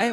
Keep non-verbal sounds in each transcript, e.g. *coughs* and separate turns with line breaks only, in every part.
哎，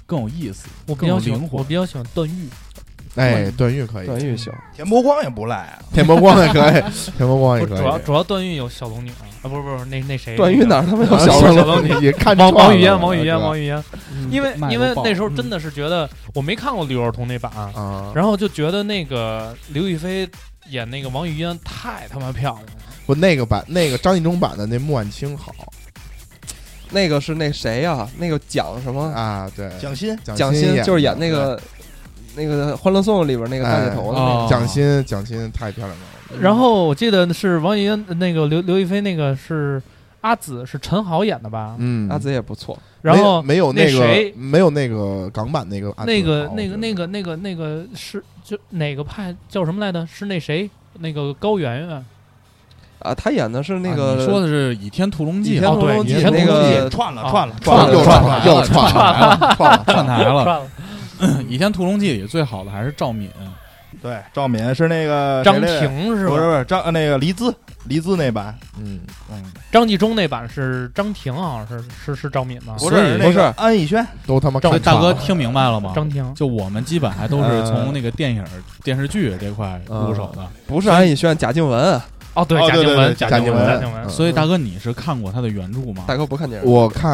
更有意思，
我比
更有
较喜
灵
欢，我
魂
比。较喜欢段誉。
*laughs* 哎，段誉可以，
段誉行，
田伯光也不赖啊，
田伯光也可以，
*laughs*
田伯光也可
主要
以。啊
主要段誉有小龙女啊，啊不是不是那那谁？
段誉哪儿他妈有小
小
龙？
龙女？
也看
王
串
王语
了
嫣，王语
对
嫣，
吧
王语嫣。因为
卖过
因为
爆
那时候真的是觉得我没看过刘若彤那版，
啊，
然后就觉得那个刘亦菲演那个王语嫣太他妈漂亮了。
不那个版那个张纪中版的那穆婉清好
那个是那谁呀？那个蒋什么？
啊，
嗯
对，
蒋欣
蒋
欣
欣
的
就是演那个那个《欢乐颂》里边那个大姐头的那
哦
个
对蒋欣，蒋欣太漂亮了。
然后我记得是王语嫣那个刘刘亦菲那个是阿紫是陈好演的吧？
嗯
阿紫也不错。
然
没有
后
没有
那
那
谁
个没有那个港版那个啊阿紫
那个
好
那个那，个那个那个是就哪个派叫什么来着？是那谁那个高圆圆
啊，他演的是那
啊
个
你说的是《倚天屠龙
《倚
记》
天
哦
屠
对
龙
倚
记》
天
那
屠龙记
个
串了
啊
串了
我觉得
了
又
串
串了又串了串
*laughs*
了，
串台了。
了，
《倚天屠龙记》里最好的还是赵敏，
对，赵敏是那个
张
谁来着
庭是
不是
吧？
不是张呃那个黎姿，黎姿那版
嗯，
张纪中那版是张庭，好像是是是赵敏吗？
不
所以
是那
不是
个安以轩，
都他妈
所以
看
大
串
哥
了
听明白了吗？
张庭
就我们基本还
嗯
都是从那个电影、电视剧这块入手的，
不是安以轩、贾静雯，啊
哦，对
哦
贾
对
静
对
雯，
对
贾
贾
静
静
雯，
雯
贾静雯，
所以大哥你是看过他的原著吗？
大哥不看电视，
我看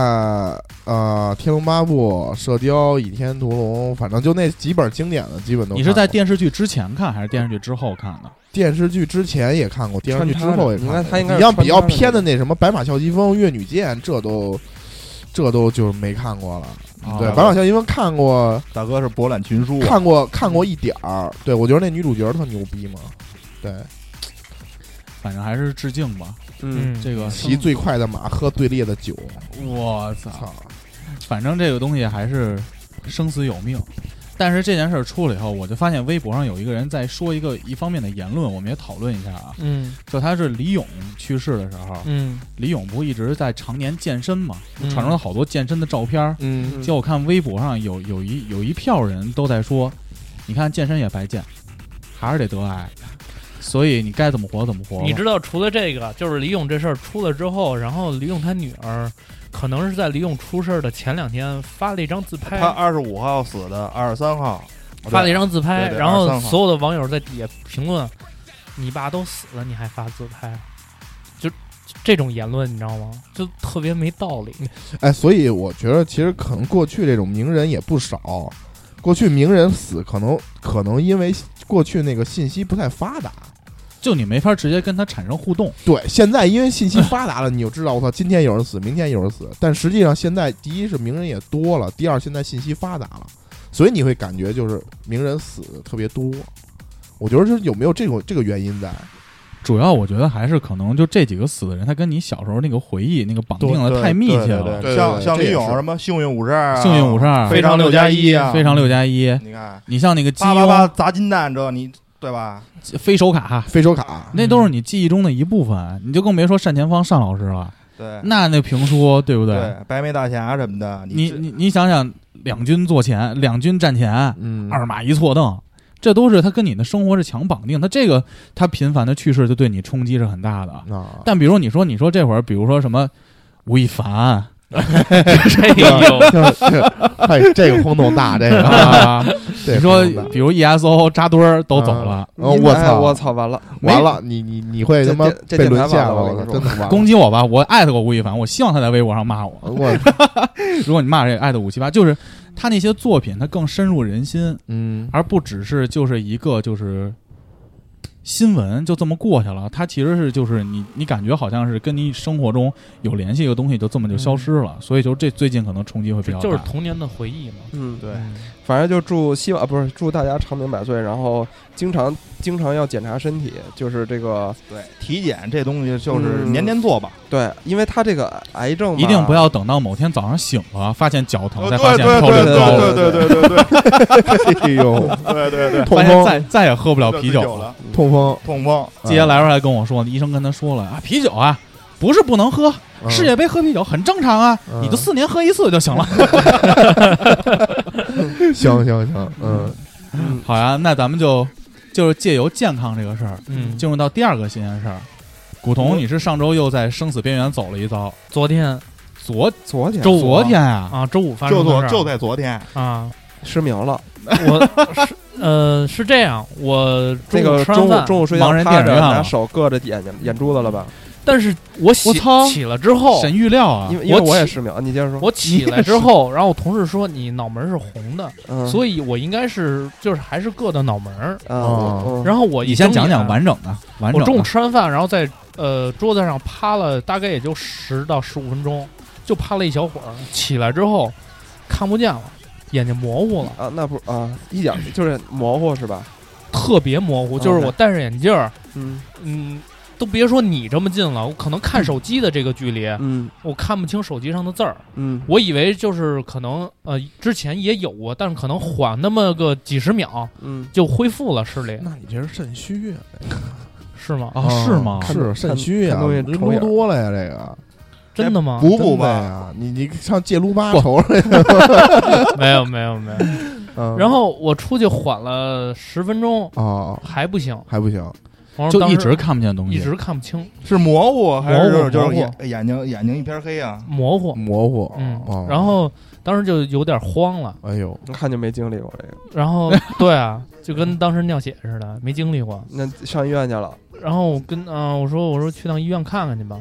呃《天龙八部》《射雕》《倚天屠龙》，反正就那几本经典的，基本都看过。
你是在电视剧之前看还是电视剧之后看的？
电视剧之前也看过，电视剧之后也看
你看他
过。
应该是
你要比较偏的
穿插的
那什么《白马啸西风》《越女剑》，这都这都就没看过了。
嗯
哦
对，《白马啸西风》看过，
啊大哥是博览群书啊，
看过，看过一点儿。对我觉得那女主角特牛逼嘛。对，
反正还是致敬吧。
嗯，
嗯，
这个
骑最快的马，喝最烈的酒。
啊我操，
操，
反正这个东西还是生死有命。但是这件事儿出了以后，我就发现微博上有一个人在说一个一方面的言论，我们也讨论一下啊。
嗯
就他是李咏去世的时候，
嗯，
李咏不一直在常年健身嘛，
嗯
传出了好多健身的照片儿。
嗯
结果我看微博上有有一有一票人都在说，你看健身也白健，还是得得癌，所以你该怎么活怎么活吧。
你知道，除了这个，就是李咏这事儿出了之后，然后李咏他女儿，可能是在李咏出事儿的前两天发了一张自
哎
拍
他，二十五号死的，二十三号
哦
发了一张自拍，
对对
然后
23号
所有的网友在底下评论：“你爸都死了，你还发自拍？”就就这种言论，你知道吗？就特别没道
*laughs*
理。
哎，所以我觉得其实可能过去这种名人也不少。过去名人死，可能可能因为过去那个信息不太发达。
就你没法直接跟他产生互动，
对，现在因为信息发达了，你就知道我操，今天有人死，明天有人死。但实际上，现在第一是名人也多了，第二现在信息发达了，所以你会感觉就是名人死得特别多。我觉得是有没有这种这个原因在？
主要我觉得还是可能就这几个死的人，他跟你小时候那个回忆那个绑定
对
的太密切
对对
了。
对
对
像
对
像
这也
李咏
是
什么幸运五十二啊，
幸运五十二，
非常六加一啊，
非常六加一，
你看
你像那个基
八八八
庸
啊砸金蛋这你对吧？
非手卡，
非手卡，
那都是你记忆中的一部分，你就更别说单前方单老师了，
对
嗯
那那评书对不嗯对？
对，白眉大侠什么的，
你
这
你你想想，两军坐前，两军战前，
嗯，
二马一错蹬，这都是他跟你的生活是强绑定。他这个他频繁的去世，就对你冲击是很大的。
啊，
但比如你说你说这会儿，比如说什么吴亦凡
哎
*laughs*
*laughs*
*laughs*
呦，
哎，这个轰动大，这个，
*laughs*
啊，你
这个
说
轰动大
比如 ESO 扎堆儿都走了，
哦
你
我
哎
操
我操，完了，
完了，你你你会
这
他妈
这这
被
电台
沦陷
完了我
我操，
跟你说
真的完了
攻击我吧，我艾特过吴亦凡，我希望他在微博上骂我。
我
*laughs*
如果你骂这个艾特五七八，就是他那些作品，他更深入人心。
嗯
而不只是就是一个就是新闻就这么过去了。它其实是就是你你感觉好像是跟你生活中有联系一个东西，就这么就消失了。所以就这最近可能冲击会比
这
较大。
就是童年的回忆嘛。
嗯，
对
反正就祝希望啊不是祝大家长命百岁，然后经常经常要检查身体，就是这个
对体检这东西就是
嗯
年年做吧，
对，因为他这个癌症吧
一定不要等到某天早上醒了，发现脚
呃
疼，再
对
发
对
现
对
后
对
背
头
疼，
对对对对对啊
*laughs*
对
哎呦，
对对对，
痛
发现再
风
再也喝不了啤酒了。
了，
痛风，
痛风
接下来时候还跟我说，医生跟他说了啊，啤酒啊不是不能喝，
嗯
世界杯喝啤酒很正常啊，
嗯
你就四年喝一次就行了。
行行行，嗯，
好呀，那咱们就就是借由健康这个事儿，
嗯，就
进入到第二个新鲜事儿。古潼，你是上周又在生死边缘走了一遭，
昨天
昨
昨天
周五
昨天啊，
啊，周五发生
就
的事
昨
儿
就在昨天，
啊，
失明了，
我是呃是这样，我
那
中午
个
吃
中
完
午
饭，
中午睡觉
盲人
趴
电
着
影院了
拿手硌着眼睛眼珠子了吧？
但是我起
我操
起了之后，
神预料啊
因为因为我也
起
失明，你接着说。
我起来之后，然后我同事说你脑门儿是红的，
嗯
所以我应该是就是还是硌的脑门儿。
啊，
哦
我
然后我一
你先
睁
讲
眼
讲完整的，完整的。
啊我中午吃完饭，然后在呃桌子上趴了大概也就十到十五分钟，就趴了一小会儿。起来之后看不见了，眼睛模糊了，
啊，那不啊，一点就是模糊是吧？
特别模糊。
OK
就是我戴上眼镜儿，
嗯
嗯，都别说你这么近了，我可能看手机的这个距离，
嗯
我看不清手机上的字儿。
嗯，
我以为就是可能呃之前也有过，但是可能缓那么个几十秒
嗯
就恢复了视力，
那你这是肾虚啊？
是吗？
哎啊，是吗？
是肾虚啊，
看东西
人
瞅眼
撸多了呀，这个啊
真的吗？
补补
真的
吧。
呀，你你上戒撸吧
不
瞅
*laughs*
瞅去。
没有没有没有。
嗯
然后我出去缓了十分钟，
哦，
还不行，
还不行，
然后
就
当
一
时
直看不见东西，
一直看不清，
是模糊还
模糊
是就
模
是
糊
眼眼睛眼睛一片黑啊？
模糊，
模糊。
嗯
哦，
然后当时就有点慌了，
哎呦，
看就没经历过这个，
*laughs*
然后对啊，就跟当时尿血似的，没经历过。
那上医院去了，
然后我跟啊、我说我说去趟医院看看去吧，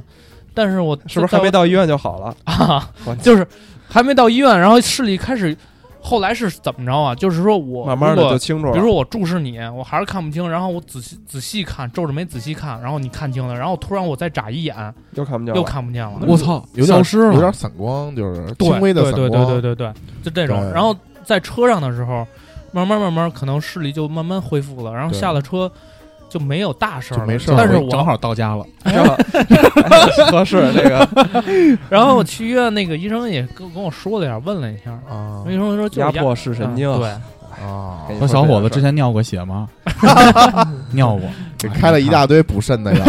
但是我
是不是还没
到
到医院就好了？
啊
*laughs* 我？
就是还没到医院，然后视力开始，后来是怎么着啊？就是说我
慢慢的
如果
就清楚了。
比如说我注视你，我还是看不清，然后我仔细仔细看，皱着眉仔细看，然后你看清了，然后突然我再眨一眼，
又看不见了，
又看不见了。
我操，
有点
消失了，
有点散光，就是
对
轻微的
对
散
对
光。
对对对对，就这种
对。
然后在车上的时候，慢慢慢慢可能视力就慢慢恢复了，然后
对
下了车就没有大事儿
就
了，
没事
正
儿
好
但是
正
我，
好到家了，
是吧？ *laughs* 哎合适这个
然后我去医院，那个医生也跟跟我说了点儿，问了一下，
啊
医生 *laughs* 说就是
压
压
迫视神经，啊
嗯对，
啊，
跟你
说小伙子之
前
前尿过血吗？尿过，哎
给开了一大堆补肾的药。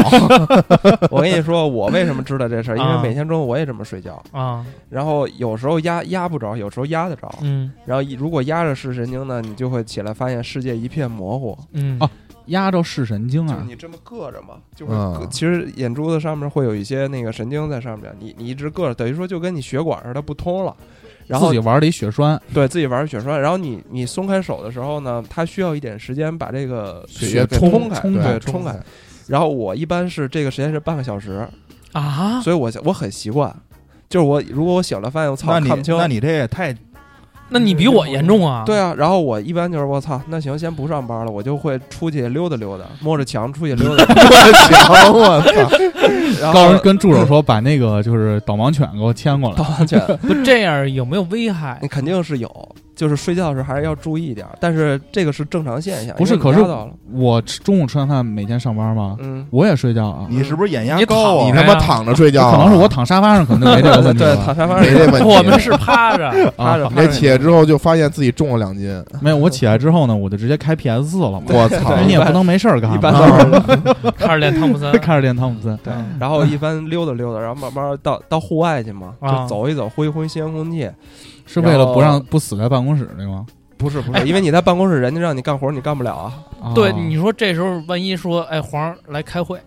我跟你说，我为什么知道这事儿？因为
啊
每天中午我也这么睡觉，
啊，
然后有时候压压不着，有时候压得着，
嗯
然后一如果压着视神经呢，你就会起来发现世界一片模糊，
嗯
啊压着视神经
就是
啊，
你这么硌着嘛，就会
嗯
硌其实眼珠子上面会有一些那个神经在上面，你你一直硌着，等于说就跟你血管似的不通了。然后
自己玩了一血栓，
对自己玩血栓，然后你你松开手的时候呢，它需要一点时间把这个
血
血
液
给
冲
冲开，
冲
对
对，
冲开
开。。
*laughs*
然后我一般是这个时间是半个小时，
啊，
所以我我很习惯，就是我如果我醒了发现我操
那
看
你
不清，
那你这也太
那你比我严重啊？
对啊，然后我一般就是我操，那行先不上班了，我就会出去溜达溜达，摸着墙出去溜达，
行，我操！
然
告
后
诉跟助手说把那个就是导盲犬给我牵过来
导。盲犬，
不这样有没有
*laughs*
危
*laughs*
害
你？肯定是有，就是睡觉的时候还是要注意一点儿，但是这个是正常现象，
不是
因为
可
你
是
压到了，
我吃中午吃完饭每天上班吗？
嗯，
我也睡觉啊，
你是不是眼压
你
高
躺
啊
你
着？
他妈躺着睡觉啊，
可能是我躺沙发上可能没这个
*laughs*
问题啊
对，
吧
躺沙发
没
上
这问题。
*laughs* 我们是趴着，
趴着
啊，
你这起来之后就发现自己重了两
*laughs*
斤，
没有，我起来之后呢，我就直接开 PS 四了嘛。
我操！啊
人家也不能没事儿干嘛，
一般 *laughs* 都是，
看着练汤姆森
开始练汤姆森。
对，然后一般溜达溜达，然后慢慢到到户外去嘛，
啊
就走一走，呼一呼新鲜空气，
是为了不让不死在办公室里吗？
不是不哎
哎
是，因为你在办公室，人家让你干活，你干不了啊
啊
对，你说这时候万一说，哎，皇上来开会，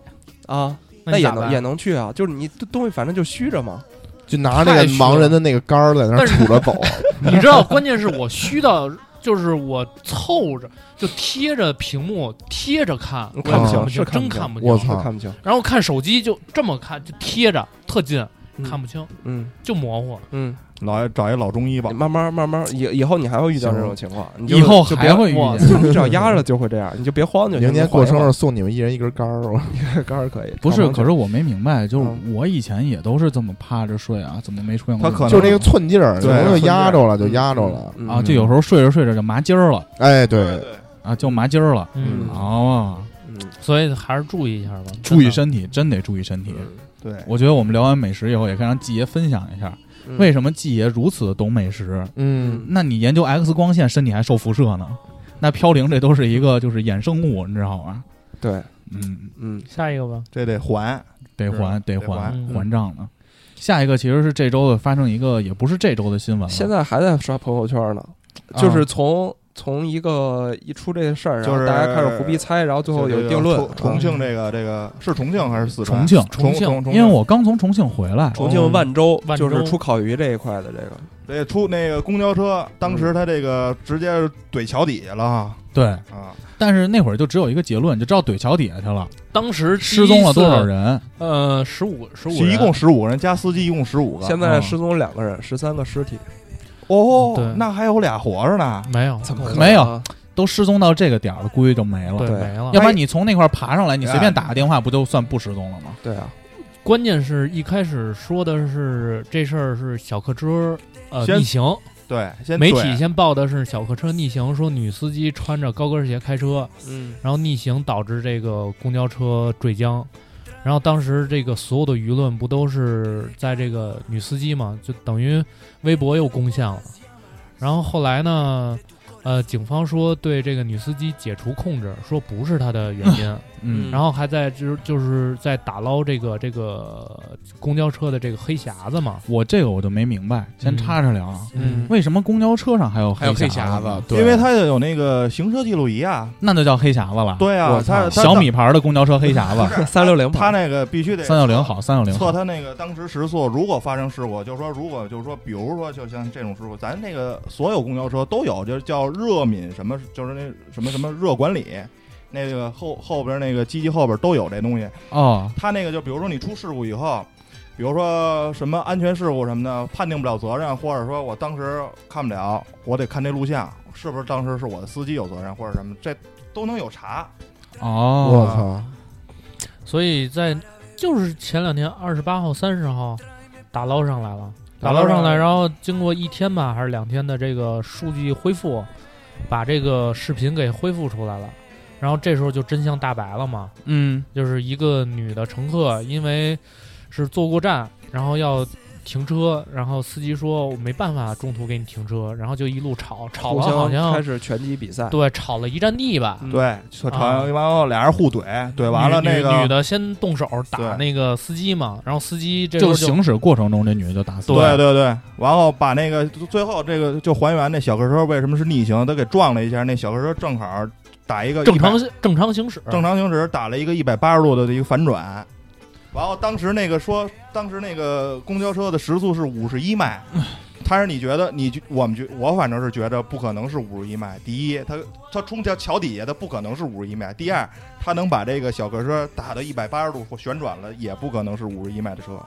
啊，
那
那
你
也
咋办
能也能去啊，就是你东西反正就虚着嘛，
就拿那个盲人的那个杆儿在那儿杵着
*laughs*
走，
你知道，关键是我虚到，就是我凑着就贴着屏幕贴着看，我也
看
不清
不
是
清，
看不
真
清
看不
我
清。
操
看不清，
然后看手机就这么看，就贴着特近，
嗯
看不清，
嗯
就模糊。
嗯，
老找一老
*laughs*
中医吧
你，慢慢慢慢，以以后你还会遇到这种情况，你就
以后
就
还
别
会遇
我
见。
你只要压着就会这样，你就别慌就行。
明年
你
过
缓一缓
生日送你们一人一根杆儿，我
杆儿可以，
不是，
长毛
可
犬
是我没明白，就是
嗯
我以前也都是这么趴着睡啊，怎么没出现过
他可能
就那个寸劲儿，
对
可能
寸
就
劲儿
压着了，就压着了。
嗯
啊？就有时候睡着睡着就麻筋儿了
哎，对，
啊，就麻筋儿了。
嗯
嗯，
哦，
嗯
所以还是注意一下吧，
注意
身。
身体，真得注意
嗯
身体。
对，
我觉得我们聊完美食以后，也可以让季爷分享一下，
嗯
为什么季爷如此懂美食？
嗯，
那你研究 X 光线，身体还受辐射呢？那嘌呤这都是一个就是衍生物，你知道吗？
对，
嗯，
嗯
下一个吧，
这得还。
得
是吧
还得
得
还
还
还账呢。下一个其实是这周的发生一个，也不是这周的新闻了。
现在还在刷朋友圈呢，
啊
就是从从一个一出这个事儿，然
就是
后大家开始胡逼猜，然后最后有定论。啊
重重庆这个这个是重庆还是四川
重？庆，
重
庆
重庆，
因为我刚从重庆回来，
重庆万州
万州
就是出烤鱼这一块的这个，
这出那个公交车，当时他这个直接怼桥底下了哈
对，
啊，
但是那会儿就只有一个结论，就知道怼桥底下去了，
当时第一
失踪了多少
次？
人？
呃，十五十五，
一共十五人，加司机一共十五个。
现在
嗯
失踪两个人，十三个尸体，
哦
对，
那还有俩活着呢。
没有，
怎么可能
没有
啊
都失踪到这个点儿了，估计就没了。
对
对
没了
要。不然你从那块儿爬上来，你随便打个电话，不就算不失踪了吗？
对啊，
关键是一开始说的是这事儿是小客车呃
先
逆行，
对，先
媒
怼
体先报的是小客车逆行，说女司机穿着高跟鞋开车，
嗯，
然后逆行导致这个公交车坠江。然后当时这个所有的舆论不都是在这个女司机嘛，就等于微博又攻陷了。然后后来呢，呃，警方说对这个女司机解除控制，说不是她的原因，
嗯
嗯
然后还在就是就是在打捞这个这个公交车的这个黑匣子嘛。
我这个我就没明白，先插着聊啊。
嗯
为什么公交车上还有
还有黑
匣
匣子
对
因为他有那个行车记录仪啊。
那就叫黑匣子了。，
对啊
我，操
他他
小米牌的公交车黑匣子，
三六零
他那个必须
*laughs*
得
三六零好，三六零
测他那个当时时速，如果发生事故，就是说，如果就是说，比如说，就像这种事故，咱那个呃所有公交车都有，就是叫热敏什么，就是那什么什么热管理，那个后后边那个机器后边都有这东西。
哦，
他那个就比如说你出事故以后，比如说什么安全事故什么的，判定不了责任，或者说我当时看不了，我得看这录像是不是当时是我的司机有责任或者什么，这都能有查。
哦，
啊
我操，
所以在就是前两天二十八号、三十号打捞上来了，打捞上来，然后经过一天吧还是两天的这个数据恢复，把这个视频给恢复出来了。然后这时候就真相大白了嘛，
嗯，
就是一个女的乘客因为是坐过站，然后要停车，然后司机说我没办法中途给你停车，然后就一路吵吵
互
了，好
相开
像
始拳击比赛，
对吵了一站地吧。
嗯
对，就
啊
传完后俩人互怼，怼完了
女
那个
女女的先动手打
对
那个司机嘛，然后司机这时
就
候
是行驶过程中这女的就打死
对
了。
对对，然后把那个最后这个就还原那小客车为什么是逆行，他给撞了一下，那小客车正好打一个
正常
100
正常行驶，
正常行驶，打了一个一百八十度的一个反转。然后当时那个说，当时那个公交车的时速是五十一迈，他是你觉得你觉我们觉我反正是觉得不可能是五十一迈。第一，他他冲桥桥底下，他不可能是五十一迈。第二，他能把这个小客车打到一百八十度或旋转了，也不可能是五十一迈的车。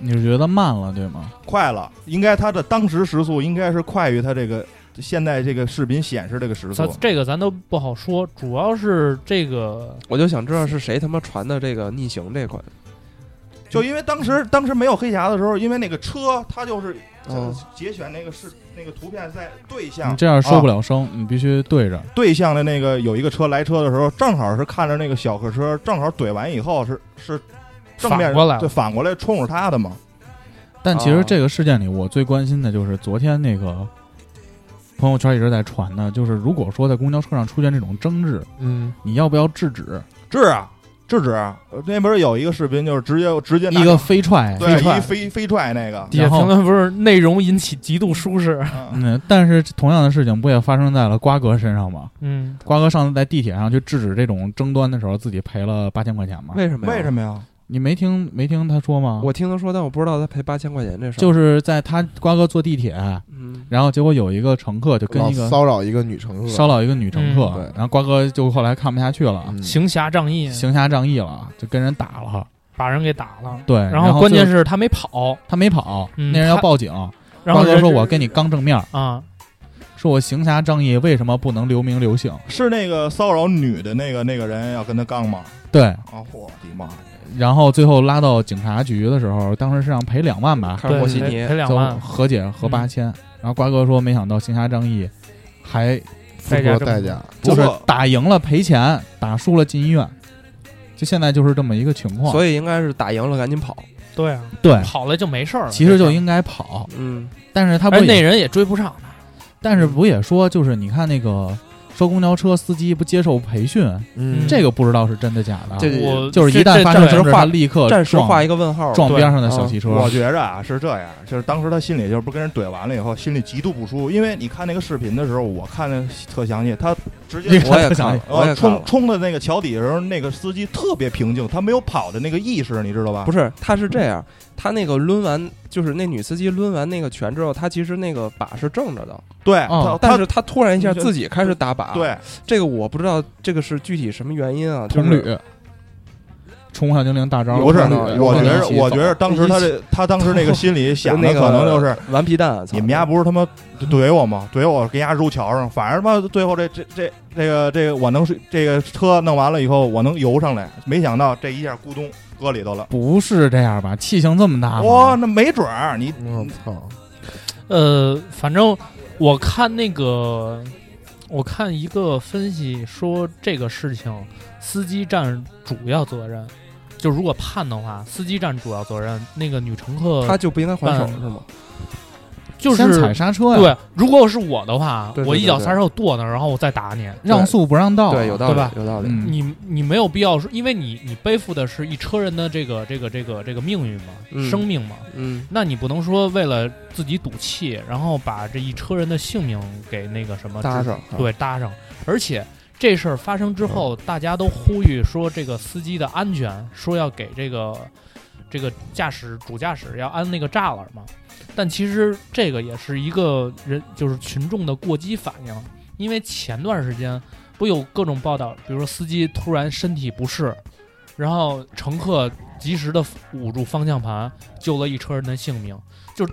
你是觉得慢了对吗？
快了，应该它的当时时速应该是快于它这个现在这个视频显示这个时速
咱。这个咱都不好说，主要是这个
我就想知道是谁他妈传的这个逆行这款，
就因为当时当时没有黑匣的时候，因为那个车它就是呃
嗯
节选那个是那个图片在对
你
向
这样说不
了、
了声，你必须对着。
对向的那个有一个车来车的时候，正好是看着那个小客车，正好怼完以后是是正面
反过来了
对反过来冲着他的嘛。
但其实
啊
哦
这个事件里，我最关心的就是昨天那个朋友圈一直在传的，就是如果说在公交车上出现这种争执，
嗯，
你要不要制止？
制啊制止啊，呃那边有一个视频就是直接直接拿
一个飞踹，
对
飞
一
踹。
飞飞踹那个，
底下
然后
评论不是内容引起极度舒适，
嗯
嗯，但是同样的事情不也发生在了瓜哥身上吗？ *laughs*
嗯，
瓜哥上次在地铁上去制止这种争端的时候，自己赔了八千块钱吗？
为什么？
为什？么呀？
你没听没听他说吗？
我听他说，但我不知道他赔八千块钱这事儿。
就是在他瓜哥坐地铁，
嗯，
然后结果有一个乘客就跟
老
一个
骚扰一个女乘客，
骚扰一个女乘客
嗯对，
然后瓜哥就后来看不下去了，
嗯
行侠仗义，
行侠仗义了，就跟人打了。
把人给打了。
对，
然
然
后关键
就是
他没跑，
他没跑，
嗯
那人要
他
报警，
然
瓜
后
哥
人
说：“我跟你刚正面，
啊，
说我行侠仗义，为什么不能留名留姓
是那个骚扰女的那个那个人要跟他杠吗？？”
对，
啊，我的妈！
然后最后拉到警察局的时候，当时是让赔两万吧，
看着
对
莫西
赔
尼
赔两
就
万，
和解和
嗯
八千。然后瓜哥说，没想到行侠仗义，还
付
代
出了
价这么
代
多
价，
就
不
是
过
打赢了赔钱，打输了进医院。就现在就是这么一个情况，
所以应该是打赢了赶紧跑。
对啊，
对，
跑了就没事儿了。
其实
这事
就
儿，哎
应该跑，
嗯，
但是他不
而
也
那人也追不上他。
但是不也说，就是你看那个说公交车司机不接受培训，
嗯
这个不知道是真的假的。啊
呃这对
我
就是
这
一旦
这
发生
这
争执，
画
他立刻
暂时
撞
画一个问号。
撞
对
边上的小
啊
汽车。
我觉着啊是这样，就是当时他心里就是不跟人怼完了以后，心里极度不舒服。因为你看那个视频的时候，我看的特详细，他直接
你
从
看
*laughs* 我也
他想
看了，我
呃
也看
冲
了。
冲的那个桥底的时候，那个司机特别平静，他没有跑的那个意识，你知道吧？
不
是，
是，他是这样，他那个抡完，就是那女司机抡完那个拳之后，他其实那个把是正着的，
对，
哦
他
但
他
是他突然一下自己开始打靶。，
对
这个我不知道这个是具体什么原因啊。
同
就
旅
是，
宠物小精灵大招
不是
可能，有
我觉
可
着
能
我觉着当时他这他当时那个心里想的
那个
可能就是。
顽皮蛋，啊操
你们家不是他妈怼我吗？怼我给人家揉桥上，反正他妈最后这这这这个这个我能是这个车弄完了以后我能游上来，没想到这一下咕咚搁里头了。
不是这样吧？气性这么
啊
大吗
哇、那没准儿你
嗯
我操，？
呃，反正我看那个，我看一个分析说这个事情，司机占主要责任。就如果判的话，司机占主要责任，那个女乘客
他就不应该还手
嗯
是吗？
就
先踩
是
刹车呀、
对。如果是我的话，
对对
我一脚
对对
刹车我跺那儿，然后我再打你。
让速不让道啊、
对，有道
对吧
理，有道理。
嗯
你你没有必要说，因为你你背负的是一车人的这个这个这个这个命运嘛，
嗯
生命嘛，
嗯，
那你不能说为了自己赌气，然后把这一车人的性命给那个什么
搭上。啊
对，搭上。而且这事儿发生之后，大家都呼吁说这个司机的安全，说要给这个这个驾驶主驾驶要安那个栅栏嘛。但其实这个也是一个人就是群众的过激反应，因为前段时间不有各种报道，比如说司机突然身体不适，然后乘客及时的捂住方向盘，救了一车人的性命，就是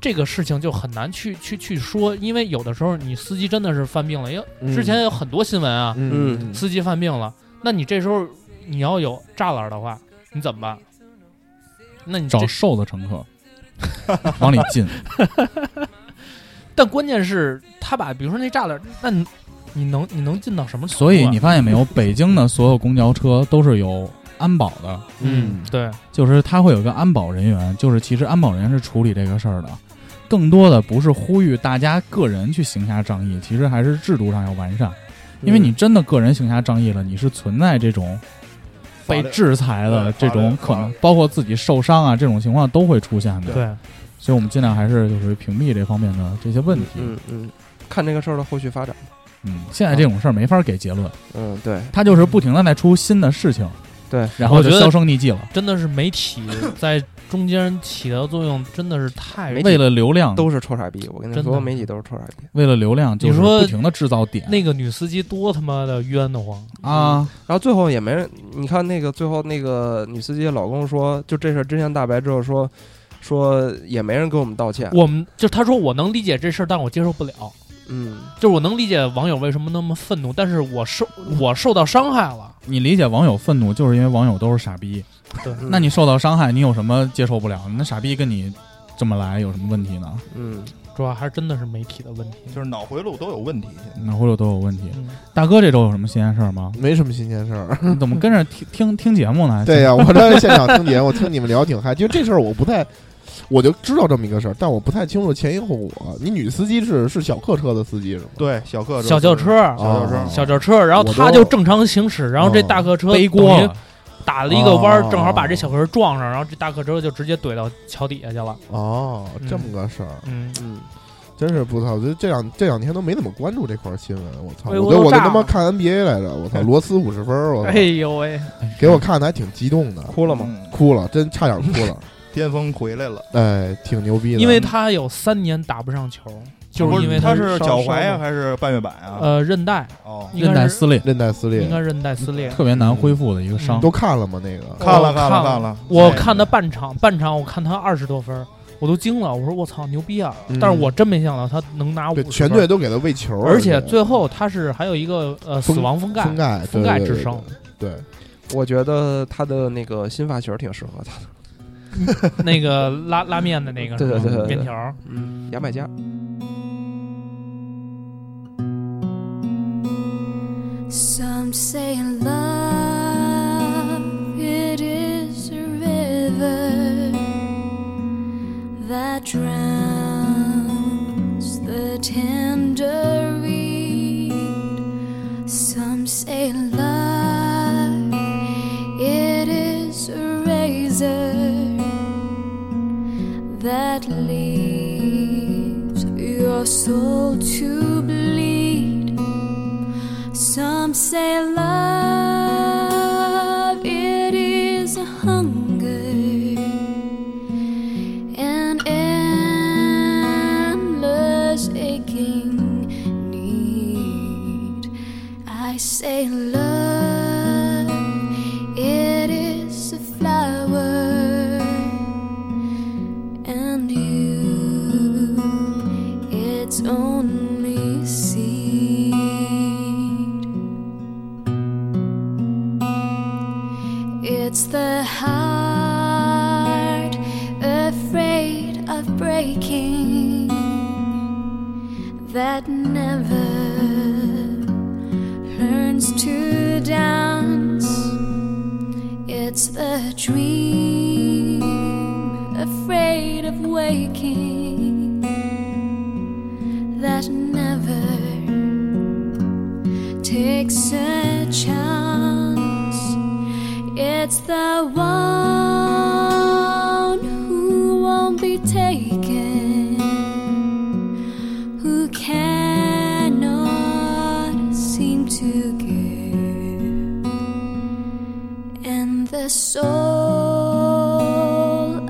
这个事情就很难去去去说，因为有的时候你司机真的是犯病了，因为
嗯
之前有很多新闻啊，
嗯
司机犯病了，那你这时候你要有栅栏的话，你怎么办？那你这
找瘦的乘客往里进，
但关键是他把比如说那栅栏，那你你能你能进到什么程度啊、
所以你嗯发现没有，北京的所有公交车都是有安保的，
嗯对
就是他会有一个安保人员，就是其实安保人员是处理这个事儿的，更多的不是呼吁大家个人去行侠仗义，其实还是制度上要完善，
嗯
因为你真的个人行侠仗义了，你是存在这种被制裁的
法律
这种可
法
能
律，
包括自己受伤啊这种情况都会出现的，
对
所以我们尽量还是就是屏蔽这方面的这些问题。
嗯嗯，看这个事儿的后续发展。
嗯，现在这种事儿没法给结论，
嗯，对，
它就是不停的在出新的事情，
对，
然后就
我觉得
销声匿迹了。
真的是媒体在中间起到作用真的是太
媒体
为了流量，
都是臭傻逼。我跟你说，
真的
所有媒体都是臭傻逼。
为了流量，就是
你说
不停的制造点
那个女司机多他妈的冤得慌，
啊，
然后最后也没人，你看那个最后那个女司机的老公说，就这事儿真相大白之后说，说也没人给我们道歉。
我们就他说我能理解这事儿，但我接受不了。
嗯，
就是我能理解网友为什么那么愤怒，但是我受我受到伤害了，
你理解网友愤怒，就是因为网友都是傻逼。
嗯
那你受到伤害，你有什么接受不了？那傻逼跟你这么来有什么问题呢？
嗯，
主要还真的是媒体的问题。
就是脑回路都有问题。
那或者都有问题。
嗯，
大哥这周有什么新鲜事儿吗
没什么新鲜事儿。
啊
你怎么跟着听听听节目呢？
*laughs* 嗯对呀、我在现场听你， *laughs* 我听你们聊挺嗨。就这事儿，我不太，我就知道这么一个事儿，但我不太清楚前因后果。你女司机是是小客车的司机是吗？
对，小客
小轿车，
小轿车
哦
啊小轿车，然后他就正常行驶，然后这大客车
背锅
等于
了，
打了一个弯儿
哦，
正好把这小客车撞上，然后这大客车就直接怼到桥底下去了。
哦，
嗯
这么个事儿，
嗯，
嗯，
真是不操！就这两这两天都没怎么关注这块儿新闻，我操！
微
我
博
都
哎都
我都
炸
他妈
了
看 NBA 来着，我
*laughs*
操！罗斯五十分儿，我操
哎！呦喂，
给我看的还挺激动的，
哭了吗？
嗯
哭了，真差点哭了，
巅峰回来了，
哎，挺牛逼的。
因为他有三年打不上球，就是因为
他
他
是
伤
脚踝呀
伤了
还是半月板啊？
呃韧带，
哦，
应
韧
该
带
是
撕裂，
韧带撕裂
应，该韧带撕裂。
特别难恢复的一个伤
嗯。
都看了吗？那个
看了
我
看
看
了
了
看了，哎
我看他半场，半场我看他二十多分儿，我都惊了，我说我操牛逼啊！
嗯
但是我真没想到他能拿五
对
十
全队，都给他喂球，
而且最后他是还有一个呃
封
死亡封盖
封，盖
封盖制胜
胜，对，对
我觉得他的那个新发型挺适合他的。
那个拉拉面的那个
对对
是吧
对对对
面条儿，
嗯，牙买加。
Some say in love it is a river that drowns the tender reed life, it is a razor that leaves your soul to bleed. Some say love, it is a hunger an endless aching need. I say, love, it is a flower, and you, it's only seed. It's the heart afraid of breaking that never learns to dance. It's the dream afraid of waking that never takes a chance. It's the one who won't be taken, who cannot seem to give, and the soul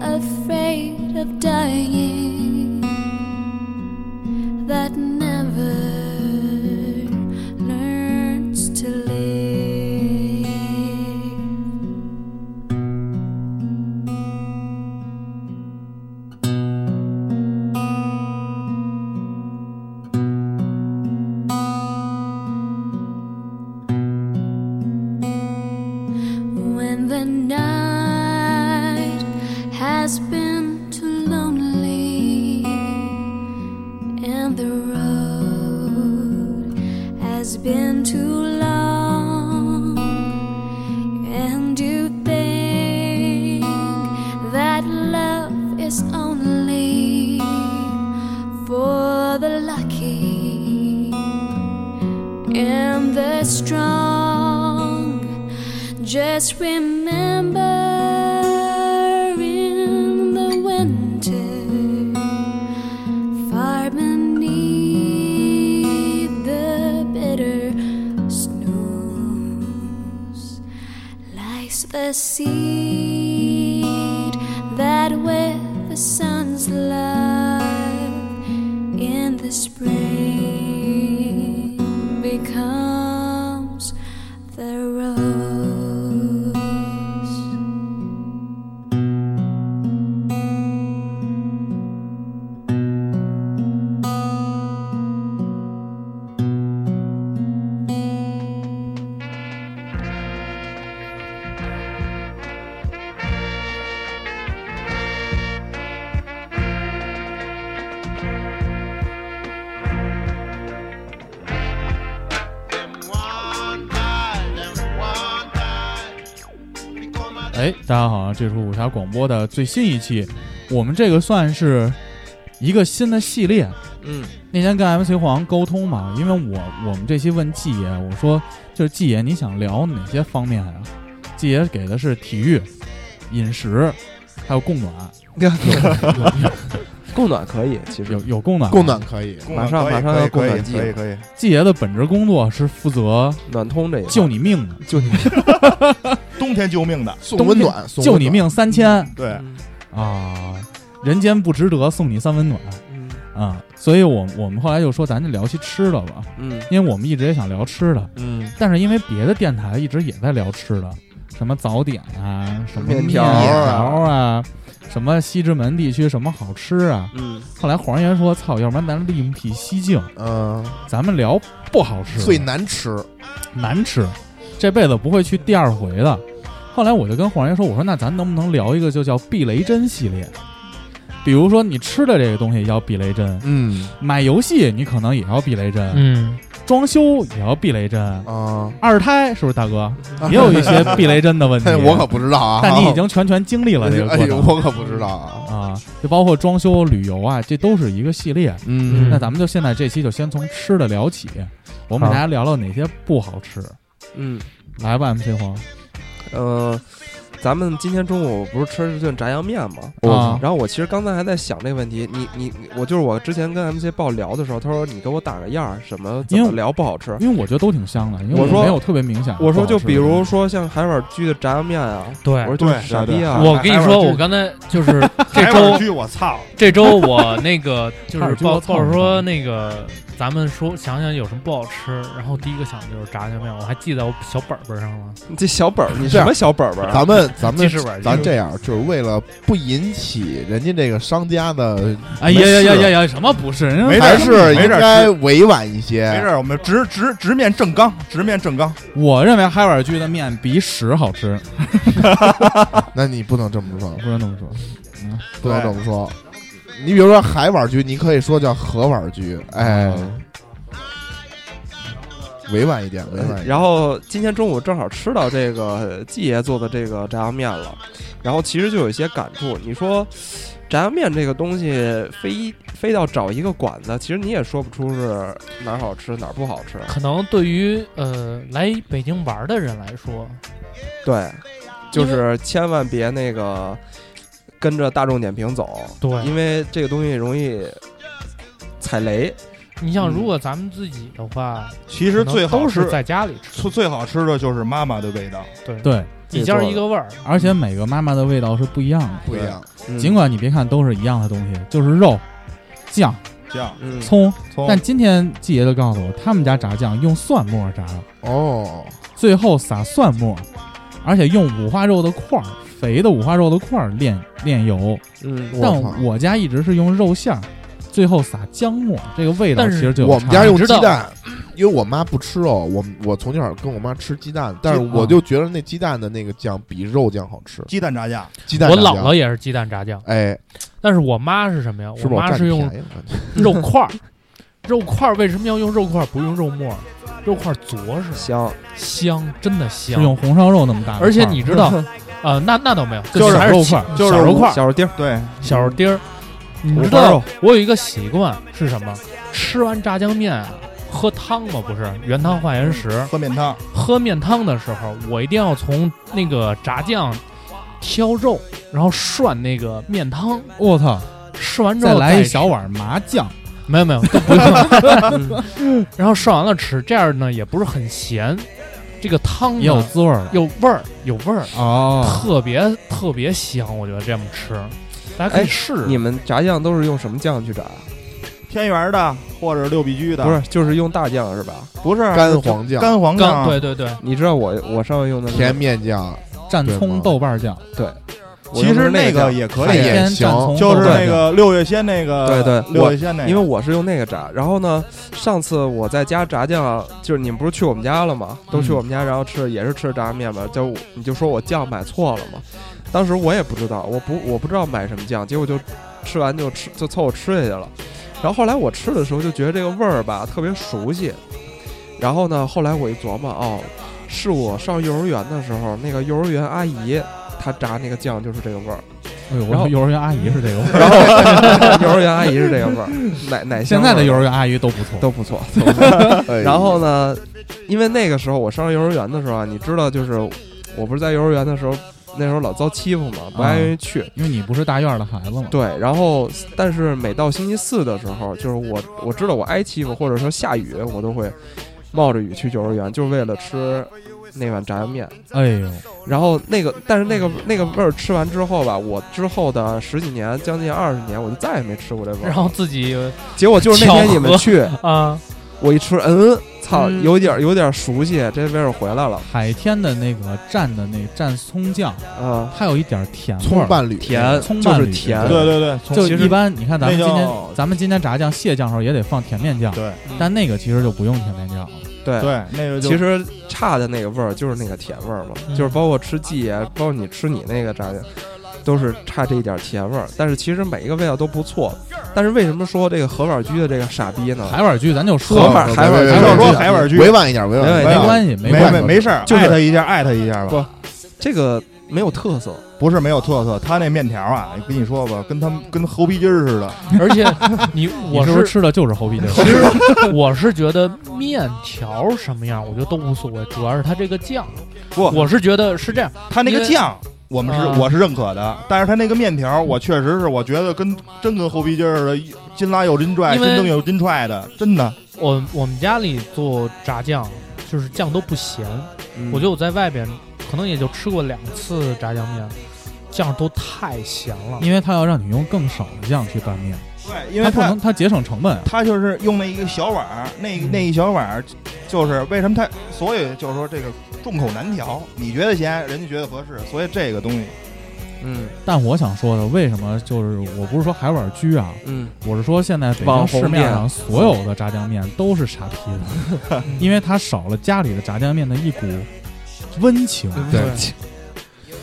afraid of dying that never learns to live. when the night has been too lonely and the road has been too long and you think that love is only for the lucky and the strong just remember in the winter, far beneath the bitter snows, lies the seed that with the sun's love in the spring becomes the rose.
哎，大家好啊，这是武侠广播的最新一期，我们这个算是一个新的系列。
嗯，
那天跟 MC 黄沟通嘛，因为我我们这期问季爷，我说就是季爷你想聊哪些方面啊？季爷给的是体育、饮食，还有供暖，
供暖可以，其实
有有供暖吗。
供暖可以，
供
马
暖
上
可以
马上
可以
要供
可以
暖季
可以
了
可以，
季爷的本职工作是负责
暖通这一
救你命的，
就你
冬天救
嗯
命的，
送温暖，送
救
温
你
暖。
命三千
对，
嗯
啊！人间不值得，送你三温暖
嗯
啊！所以我我们后来就说，咱就聊些吃的吧，
嗯
因为我们一直也想聊吃的，
嗯，
但是因为别的电台一直也在聊吃的，什么早点啊，什么
面
条
条
啊
啊，什么西直门地区什么好吃啊。
嗯，
后来黄爷说：“操，要不然咱另辟蹊径，
嗯，
咱们聊不好吃的、
最难吃，
难吃，这辈子不会去第二回的。”后来我就跟黄爷说：“我说那咱能不能聊一个就叫避雷针系列？比如说你吃的这个东西叫避雷针，
嗯
买游戏你可能也要避雷针，
嗯，
装修也要避雷针。
嗯
啊，
二胎是不是大
*laughs*
哥？也有一些避雷针的问题。
*laughs* 我可不知道啊。
但你已经全权经历了这个
*laughs* 哎
过
呦，
程
我可不知道啊。
啊，就包括装修、旅游啊，这都是一个系列。
嗯
那咱们就现在这期就先从吃的聊起，我们给
好
大家聊聊哪些不好吃。
嗯，
来吧，MC 黄
呃，咱们今天中午不是吃了顿炸酱面吗？
啊，
然后我其实刚才还在想这个问题，你你你我就是我之前跟 MC 豹聊的时候，他说你给我打个样儿，什么怎
因为
么聊不好吃？
因为我觉得都挺香的，因为
我说
没有特别明显的不
我
好吃的。
说就比如说像海碗居的炸酱面啊，
对
我说就是
哎对
傻逼啊！
我跟你说，
还有
我刚才就是这
海碗
周
居，我操！
这周我那个 *laughs* 就
差点
是
就要
报
蹭
报
上
说
了
那个咱们说想想有什么不好吃，然后第一个想的就是炸酱面，我还记在我小本本上了。
你这小本儿，你
这
什
样
么小本本儿啊？
*laughs* 咱们咱
记
们
事本儿
咱
记事
这样，就是为了不引起人家这个商家的，
哎呀呀呀呀
没事
呀，什么不是？人家
没事
还
儿
是应
没事儿
该委婉一些。
没事儿，我们直直直面正刚，直面正刚。
我认为海碗居的面比屎好吃，
那你不能这么说
不，能这么说。
不能这么说。你比如说海碗居，你可以说叫河碗居，哎，委婉一点，委 *laughs* 婉一点。
然后今天中午正好吃到这个季爷做的这个炸酱面了，然后其实就有一些感触。你说炸酱面这个东西，非非要找一个馆子，其实你也说不出是哪儿好吃哪儿不好吃。
可能对于呃来北京玩的人来说，
对，就是千万别那个跟着大众点评走，
对，
因为这个东西容易踩雷。
你像
嗯
如果咱们自己的话，
其实
可能
最好
都
吃
是，在家里吃
最，最好吃的就是妈妈的味道。
对，
对，
一家一个味儿，
而且每个妈妈的味道是不一样的。
不一样，
嗯
尽管你别看都是一样的东西，就是肉、酱、
酱、
嗯，
葱，
葱，
但今天季爷就告诉我，他们家炸酱用蒜末炸的，
哦，
最后撒蒜末，而且用五花肉的块儿，肥的五花肉的块儿炼炼油。
嗯，
我操
但我家一直是用肉馅儿，最后撒姜末，这个味道
但
其
是
实就有
我们
差
家
别
用
知
鸡
道
蛋，因为我妈不吃肉，我们我从小跟我妈吃鸡蛋，但是
鸡
我就觉得那鸡蛋的那个酱比肉酱好吃。
鸡蛋炸酱，
鸡蛋
我
炸
姥
酱
姥也是鸡蛋
*laughs*
炸酱，
哎，
但是我妈是什么呀？
是不是
我
我
妈
占
是用
便宜了？
肉块儿，肉块儿为什么要用肉块儿不用肉末儿？肉块儿着实
香。
香，真的
是
香。
用红烧肉那么大的块儿，
而且你
*laughs*
知道，呃，那那倒没有，
就是
还
肉
是
块嗯儿
小
就是
小肉块儿、
小肉丁儿，
对，
*laughs*
小肉丁儿。你知
五花
道
肉
我有一个习惯是什么？吃完炸酱面啊，喝汤嘛，不是原汤化原食。
喝面汤，
喝面汤的时候，我一定要从那个炸酱挑肉，然后涮那个面汤。
我操，
涮完之
再
后
来一
吃
小碗麻酱，
没有没有都不
嗯
用，然后涮完了吃，这样呢也不是很咸，这个汤呢
也有滋味儿了。
有味儿，有味儿，
哦，
特别特别香，我觉得这么吃，大家可
哎
以试试。
你们炸酱都是用什么酱去炸？
天园的或者六必居的，
不是，就是用大酱是吧？
不是
干黄酱、
干黄
刚
酱，
对对对，
你知道我我上回用的那个
甜面酱，
蘸
对
葱
吗
豆瓣儿酱，
我
其
用的
实
是那
个
酱
也可
哎
以
呀，
天
行
蘸葱
就
豆
是
瓣
那
酱
个六月仙那个，
对对
六月仙那个，
因为我是用那个炸。然后呢，上次我在家炸酱，就是你们不是去我们家了吗？都去
嗯
我们家，然后吃也是吃炸酱面嘛，就你就说我酱买错了嘛。当时我也不知道，我不我不知道买什么酱，结果就吃完就吃就凑合吃下去了。然后后来我吃的时候就觉得这个味儿吧特别熟悉，然后呢，后来我一琢磨，哦，是我上幼儿园的时候，那个幼儿园阿姨她炸那个酱就是这个味儿。
哎呦，我
然后
说幼儿园阿姨是这个
*laughs*
味儿。
然后幼 *laughs* 儿园阿姨是这个味儿，奶奶
现
香
在
味
的
儿
幼儿园阿姨都不错，
都不错。都不错
哎
然后呢，因为那个时候我上幼儿园的时候啊，你知道，就是我不是在幼儿园的时候，那时候老遭欺负嘛，不爱愿意去。
因为你不是大院儿的孩子嘛。
对，然后但是每到星期四的时候，就是我我知道我挨欺负，或者说下雨，我都会冒着雨去幼儿园，就是为了吃那碗炸酱面。
哎呦，
然后那个，但是那个那个味儿吃完之后吧，我之后的十几年，将近二十年，我就再也没吃过这味儿。
然后自己
结果就是那天
巧
你们
合
去，
*laughs*
啊，
我一吃，嗯，操，
嗯
有点有点熟悉，这味儿回来了，
海天的那个蘸的那个蘸葱酱，
啊，
它有一点儿甜味
哎葱
儿，
伴侣，
甜
葱
就
拌
是
里
甜
对
对对对，从
就
其
一
实
般。你看咱们
那
今天
叫
咱们今天炸酱蟹酱的时候也得放甜面酱，
对
但那个其实就不用甜面酱了。
对。
对，那个就
其实差的那个味儿就是那个甜味儿嘛，
嗯
就是包括吃季啊，包括你吃你那个炸酱，都是差这一点甜味儿。但是其实每一个味道都不错。但是为什么说这个河碗居的这个傻逼呢？
海碗居咱就
河
说
碗
吧，
海碗
还是啊说海碗居
委婉一点，委婉一
没
没关系，
点，
问题
没
关系，
没事儿，
就是
艾特一下，艾特一下吧。
不这个没有特色，
不是没有特色，他那面条啊，跟你说吧，跟他们跟猴皮筋儿似的。
而且你
你
我
是不是吃的就是
*laughs*
猴皮筋儿？
其实我是觉得面条什么样，我觉得都无所谓，主要是它这个酱。
不
我是觉得是这样，
他那
因
个
为
酱，我们是
啊
我是认可的，但是他那个面条，我确实是我觉得跟真跟猴皮筋儿似的，金拉有金拽，
因
金
为
蹬有金踹的，真的。
我我们家里做炸酱，就是酱都不咸。
嗯
我觉得我在外边可能也就吃过两次炸酱面，酱都太咸了。
因为他要让你用更少的酱去拌面，
对，因
他
为
不
他
能他节省成本啊。
他就是用那一个小碗儿，那
嗯
那一小碗儿，就是为什么他，所以就是说这个众口难调，你觉得咸，人家觉得合适，所以这个东西
嗯
但我想说的，为什么就是我不是说海碗居啊，
嗯，
我是说现在北京
网
市
红
面
店
上所有的炸酱面都是傻批的，因为它少了家里的炸酱面的一股温情。
对，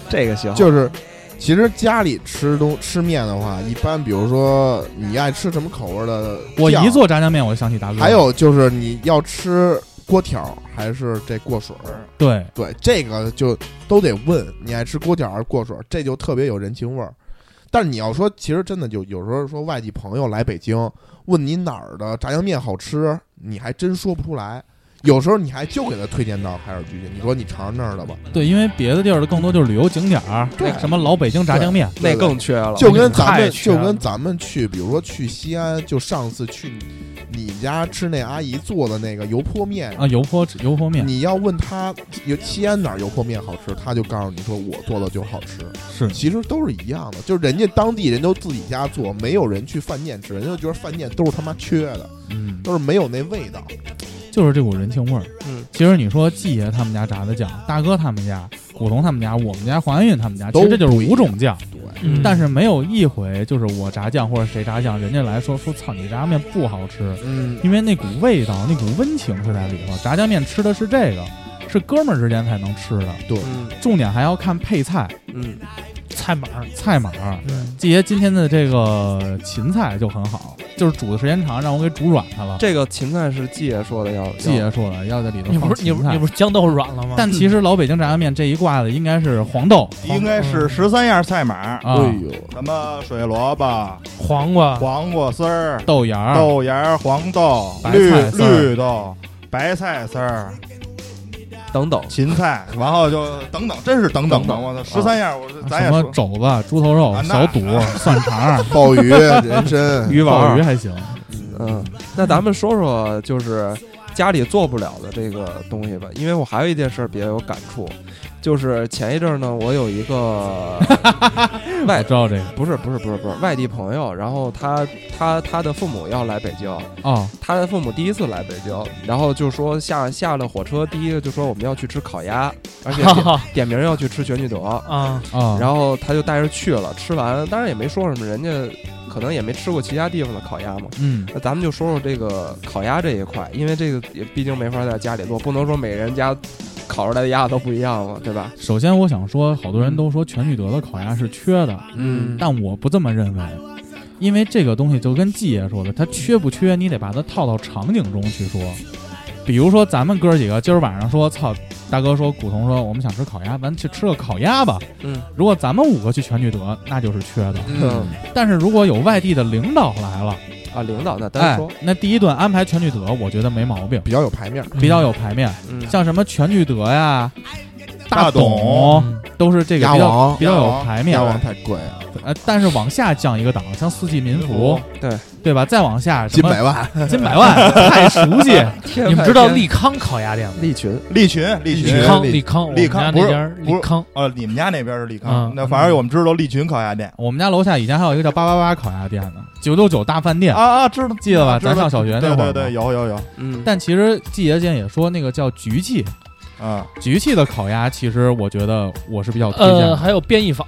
这个
啊
行，
就是其实家里吃东吃面的话，一般比如说你爱吃什么口味的
我
酱
一做炸酱面，我就想起大哥。
还有就是你要吃锅条还是这过水儿？
对，
对，这个就都得问你爱吃锅条还是过水儿，这就特别有人情味儿。但是你要说，其实真的就有时候说外地朋友来北京，问你哪儿的炸酱面好吃，你还真说不出来。有时候你还就给他推荐到海尔居去，你说你尝尝那儿的吧，
对，因为别的地儿的更多就是旅游景点儿，
对
什么老北京炸酱面，
那更缺了，
就跟咱
太
们
全
就
了
跟咱们去，比如说去西安，就上次去你家吃那阿姨做的那个油泼面
啊，油泼油泼面
你要问他有西安哪儿油泼面好吃，他就告诉你说我做的就好吃。
是
其实都是一样的，就是人家当地人都自己家做，没有人去饭店吃，人家就觉得饭店都是他妈缺的，
嗯，
都是没有那味道。
就是这股人情味儿。
嗯，
其实你说季爷他们家炸的酱，大哥他们家、古潼他们家、我们家、黄云他们家，其
都
实这就是
不一
五种酱，
对，
嗯
但是没有一回就是我炸酱或者谁炸酱，人家来说说操你炸酱面不好吃，
嗯，
因为那股味道、那股温情是在里头。炸酱面吃的是这个，是哥们儿之间才能吃的，
嗯
重点还要看配菜、
嗯
菜码儿，
菜码儿。
嗯，
季爷今天的这个芹菜就很好，就是煮的时间长，让我给煮软它了。
这个芹菜是季爷说的要，
季
要
爷说了，要在里头
你
放
不是你
芹
不是
菜
你。不是姜豆软了吗？
但其实老北京炸酱面这一挂的应该是黄豆
应该是十三样菜码，
嗯啊，
哎呦，
什么水萝卜、
黄瓜、
黄瓜丝儿、
豆芽儿、啊
豆芽儿、黄豆、
白
绿
菜丝儿
绿豆、白菜丝儿、
等等，
芹菜，然后就等等，真是等等
等
等，
等
我操，十三样，我说咱
什
也
么
说，
肘子、猪头肉
啊、那
小肚、蒜肠
*laughs*
儿、
鲍鱼、啊人参，
*laughs* 鱼丸
鲍鱼
儿，
还行。
嗯，那咱们说说就是家里做不了的这个东西吧，因为我还有一件事儿比较有感触，就是前一阵儿呢，我有一个
我
外
知道这个
不是不是不是不是外地朋友，然后他他他的父母要来北京，
哦，
他的父母第一次来北京，然后就说下下了火车，第一个就说我们要去吃烤鸭，而且点点名要去吃全聚德，
啊，
啊，
然后他就带着去了，吃完当然也没说什么，人家可能也没吃过其他地方的烤鸭嘛。
嗯，
那咱们就说说这个烤鸭这一块，因为这个也毕竟没法在家里做，不能说每人家烤出来的鸭子都不一样嘛，对吧？
首先我想说，好多人都说全聚德的烤鸭是缺的，
嗯
但我不这么认为，因为这个东西就跟季爷说的，它缺不缺，你得把它套到场景中去说。比如说咱们哥几个今儿晚上说，操，大哥说，古潼说我们想吃烤鸭，咱去吃个烤鸭吧。
嗯，
如果咱们五个去全聚德，那就是缺的。
嗯
但是如果有外地的领导来了，
啊，领导那单
哎
说，，
那第一顿安排全聚德，我觉得没毛病，
比较有排面儿。
比较有排面。
嗯，
像什么全聚德呀、
大董
哦
董都是这个
鸭
比较
王，
比较
鸭
有
王
排面
鸭。王太贵啊了，
呃，但是往下降一个档，像四季民福，
对
对吧？再往下什
近
么
百万。
金百万，太熟悉。 *laughs*
天
你们
外
知道
天
利康烤鸭店吗？
利群
利群，利群
利，康，利康，我
利
们
康
家
不
那家
是不是
利康，
呃，你们家那边是利
啊
嗯
康，那反正我们知道利群烤鸭店
我们家楼下以前还有一个叫八八八烤鸭店呢，九九九大饭店，
啊啊，知道
记得吧？
知道
咱上小学那
对
会
对
儿。
对，。有有有
嗯，
但其实季爷今天也说，那个叫菊记，
啊，
菊记的烤鸭，其实我觉得我是比较推荐
呃，
的。
还有编译坊，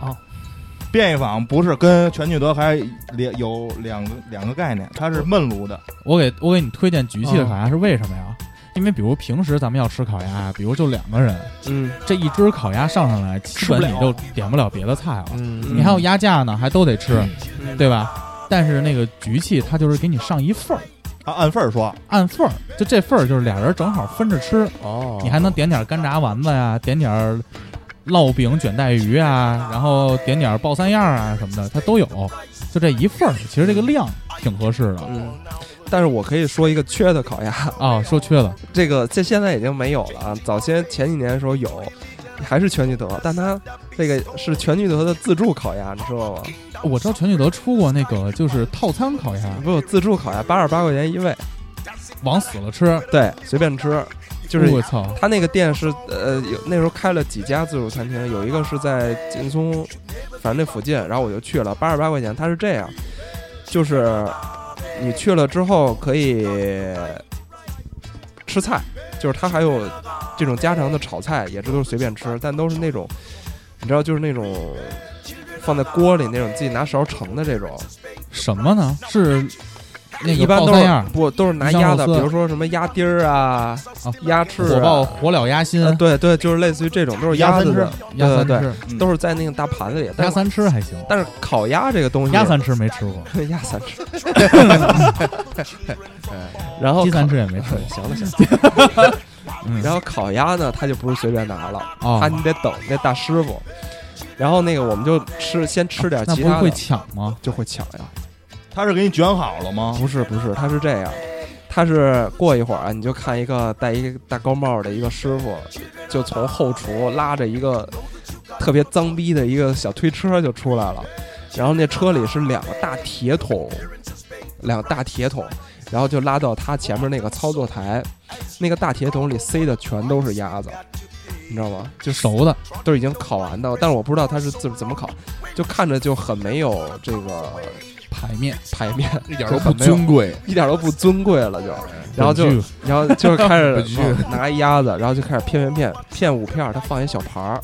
便宜坊不是跟全聚德还两有两个两个概念，它是焖炉的，
我给我给你推荐菊记的烤鸭是为什么呀？因为比如平时咱们要吃烤鸭，比如就两个人，
嗯
这一只烤鸭上上来，基本你就点不了别的菜了。
嗯
你还有鸭架呢，还都得吃，
嗯
对吧？但是那个菊记它就是给你上一份儿，
按按份儿说，
按份儿，就这份儿就是俩人正好分着吃，
哦
你还能点点干炸丸子呀，点点儿烙饼卷带鱼啊，然后点点爆三样啊什么的，它都有，就这一份儿，其实这个量挺合适的
嗯，但是我可以说一个缺的烤鸭，
啊。说缺了，
这个这现在已经没有了啊。早些前几年的时候有，还是全聚德，但它这个是全聚德的自助烤鸭，你知道吗？
我知道全聚德出过那个就是套餐烤鸭，
不有自助烤鸭，八十八块钱一位，
往死了吃，
对，随便吃，就是
我操，
他那个店是呃，有那时候开了几家自助餐厅，有一个是在劲松，反正那附近，然后我就去了，八十八块钱。它是这样，就是你去了之后可以呃吃菜，就是它还有这种家常的炒菜，也是都是随便吃，但都是那种你知道，就是那种放在锅里那种自己拿勺盛的这种，
什么呢？是那
一
个
般
爆
都
三
是
样
不都是拿
鱼香
鸭
肉
的，
丝
比如说什么鸭丁儿啊、
啊
鸭翅、
火爆、火燎鸭心
啊，、对对，就是类似于这种，都是
鸭
鸭
三
子
吃
的。
鸭三
对
吃，嗯
都是在那个大盘子里。但
鸭
是
三吃还行，
但是烤鸭这个东西，
鸭三吃没吃嗯过，
*laughs* 鸭三吃，
然后鸡三吃也没吃过，
行了行了。
嗯，
然后烤鸭呢，它就不是随便拿了，
哦
它你得等那大师傅。然后那个我们就吃，先吃点
哦那
其
不是
他
会
的，
抢吗？
就会抢呀。
他是给你卷好了吗？
不是不是，它是这样，它是过一会儿啊，你就看一个戴一个大高帽的一个师傅，就从后厨拉着一个特别脏逼的一个小推车就出来了，然后那车里是两个大铁桶，两个大铁桶，然后就拉到他前面那个操作台，那个大铁桶里塞的全都是鸭子。你知道吗？
就熟的，
都已经烤完的，但是我不知道他是自怎么烤，就看着就很没有这个
排面，
排面，
一点 *laughs* 都
都不
不
尊
尊贵，
*laughs* 一点都不尊贵了就，然后就
本剧
然后就是开
*laughs*
始
本剧
拿一鸭子，然后就开始片片片片五片儿，他放一小盘儿，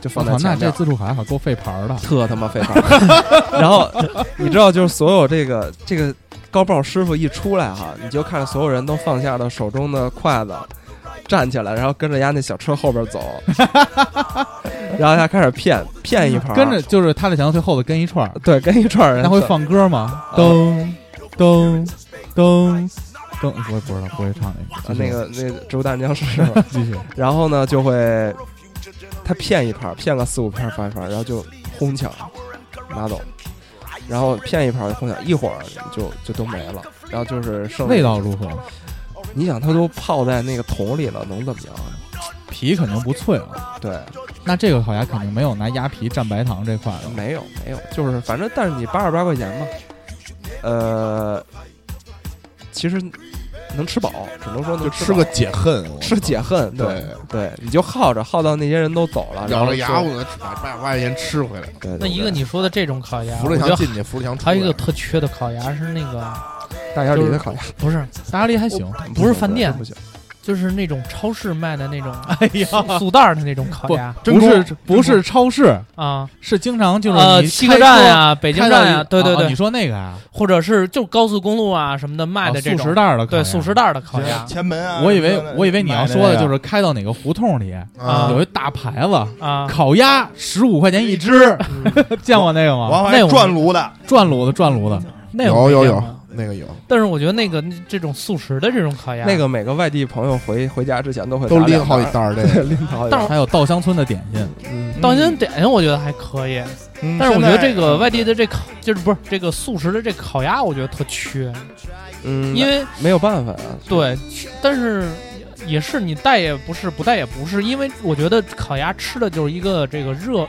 就
我
放在
哦操，那
前
这
面，
自助还好，够费牌儿的。
特他妈费事儿。 *laughs* 然后你知道，就是所有这个这个高爆师傅一出来哈，你就看所有人都放下了手中的筷子，站起来，然后跟着丫那小车后边走， *laughs* 然后他开始片片一盘儿，
跟着就是他的墙最后头跟一串儿，
对跟一串人
那
走，
会放歌吗？噔噔噔噔，我也不知道，不会唱
啊那
那
个那个植物大战僵尸。
继续继续，
然后呢就会他骗一盘儿，骗个四五片儿放一盘儿，然后就哄抢拿走，然后骗一盘儿哄抢，一会儿就就都没了，然后就是剩
味道。如何？
你想，它都泡在那个桶里了，能怎么样啊？
皮肯定不脆了，
对，
那这个烤鸭肯定没有拿鸭皮蘸白糖这块了。
没有没有，就是反正但是你八十八块钱嘛，呃，其实能吃饱，只能说能
就
吃
吃
饱
个解恨，我
吃解恨，对
对
对，你就耗着耗到那些人都走了，啊然
咬
后
着牙
就
我把把把钱吃回来，
对对
那一
对
个你说的这种烤鸭，
扶
我
着
觉
墙
得
进去，扶着墙出来。
还有一个特缺的烤鸭是那个
大鸭梨的烤鸭
不是
大鸭梨还行，
不是饭店
不，行，
就是那种超市卖的那种，哎呀，塑袋儿的那种烤鸭
不是不是超市，
啊，
是经常就是
呃，
你
西
开
客站
车
呀、北京
开到
站
一
呀，对对
啊啊你
对，
说那个啊，
或者是就高速公路啊什么的卖
啊
的这
速食
种，
袋儿的，
对，速食袋。儿的烤鸭
前门啊！哎
我以为我以为你要说的就是是开到哪个胡同里
啊
有一大牌子，
啊，
烤鸭十五块钱一只， *laughs* 见过那个吗？
王
那
还
我
转炉的，
转炉子，转炉子，
那
有
我
有
没见
有
过，
那个有
但是我觉得那个这种速食的这种烤鸭，
那个每个外地朋友回回家之前都会
都
打
拎
两
好几
袋
袋儿这
*laughs* 儿，嗯
个，
拎好几袋
但
儿。
是
还有稻香村的点心，
稻香点我觉得还可以，
嗯
但是我觉得这个
现在
外地的这烤就是不是这个速食的这烤鸭，我觉得特缺，
嗯，
因为
没有办法啊。
对，但是也也是你带也不是，不带也不是，因为我觉得烤鸭吃的就是一个这个热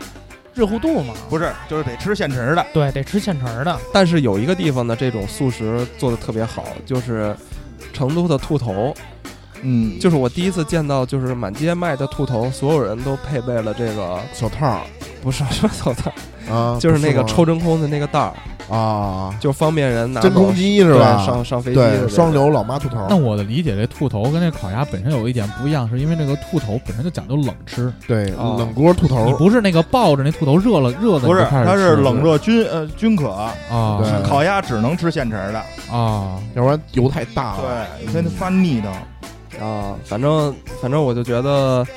热乎度嘛，
不是就是得吃现成的，
对，得吃现成儿的。
但是有一个地方呢，这种素食做的特别好，就是成都的兔头。
嗯
就是我第一次见到，就是满街卖的兔头，所有人都配备了这个
小套儿
不是什么手套，
啊，
就是那个
不
抽真空的那个袋儿，
吗啊，
就方便人拿
真
走
空机是
对
吧
上？上飞机的这
对，
个
双流老妈兔头
那，我的理解，这兔头跟这烤鸭本身有一点不一样，是因为这个兔头本身就讲究冷吃，
对，
哦
冷锅兔
你
头，
不是那个抱着那兔头热了热的，
不是，它
是
是冷热均呃均可，
啊
对
烤鸭只能吃现成的，
啊，
要不然油太大了。
对，你看它发腻的，
啊，反正反正我就觉得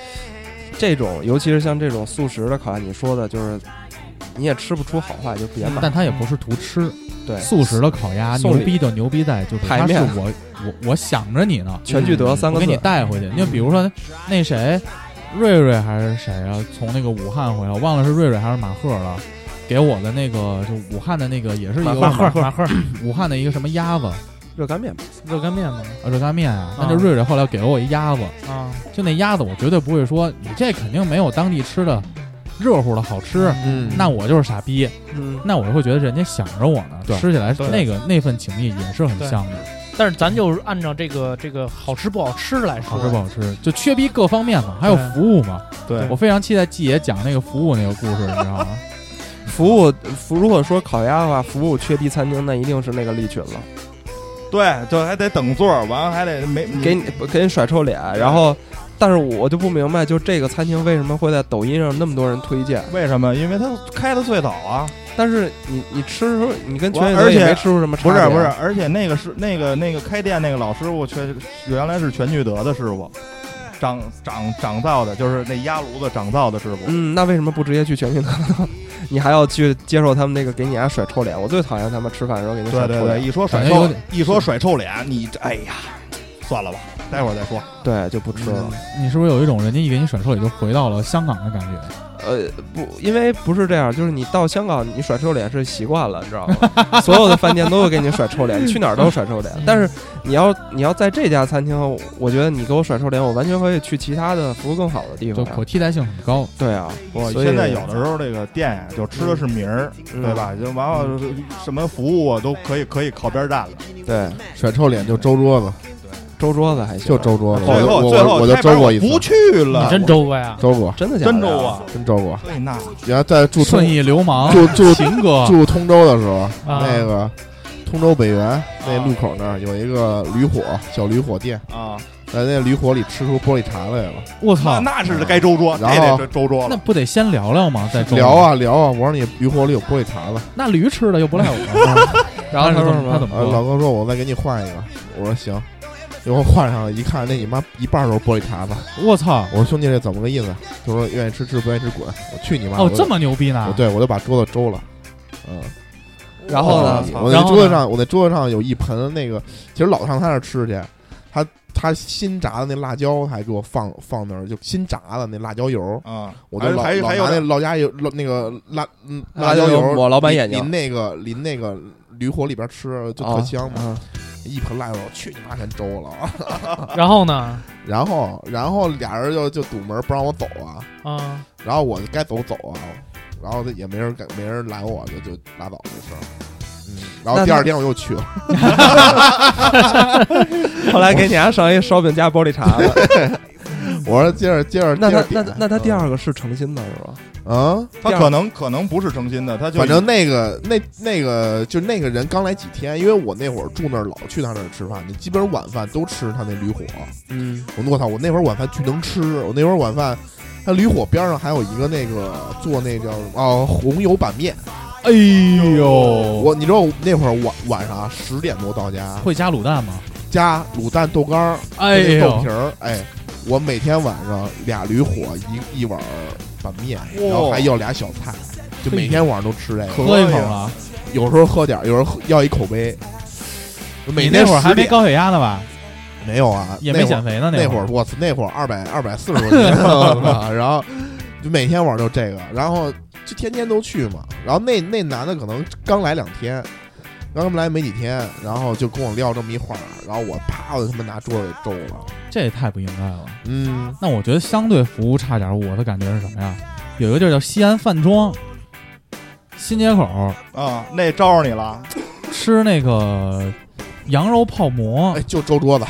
这种，尤其是像这种素食的烤鸭，你说的就是你也吃不出好坏，就别买。
但它也不是图吃，
对
素食的烤鸭
送
牛
礼
逼就牛逼在就是
排
它是
面
我我我想着你呢，
全聚德三
嗯我
个
给
字
你，带回去。你就比如说那谁，瑞瑞还是谁啊？从那个武汉回来，我忘了是瑞瑞还是马赫了，给我的那个就武汉的那个也是一个
马赫马赫
武汉的一个什么鸭子啊
热干面吧，
热干面嘛
热干面啊，那就
嗯
啊
瑞瑞后来给了我一鸭子，
啊，
就那鸭子我绝对不会说你这肯定没有当地吃的热乎的好吃，
嗯
那我就是傻逼，
嗯，
那我会觉得人家想着我呢，
对
吃起来
对
那个那份情谊也是很
对
香的，
但是咱就是按照这个这个好吃不好吃来说，
好吃不好吃就缺逼各方面嘛，还有
对
服务嘛，
对
我非常期待季爷讲那个服务那个故事，你知道吗？ *laughs*
服务服如果说烤鸭的话，服务缺逼餐厅，那一定是那个利群了，
对，就还得等座儿，完了还得没
给你给你甩臭脸，然后，但是我就不明白，就这个餐厅为什么会在抖音上那么多人推荐？
为什么？因为它开的最早啊，
但是你你吃的时候，你跟全聚
我而
德
且
也没吃出什么差
不
别啊
是不是，，而且那个是那个那个开店那个老师傅，全原来是全聚德的师傅，掌掌掌造的，就是那鸭炉子掌造的师傅。
嗯，那为什么不直接去全聚德呢？ *laughs* 你还要去接受他们那个给你家甩臭脸？我最讨厌他们吃饭的时候给你甩
对对
臭
对，
脸，
一说甩
感觉有
臭
点，
一说甩臭脸，你这哎呀，算了吧，待会儿再说。
对就不吃了。
嗯
你是不是有一种人家一给你甩臭脸就回到了香港的感觉？
呃，不，因为不是这样，就是你到香港，你甩臭脸是习惯了，你知道吗？ *laughs* 所有的饭店都会给你甩臭脸，你去哪儿都甩臭
嗯
脸。但是你要你要在这家餐厅，我觉得你给我甩臭脸，我完全可以去其他的服务更好的地
就
方呀。
可替代性很高。
对啊，
我
所以
现在有的时候这个店呀，就吃的是名儿，
嗯
对吧？就完了，什么服务啊都可以可以靠边站了。
对
甩臭脸就周桌子，
周桌子还行，啊
就周桌子，
最
我就
后
我
最后
我我就
开
周
盘
过
我
一次，
不去了，
你真周啊过呀？
周过，
真的假的？
真周啊！！
真周过。
对，那
原来在住通
顺义流氓
住住
秦哥，
住通州的时候，那个通州北园那路口那儿有一个驴火小驴火店，
啊，
在那驴火里吃出玻璃茶来了。
我
那
操，
那是该周桌，这
然后
得是周桌
那
了。
不得先聊聊吗？再中
聊，啊聊啊，我说你驴火里有玻璃茶了。
那驴吃的又不赖我。
然后
他
他
是怎
说什
么他怎
么？
么
啊，
说？
老哥说我再给你换一个，我说行。结果换上了，一看那你妈一半都是玻璃碴子。
我操，
我说兄弟这怎么个意思？就说愿意吃吃，不愿意吃滚。我去你妈！
哦
我，就
这么牛逼
我
呢？
对我就把桌子周了。嗯，哦
然后呢？
哦
我
操
那
然后
桌子
呢
上，我那桌子上有一盆那个，其实老上他那儿吃去，他他新炸的那辣椒还给我放放那儿，就新炸的那辣椒油，
啊，
我就老
还
老
还
拿
有
那老家油老那个辣嗯
辣
椒
椒油
油
抹老板
淋
眼睛
淋那个淋那个驴火里边吃
哦
就特
啊
香嘛，
嗯
一盆辣椒油，去你妈全周了。啊
啊
然后呢？
*laughs* 然后然后俩人就就堵门不让我走啊，
啊，
然后我该走走啊，然后也没人敢没人拦我，就就拉倒这事儿。嗯，然后
那
第
他
二天我又去了，
*laughs* 后来给你家上一烧饼加玻璃茶了。
我说接着接着，
那
接
他
着
那
点
那他第二个是诚心的是吧？
嗯，
他可能可能不是诚心的，他就
反正那个那那个就那个人刚来几天，因为我那会儿住那儿老去他那儿吃饭，你基本上晚饭都吃他那驴火。
嗯，
我我操，我那会儿晚饭巨能吃，我那会儿晚饭。他驴火边上还有一个那个做那叫什么哦红油板面，
哎呦，
我你知道我那会儿晚晚上啊十点多到家，
会加卤蛋吗？
加卤蛋豆干儿，
哎
那豆皮
呦，
儿，哎，我每天晚上俩驴火一一碗板面，然后还要俩小菜，就每天晚上都吃这个，
喝一口了。
有时候喝点儿，有时候喝要一口杯。每
你
天
那会儿还
10
没
点
高血压呢吧？
没有啊，
也
那
没
会儿
减肥呢，
那
会
会
儿
儿我操，那会儿二百二百
*laughs*
四十多斤， *laughs* 我操然后就每天晚上就这个，然后就天天都去嘛。然后那那男的可能刚来两天，刚来没几天，然后就跟我撂这么一话儿，然后我啪我就他妈拿桌子给周了，
这也太不应该了。
嗯。
那我觉得相对服务差点儿，我的感觉是什么呀？有一个地儿叫西安饭庄，新街口
啊，那招着你了，
吃那个羊肉泡馍
哎，，就周桌子，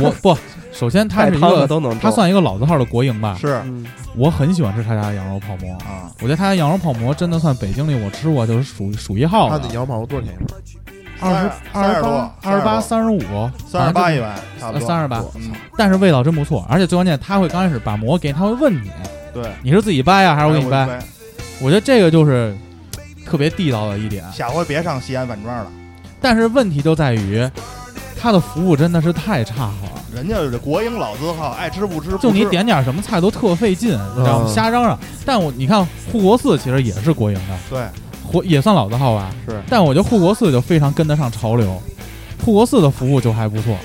我 *laughs* 不，首先它
带
是一
汤的
个，
都能中。
它算一个老字号的国营吧。
是
嗯
我很喜欢吃他家的羊肉泡馍，
啊，
我觉得他家羊肉泡馍真的算北京里我吃过就是数数一号
他那
的，
羊肉泡馍多少钱一份？
啊二十
三
二
十
十
多
八、二十八、
三
三十五、
三十八一碗，差不多
啊三十八，
嗯，
但是味道真不错。而且最关键，他会刚开始把馍给你，他会问你
对，
你是自己掰啊呀还是我给你
哎
掰？我觉得这个就是特别地道的一点。
下回别上西安饭庄了，
但是问题就在于，他的服务真的是太差了，
人家这国营老字号，爱吃不吃，不吃
就你点点什么菜都特费劲，你知道吗？
嗯
瞎嚷嚷。但我你看护国寺其实也是国营的，
对，
国也算老字号吧。
是，
但我觉得护国寺就非常跟得上潮流，护国寺的服务就还不错，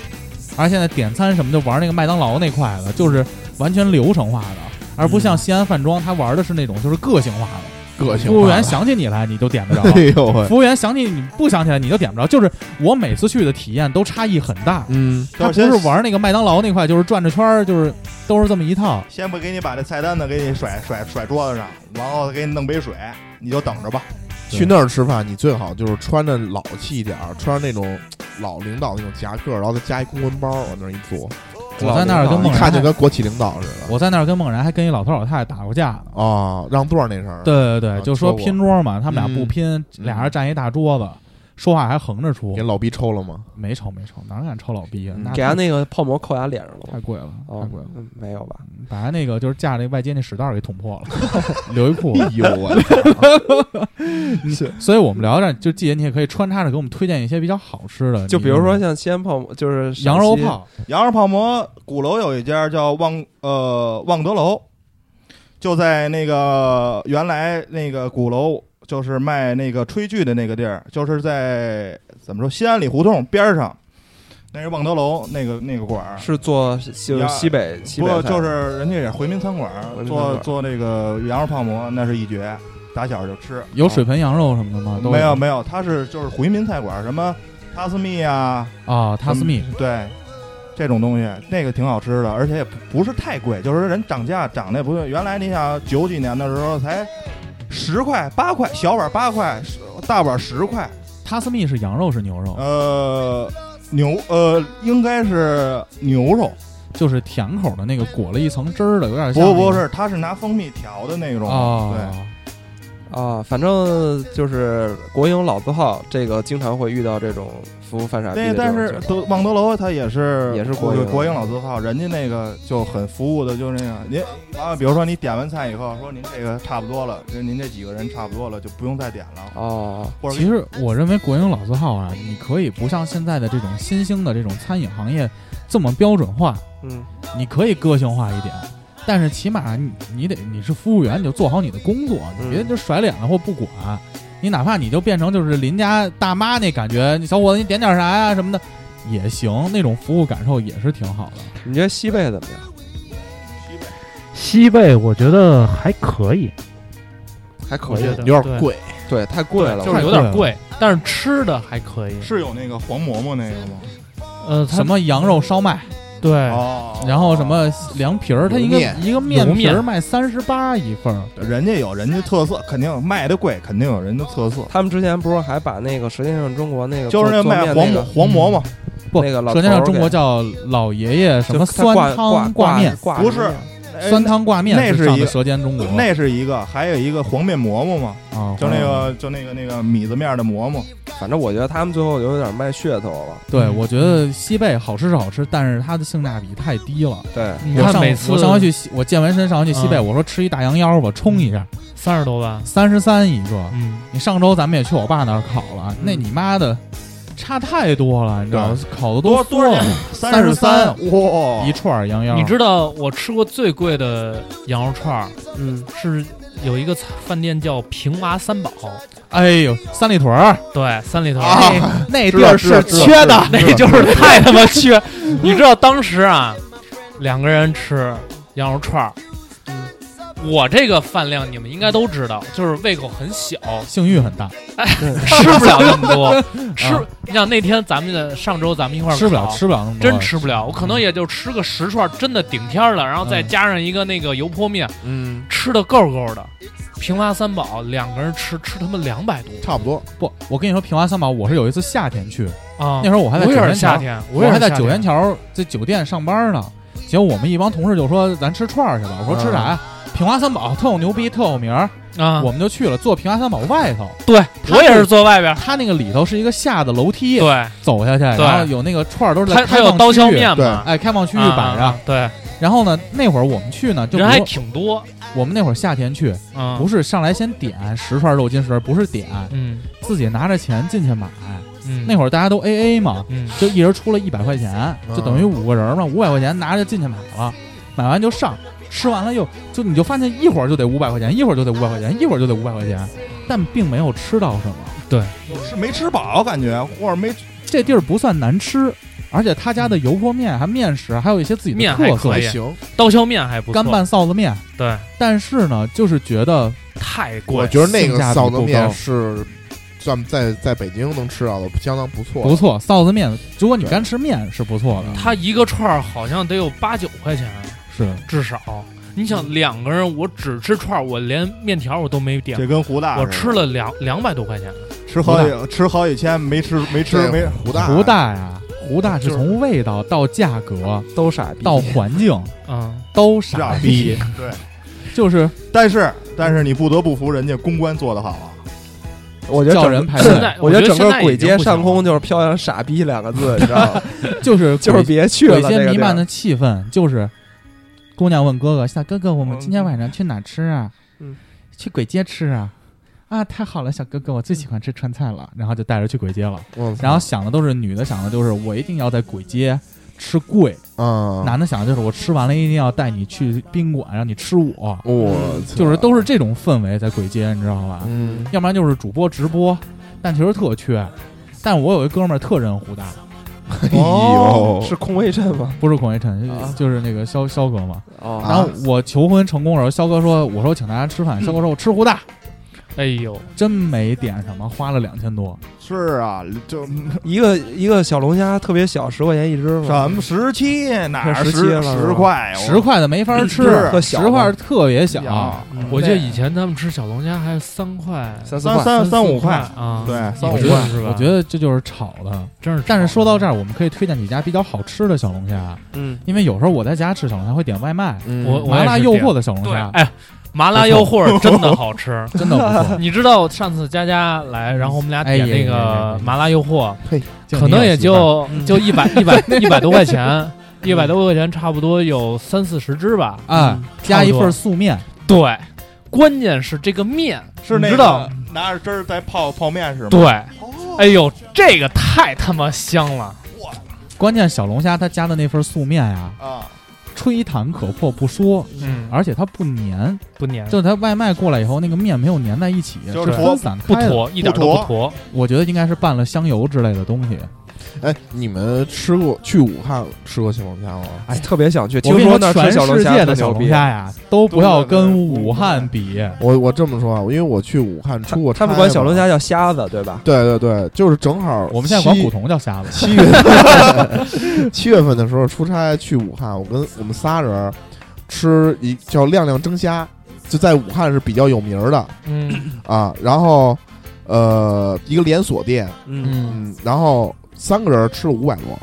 而现在点餐什么就玩那个麦当劳那块了，就是完全流程化的。而不像西安饭庄，他玩的是那种就是个性化的，
个性化
服务员
*laughs* 了
想起啊你来你就点得着，
哎呦喂，
服务员想起你不想起来你就点不着。就是我每次去的体验都差异很大，
嗯，
他不是玩那个麦当劳那块，就是转着圈儿，就是都是这么一套。
先不给你把这菜单子给你甩甩甩桌子上，然后给你弄杯水，你就等着吧。
去那儿吃饭，你最好就是穿着老气一点儿，穿着那种老领导那种夹克，然后再加一公文包往那儿一坐，
我在那儿跟
一
孟然
看就
还，
跟国企领导似的。
我在那儿跟孟然还跟一老头老太太打过架呢。
啊，让座儿那事儿，
对对对，
啊
就说
说过
拼桌嘛，他们俩不
嗯
拼，俩人占一大桌子，说话还横着出
给，老逼抽了吗？
没抽没抽，哪敢抽老逼啊？
嗯
那
给
太
他那个泡馍扣他脸上了吗。
太贵了，
哦
太贵了，，
嗯没有吧？
把他那个就是架那外接那屎袋儿给捅破了，留一裤子。
呦我，
*laughs* 所以我们聊着，就季姐你也可以穿插着给我们推荐一些比较好吃的，
就
你
比如说像西安泡馍，就是
嗯
陕
羊肉
西，
泡，
羊肉泡馍，鼓楼有一家叫望呃望德楼，就在那个原来那个鼓楼，就是卖那个炊具的那个地儿，就是在怎么说西安里胡同边儿上，那是望德楼那个那个馆儿。
是做就是西北西
不
北菜，
就是人家也是回民餐馆儿
回民餐
做
馆儿
做那个羊肉泡馍，那是一绝，打小就吃。
有水盆羊肉什么的吗？都
哦没有没有，它是就是回民菜馆儿，什么塔斯密啊，
啊，塔斯密
嗯对，这种东西那个挺好吃的，而且也不不是太贵，就是人涨价涨的不对。原来你想九几年的时候才十块八块，小碗八块，十大碗十块，
塔斯密是羊肉是牛肉，
呃，牛呃应该是牛肉，
就是甜口的那个裹了一层汁儿的，有点像
不不
那个
是，它是拿蜂蜜调的那种，
啊，
啊，反正就是国营老字号，这这个经常会遇到这种服务犯傻逼
对。
的
那
啊这
但
种
是
情况。
德望德楼它也是
也是国
国
营
国营老字号，人家那个就很服务的，就是那样。您啊，比如说你点完菜以后，说您这个差不多了，这您这几个人差不多了，就不用再点了。
哦，
或者
其实我认为国营老字号啊，你可以不像现在的这种新兴的这种餐饮行业这么标准化，
嗯，
你可以个性化一点，但是起码你你得你是服务员，你就做好你的工作，你别
嗯
就甩脸了或不管。你哪怕你就变成就是邻家大妈那感觉，你小伙子你点点啥呀、什么的也行，那种服务感受也是挺好的。
你觉得西贝怎么样？
西贝我觉得还可以，
还可
我
以
觉，得
有
对
点贵，
对，太贵了，
就
太
是有
贵
点
了
贵，但是吃的还可以。
是有那个黄馍馍那个吗？
呃，它
什么羊肉烧麦，
对，
哦
然后什？么凉皮儿，它一个
油面
一个面
油
皮儿
面
卖三十八一份儿，
人家有人家特色，肯定卖的贵，肯定有人的特色。
他们之前不是还把那个《舌尖上中国》那个
就是
做
那
做
卖
面
黄
那
馍
个嗯
黄馍嘛，
不，
那个老
舌尖
头
上
儿
中国
给
叫老爷爷什
就
么
他挂
酸汤
挂
面，
挂
不
着
是
面
哎
酸汤挂面
那是
上
一
的
个
舌尖中国
那是一个，还有一个黄面馍馍嘛，
啊，
哦
就那个就那个那个米字面的馍馍。
反正我觉得他们最后有点卖噱头了。
对，我觉得西贝好吃是好吃，但是它的性价比太低了。
对，
你
我
看
上
每次
我上回去西，我健完身上回去西贝，
嗯
我说吃一大羊腰吧，冲一下，
三十多
嗯
万，
三十三一个。
嗯，
你上周咱们也去我爸那儿烤
嗯
了，那你妈的差太多了，你知道吗？烤的都
多
缩了，
三哦
十
三，
三
哇
一串羊腰。
你知道我吃过最贵的羊肉串儿
嗯，
是有一个餐饭店叫平娃三宝，
哎呦，三里屯儿
对，三里头。
*laughs*
那那
啊知
地
道
儿
知道
是
知道
缺的，
那就是 *laughs* 太他
*laughs*
妈缺。你知道当时啊，两个人吃羊肉串儿，
嗯
我这个饭量你们应该都知道，就是胃口
*laughs*
很小，
性欲很大，
吃不了那么
*laughs*
多。吃，你想那天咱们的上周咱们一块儿
嗯吃不了
烤
吃不了那么多，
真吃不了，我可能也就吃个十串，真的顶天儿了，然后再
嗯
加上一个那个油泼面，
嗯，
吃的够够的。平娃三宝两个人吃吃他妈两百多
差不多。
不。我跟你说，平华三宝，我是有一次夏天去，
啊！
那时候我还在
我
九
也
元
是夏
桥，
天，
我
也
还
是
在
夏
九元
天
桥这酒店上班呢。结果我们一帮同事就说咱吃串儿去吧。我说
嗯
吃啥呀？平华三宝特有牛逼，特有名儿。
啊！
我们就去了，坐平华三宝外头，
对
他
我也
是
是坐外边儿，
它那个里头是一个下的楼梯，
对，
走下去，
对
然后有那个串儿都是在
他他
开
有
放
刀削
区域，
面
对
嘛，
哎，开放区域
啊
摆着。
啊对，
然后呢，那会儿我们去呢，就比
人还
如
挺多，
我们那会儿夏天去，
嗯，
不是上来先点十串肉筋食，不是点
嗯
自己拿着钱进去买。
嗯，
那会儿大家都 A A 嘛，
嗯
就一人出了一百块钱，就等于五个人嘛，五百块钱拿着进去买了，买完就上，吃完了又就你就发现一会儿就得五百块钱，一会儿就得五百块钱，一会儿就得五百块
嗯
钱，但并没有吃到什么。
是没吃饱感觉，或者没
这地儿不算难吃，而且他家的油泼面还面食，还有一些自己的
面
特
还可
色
还
以，
行，
刀削面还不错，
干拌臊子面。
对，
但是呢，就是觉得
太贵
我
了，
觉得那个
性价比
臊子
不
面
高
是算在在北京能吃到的，相当不错。
不错，臊子面，如果你
对
干吃面是不错的，
他一个串儿好像得有八九块钱，
是
至少。你
嗯
想两个人，我只吃串儿，我连面条我都没点
这，跟胡大
我
似的
吃了两两百多块钱。
吃好几吃好几千，没吃没吃
对
没
胡大
胡大呀，胡大是
就是
从味道到价格
都傻逼
到环境
嗯，
都
傻
傻 *laughs* 逼，。
对，
就是
但是但是你不得不服人家公关做得好啊。
我觉得
叫
整
人排
现
队，
在
我觉得整
现
个
在已
鬼
经
街
不行
上空
了
就是飘扬“傻逼”两个字，你知道吗？
就是
*laughs* 就是别去了。
鬼
这
街
个
弥
地
漫
儿
的气氛，就是姑娘问哥哥：“小哥哥，我们今天晚上去哪吃啊？
嗯
去鬼街吃啊？”啊，太好了，小哥哥，我最喜欢吃川菜了。
嗯
然后就带着去鬼街了，
我操，
然后想的都是女的想的就是我一定要在鬼街吃贵，
嗯，
男的想的就是我吃完了一定要带你去宾馆让你吃我，
嗯
我操
就是都是这种氛围在鬼街，你知道吧？
嗯
要不然就是主播直播，但其实特缺。但我有一哥们儿特认胡大，
哦
是空位阵吗？
不是孔维晨，
啊
就是那个肖肖哥嘛。
啊
哦
然后我求婚成功的时候，肖哥说：“我说请大家吃
嗯
饭。”肖哥说：“我吃胡大，
哎呦，
真没点什么，花了两千多。
是啊，就
一个一个小龙虾特别小，十块钱一只嘛。
*laughs* 什么十七哪儿
快十
十
七了是吧
十
哎
块
十块的没法吃
是，
特
十
小
块特别小。
啊，
我记得以前他们吃小龙虾还三块、
三四
三
块，
三
四
五
块
块，
啊，
对，，三
我
五
觉
块
得，
是吧
我觉得这就是炒的。
真是。
但是说到这儿，我们可以推荐几家比较好吃的小龙虾，
嗯，
因为有时候我在家吃小龙虾会点外卖，
嗯
我
麻辣
也是
诱
点
惑的小龙
对
虾，
哎，麻辣诱惑真的好
*laughs*
吃。
真的不
*laughs*
错。
你知道上次佳佳来，然后我们俩
哎
点
呀
那
呀呀
个
呀
麻辣诱惑，
敬
可
你
能
有
也
媳妇儿
就就一百
*laughs*
一百一百多块
嗯
钱，一百多块钱差不多有三四十只吧。
啊，加一
差不
份
多
素面，
对，关键是这个面，
是
你
那
知道
个拿着汁儿在泡泡面是吗？
对，哎呦，这个太他妈香了，
关键小龙虾它加的那份素面呀，
啊，
吹弹可破不说，
嗯，
而且它不粘，
不粘，
就是它外卖过来以后，那个面没有粘在一起，
就是是
分散
不
开的。
坨，一点都不坨。
我觉得应该是拌了香油之类的东西。
哎，你们吃过去武汉吃过小龙虾吗？
哎，特别想去。
我
听
跟你说，
说那儿
全
吃小龙
世
虾
界
特
的小
牛
龙
逼。啊
虾呀，都不要跟武汉比。
我我这么说啊，因为我去武汉出过差
他
嘛，
们管小龙虾叫虾子，对吧？
对对对，就是正好
我们现在管
七
古潼叫瞎子，
七月七月份的时候出差去武汉，我跟我们仨人儿吃一叫亮亮蒸虾，就在武汉是比较有名儿的
嗯
啊。然后呃，一个连锁店，
嗯，
嗯
嗯，然后三个人吃了五百多，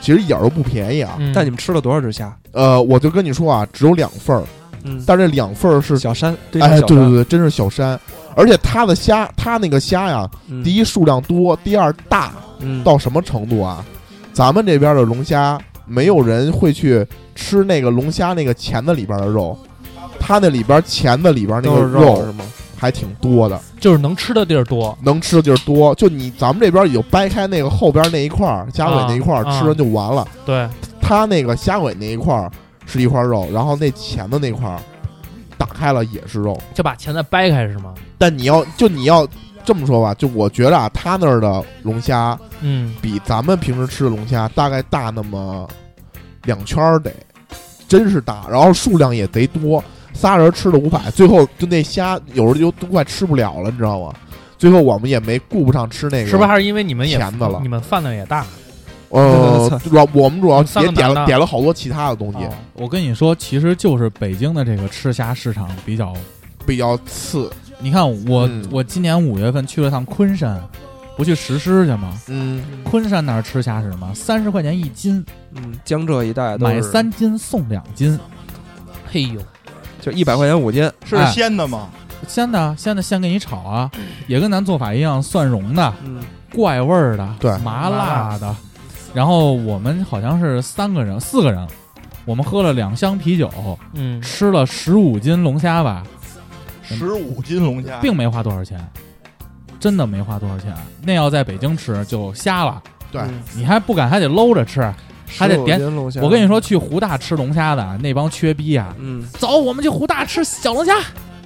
其实一点儿都不便宜啊。
嗯，
但你们吃了多少只虾？
呃，我就跟你说啊，只有两份儿，
嗯，
但这两份儿是
小山，对
哎，对对
对，
对，真是小山。而且它的虾，它那个虾呀，
嗯
第一数量多，第二大，
嗯
到什么程度啊？咱们这边的龙虾，没有人会去吃那个龙虾那个钳子里边的肉，它那里边钳子里边那
都
个
是肉是吗？
还挺多的，
就是能吃的地儿多，
能吃的就是多。就你咱们这边也就掰开那个后边那一块儿，虾尾那一块
嗯
儿
啊
吃了就完了。
对，
它那个虾尾那一块儿是一块肉，然后那钳子那块儿打开了也是肉。
就把钱再掰开是吗？
但你要就你要这么说吧，就我觉得啊，他那儿的龙虾
嗯，
比咱们平时吃的龙虾大概大那么两圈儿得，真是大，然后数量也贼多，仨人吃了五百，最后就那虾有时候就都快吃不了了，你知道吗？最后我们也没顾不上吃那个，
是不是还是因为你们也
钳子了
你们饭量也大？
呃，主要我们主要
我们三
也
个
点
男
了
的
点了好多其他的东西，
哦
我跟你说，其实就是北京的这个吃虾市场比较。
比较次，
你看我，
嗯
我今年五月份去了趟昆山，不去石狮去吗？
嗯，
昆山那儿吃虾是什么？三十块钱一斤，
嗯，江浙一带都是
买三斤送两斤，
嘿呦，
就一百块钱五斤，
是
哎
鲜的吗？
鲜的鲜的现给你炒啊，也跟咱做法一样，蒜蓉的、
嗯，
怪味儿的、
对
麻辣的。然后我们好像是三个人、四个人，我们喝了两箱啤酒，
嗯，
吃了十五斤龙虾吧，
十五斤龙虾，
并没花多少钱，真的没花多少钱。那要在北京吃就瞎了，
对
嗯
你还不敢，还得搂着吃。哎还得点
15斤龙虾
我跟你，说，去湖大吃龙虾的那帮缺逼啊，
嗯，
走，我们去湖大吃小龙虾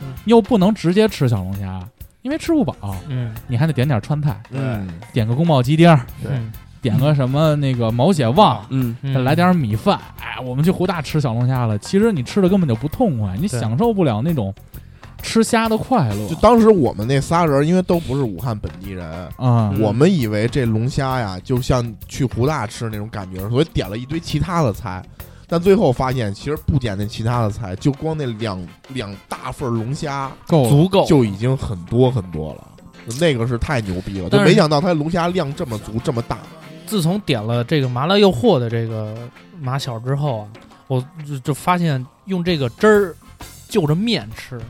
嗯，
又不能直接吃小龙虾，因为吃不饱，
嗯
你还得点点川菜，
嗯，
点个宫保鸡丁儿，
嗯，
点个什么那个毛血旺，
嗯，
嗯
再来点米饭，哎，我们去湖大吃小龙虾了。其实你吃的根本就不痛快，你
对
享受不了那种吃虾的快乐。
就当时我们那仨人，因为都不是武汉本地人，
啊，
我们以为这龙虾呀，就像去湖大吃那种感觉，所以点了一堆其他的菜。但最后发现，其实不点那其他的菜，就光那两两大份儿龙虾
够了
足够。
就已经很多很多了。那个是太牛逼了，就
但是
没想到它龙虾量这么足，这么大。
自从点了这个麻辣诱惑的这个麻小之后啊，我就就发现用这个汁儿就着面吃，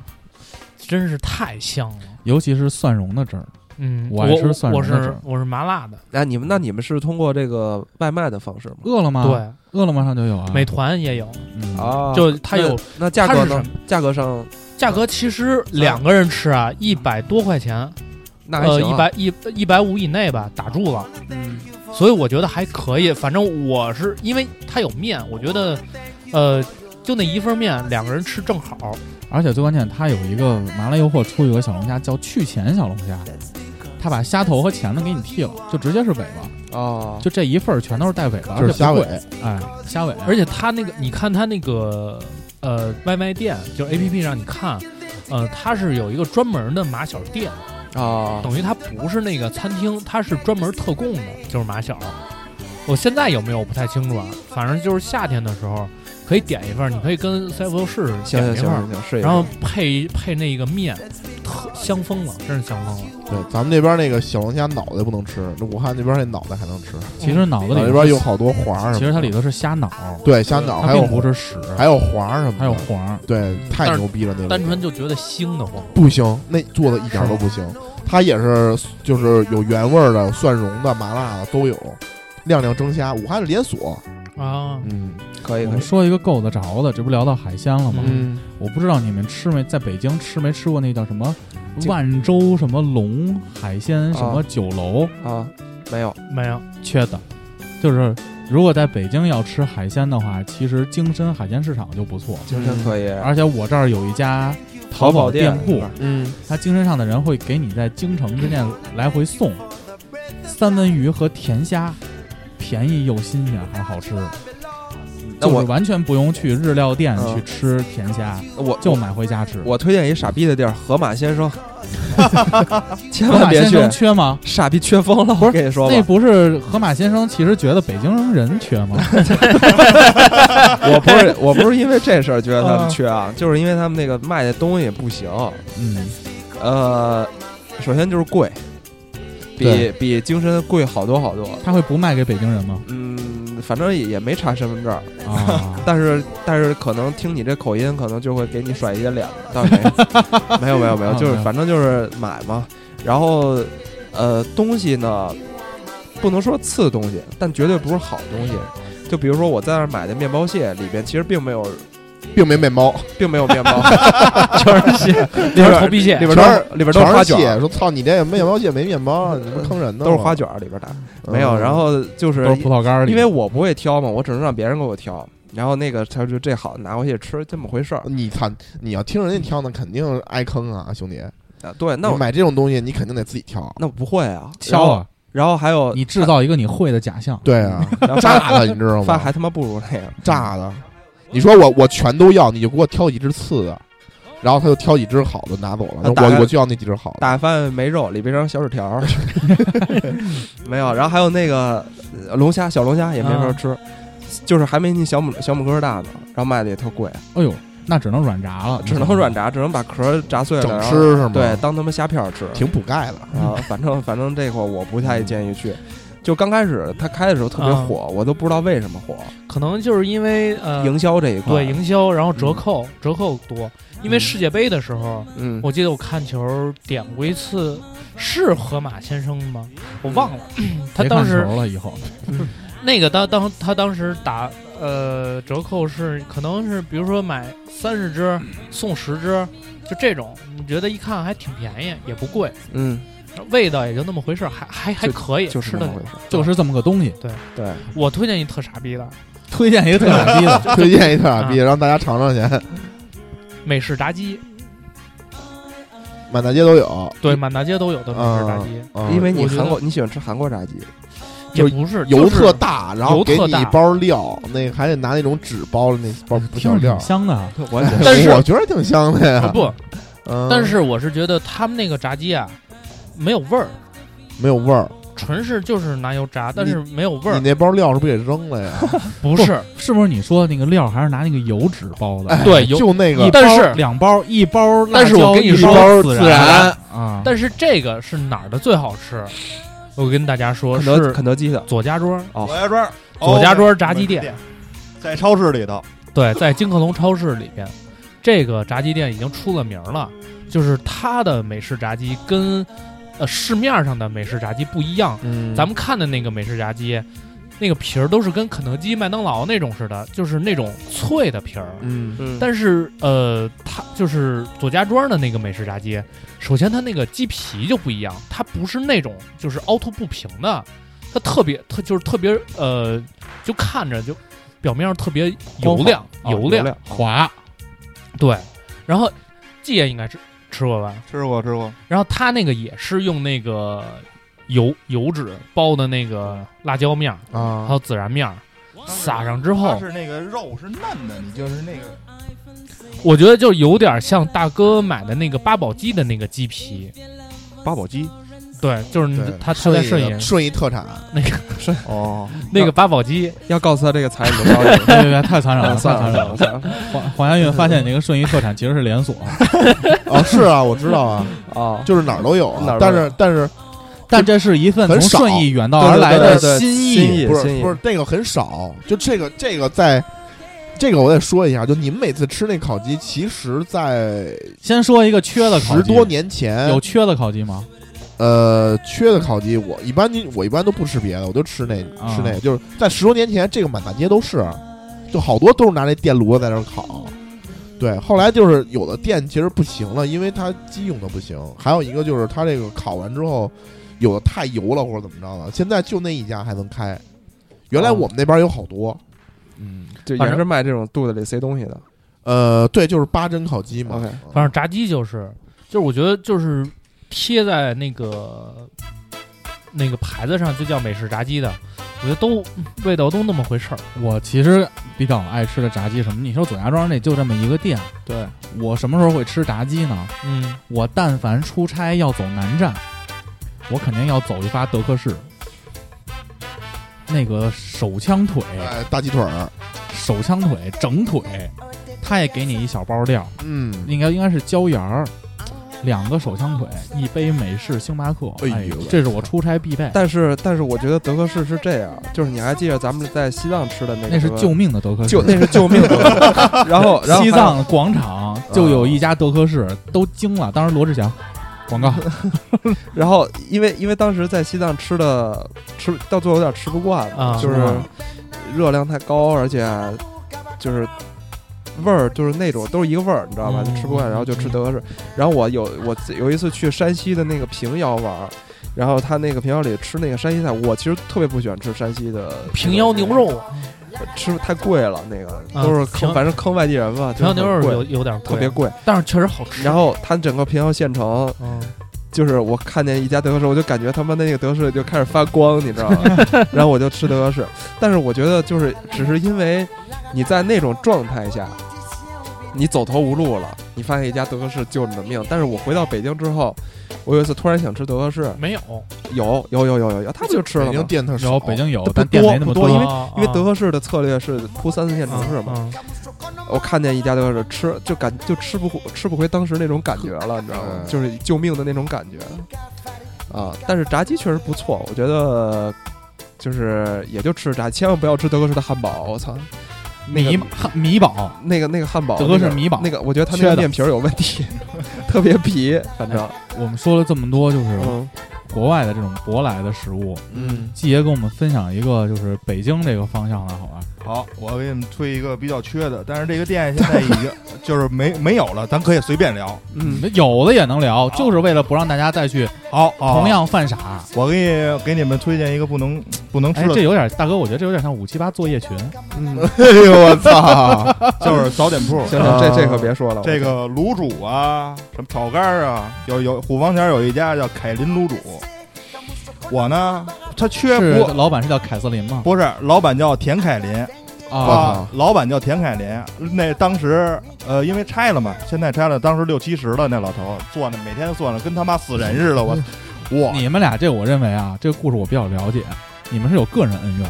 真是太香了。
尤其是蒜蓉的汁儿，
嗯，
我
我
爱吃蒜
我
蓉的汁
是
儿
我是麻辣的，
那哎你们那你们是通过这个外卖的方式吗？
饿了吗？，
对，
饿了吗？上就有啊。
美团也有，
嗯，
啊
就它有
那价格
它
呢
是什？
价格上
价格，其实两个人吃啊，一百多块钱，
那还
呃，
行
一
啊
百一一百五以内吧，打住了。
嗯
所以我觉得还可以。反正我是因为它有面，我觉得，呃，就那一份面，两个人吃正好。
而且最关键，它有一个麻辣诱惑出一个小龙虾叫去钳小龙虾，它把虾头和钳子给你剃了，就直接是尾巴，
哦，
就这一份儿全都是带尾巴，
这
而
嗯是
且
虾
不
尾
贵，，哎，虾尾，
而且它那个，你看它那个，呃，外卖店就是 A P P 上你看，呃，它是有一个专门的麻小店，
啊，
等于它不是那个餐厅，它是专门特供的，就是麻小。我现在有没有我不太清楚啊，反正就是夏天的时候可以点一份儿，你可以跟 CFO 试试
行
点
行行
一份儿，
行行，试一
然后
试
配配那个面，特香疯了，真是香疯了。
对，咱们这边那个小龙虾脑袋不能吃，那武汉那边那脑袋还能吃，
其实脑子里
嗯脑袋里边有，好多黄儿什么的。
其实它里头是虾脑，
对虾脑，
它
还有
并不是屎，
还有黄儿什么的，
还有黄，
对，
但
太
是
牛逼了那个。
单纯就觉得腥的慌。
不行，那做的一点儿都不行。它也是就是有原味儿的、蒜蓉的、麻辣的都有，亮亮蒸虾，武汉的连锁。
啊，
嗯
可以
我
可
们
以，
说一个够得着的，这不聊到海鲜了吗？
嗯，
我不知道你们吃没，在北京吃没吃过那叫什么万州什么龙海鲜什么酒楼，
啊，没有，
没有，
缺的，就是如果在北京要吃海鲜的话，其实京深海鲜市场就不错。
精神可以，
而且我这儿有一家嗯淘宝店铺，
嗯，
它京深上的人会给你在京城之内来回送三文鱼和甜虾，便宜又新鲜还好吃，
那
就是
我
完全不用去日料店
嗯
去吃甜虾，
我
就买回家吃。
我推荐一傻逼的地儿，河马
*laughs*
先生，千
河
万
马
别
先
去
生，缺吗？
傻逼缺疯了，我跟你说
那
吧，
不是河马先生，其实觉得北京人缺吗？
我不是我不是因为这事儿觉得他们缺啊，就是因为他们那个卖的东西不行，
嗯，
呃，首先就是贵，比
对
比精神贵好多好多，
他会不卖给北京人吗？
嗯，反正也也没查身份证儿，，
啊
但是但是可能听你这口音，可能就会给你甩一些脸子，倒是没
*laughs*
有，没有没有没有，
啊
就是
没有
反正就是买嘛。然后呃，东西呢，不能说次东西，但绝对不是好东西。就比如说我在那儿买的面包蟹，里边其实并没有，
并没面包，
并没有面包，
全是蟹，
里边
头皮蟹
里边都
全
是
是
里边都是
全
花
是
卷
蟹。
儿，
说操，你这面包蟹没面包，你不坑人的吗？
都是花卷儿里边的，
嗯，
没有。然后就是
都是葡萄干儿里。
因为我不会挑嘛，我只能让别人给我挑。然后那个他说这好，拿回去吃，这么回事儿。
你操，你要听人家挑呢，肯定挨坑啊，兄弟。
啊对，那
你
我
买这种东西，你肯定得自己挑。
那我不会啊，然
敲
后
啊，
然后还有
你制造一个你会的假象。
对啊，
*laughs* 然后
炸的，你知道
饭
吗？
还他妈不如那个。
炸的。你说我我全都要，你就给我挑几只次的，然后他就挑几只好的拿走了。
那打开
我我就要那几只好的。
打饭没肉，里边扔小纸
*laughs*
条儿，没有。然后还有那个呃龙虾，小龙虾也没
啊
法吃，就是还没你小母小母壳大呢。然后卖的也特贵，
哎呦，那只能软炸了，
只能软炸，只能把壳儿炸碎了，
嗯整
然后
吃是吗？
对，，当他妈虾片儿吃。
挺补钙
*laughs*
的。
啊，反正反正这块我不太建议去。就刚开始它开的时候特别
啊
火，我都不知道为什么火，
可能就是因为呃，
营销这一块。
对营销，然后折扣、折扣多，因为世界杯的时候，
嗯，
我记得我看球点过一次，是河马先生吗？我忘了，他
别
当
看
时
球了以后，
那个当当他当时打呃折扣是可能是比如说买三十只送十只，就这种，你觉得一看还挺便宜，也不贵，
嗯，
味道也就那么回事儿，还还还可以，
就是
吃
那
的啊
么。回事儿。
就是这么个东西。
对，
我推荐一特傻逼的
推荐一个特傻逼的，
啊
推荐一特傻逼，让大家尝尝去，
美式炸鸡，
满大街都有。嗯
对，满大街都有的美式炸鸡。
啊，
因为你
我觉得 *laughs*
韩国你喜欢吃韩国炸鸡，
也
就
不是
嗯油
就是
特大，然后
油
给
特
你
大
一包料，那个还得拿那种纸包的那包不小
听着
料
挺，香的啊，
我 *laughs* 也觉得
但 *laughs* 是我觉得挺香的呀。
啊不，
嗯，
但是我是觉得他们那个炸鸡啊，没有味儿，
没有味儿。
纯是就是拿油炸，但
你
是没有味
你
儿，
那包料是不是给扔了呀？
不是
是不是？你说那个料还是拿那个油纸包的？
哎
*laughs*
*laughs*
对油
就那个
一包
但是
两包一包辣椒，
但是我跟你
一
说
包
孜
孜
然
啊，
但是这个是哪儿的最好吃？我跟大家说
肯德
是嗯
肯德基的
左家庄，
哦
左家庄，
左家庄
哦
炸鸡
美食
店
店，在超市里头，
对，在金客隆超市里边，这个炸鸡店已经出了名了，就是它的美式炸鸡跟呃市面上的美式炸鸡不一样。
嗯
咱们看的那个美式炸鸡，那个皮儿都是跟肯德基、麦当劳那种似的，就是那种脆的皮儿。
嗯
嗯
但是呃，它就是左家庄的那个美式炸鸡，首先它那个鸡皮就不一样，它不是那种就是凹凸不平的，它特别它就是特别呃，就看着就表面上特别油亮、
哦
啊
油
亮
亮，滑，对。然后季爷应该吃吃过吧？
吃过吃过，
然后它那个也是用那个油油纸包的那个辣椒面儿，还
啊，
有孜然面儿，撒上之后
它是那个肉是嫩的，你就是那个
我觉得就有点像大哥买的那个八宝鸡的那个鸡皮，
八宝鸡
对，就是你
对
他他在
顺
顺
义
义
的顺义特产，
那个
哦，
那个八宝鸡，
要告诉他这个财你就告诉
*laughs*
别别别，太残忍
他 *laughs*
了，太
算
残忍
了算了
了。
算了
黄黄家运发现那个顺义特产其实是连锁，
哦，是啊，我知道啊，
啊，
就是哪儿都有啊，
哪儿都
但
有
是但是
但这是一份
很
从
少
顺义远道
对
而
对
来
对
的
对
心
心意
意。
不
新
是
意
不是那个很少，就这个这个在，这个我得说一下，就你们每次吃那烤鸡，其实，在
先说一个缺的烤
十
鸡，
多年前
有缺的烤鸡吗？
呃缺的烤鸡，我一般你我一般都不吃别的，我就吃那
啊
吃那个，就是在十多年前，这个满大街都是，啊就好多都是拿那电炉子在那儿烤。对，后来就是有的店其实不行了，因为它鸡用的不行，还有一个就是它这个烤完之后，有的太油了或者怎么着的，现在就那一家还能开，原来
哦
我们那边有好多。
嗯，就
反
也
正
是卖这种肚子里塞东西的，
呃，对，就是八珍烤鸡嘛。
OK
嗯
反正炸鸡就是，就是我觉得就是贴在那个那个牌子上就叫美式炸鸡的，我觉得都味道都那么回事儿。
我其实比较爱吃的炸鸡什么，你说左家庄那就这么一个店，
对，
我什么时候会吃炸鸡呢？
嗯，
我但凡出差要走南站，我肯定要走一发德克士，那个手枪腿，
哎，大鸡腿儿，
手枪腿整腿，他也给你一小包料，
嗯，
应该应该是椒盐儿，两个手枪腿，一杯美式星巴克，
哎呦
哎呦，这是我出差必备，
但是但是我觉得德克士是这样，就是你还记得咱们在西藏吃的那个
那是
什么
救命的德克士， *laughs*
救那是救命的，
*laughs*
然后然后
西
还啊
藏广场就有一家德克士，都惊了，当时罗志祥广告，
然后因为因为当时在西藏吃的吃到最后有点吃不惯了，
啊
就是热量太高，而且就是味儿就是那种都是一个味儿，你知道吧？就
嗯
吃不惯，然后就吃德克士。然后我有我自有一次去山西的那个平遥玩儿。然后他那个平遥里吃那个山西菜，我其实特别不喜欢吃山西的
平遥牛，肉，
吃太贵了，那个
啊
都是坑，
平
反正坑外地人嘛。
平遥牛肉
就是很贵
有有点贵
特别，贵，
但是确实好吃。
然后他整个平遥县城
嗯，
就是我看见一家德克士，我就感觉他妈那个德克士就开始发光，你知道吗？然后我就吃德克士，但是我觉得就是只是因为你在那种状态下，你走投无路了，你发现一家德克士救你的命。但是我回到北京之后，我有一次突然想吃德克士，
没有，
有有有有有有，他不就吃了
北京
吗？
店特少，
有北京有
不，
但店
多
没那么
不多因为
啊
因为德克士的策略是铺三四线城
啊
市嘛，
嗯
我看见一家德克士吃就感就吃不回吃不回当时那种感觉了，你知道吗？
嗯
就是救命的那种感觉啊！但是炸鸡确实不错，我觉得就是也就吃炸，千万不要吃德克士的汉堡，我操，那
米
个
汉米堡，
那个那个汉堡，
德克士
那个
米堡
那个我觉得他那
缺
个
的哎
面皮儿有问题， *laughs* 特别皮，反正
我们说了这么多，就是
嗯
国外的这种舶来的食物。
嗯
季爷跟我们分享一个，就是北京这个方向的，好吧？
好，我给你们推一个比较缺的，但是这个店现在已经就是没没有了，咱可以随便聊。
嗯，哦
有的也能聊，就是为了不让大家再去
好，好
同，样犯傻。
我给你给你们推荐一个不能不能
哎
吃，的，
这有点，大哥，我觉得这有点像五七八作业群。 *laughs*
哎呦我操！
*laughs* 就是早点铺。
行
啊
行，这这可别说了，
这个卤煮啊，什么炒肝儿啊，有有虎坊前有一家叫凯林卤煮，我呢他缺
是
不
老板是叫凯瑟琳吗？
不是老板叫田凯林啊，老板叫田凯林。那当时呃，因为拆了嘛，现在拆了，当时六七十了，那老头儿坐那每天坐那跟他妈死人似的，我我
你们俩这我认为啊，这个故事我比较了解，你们是有个人恩怨。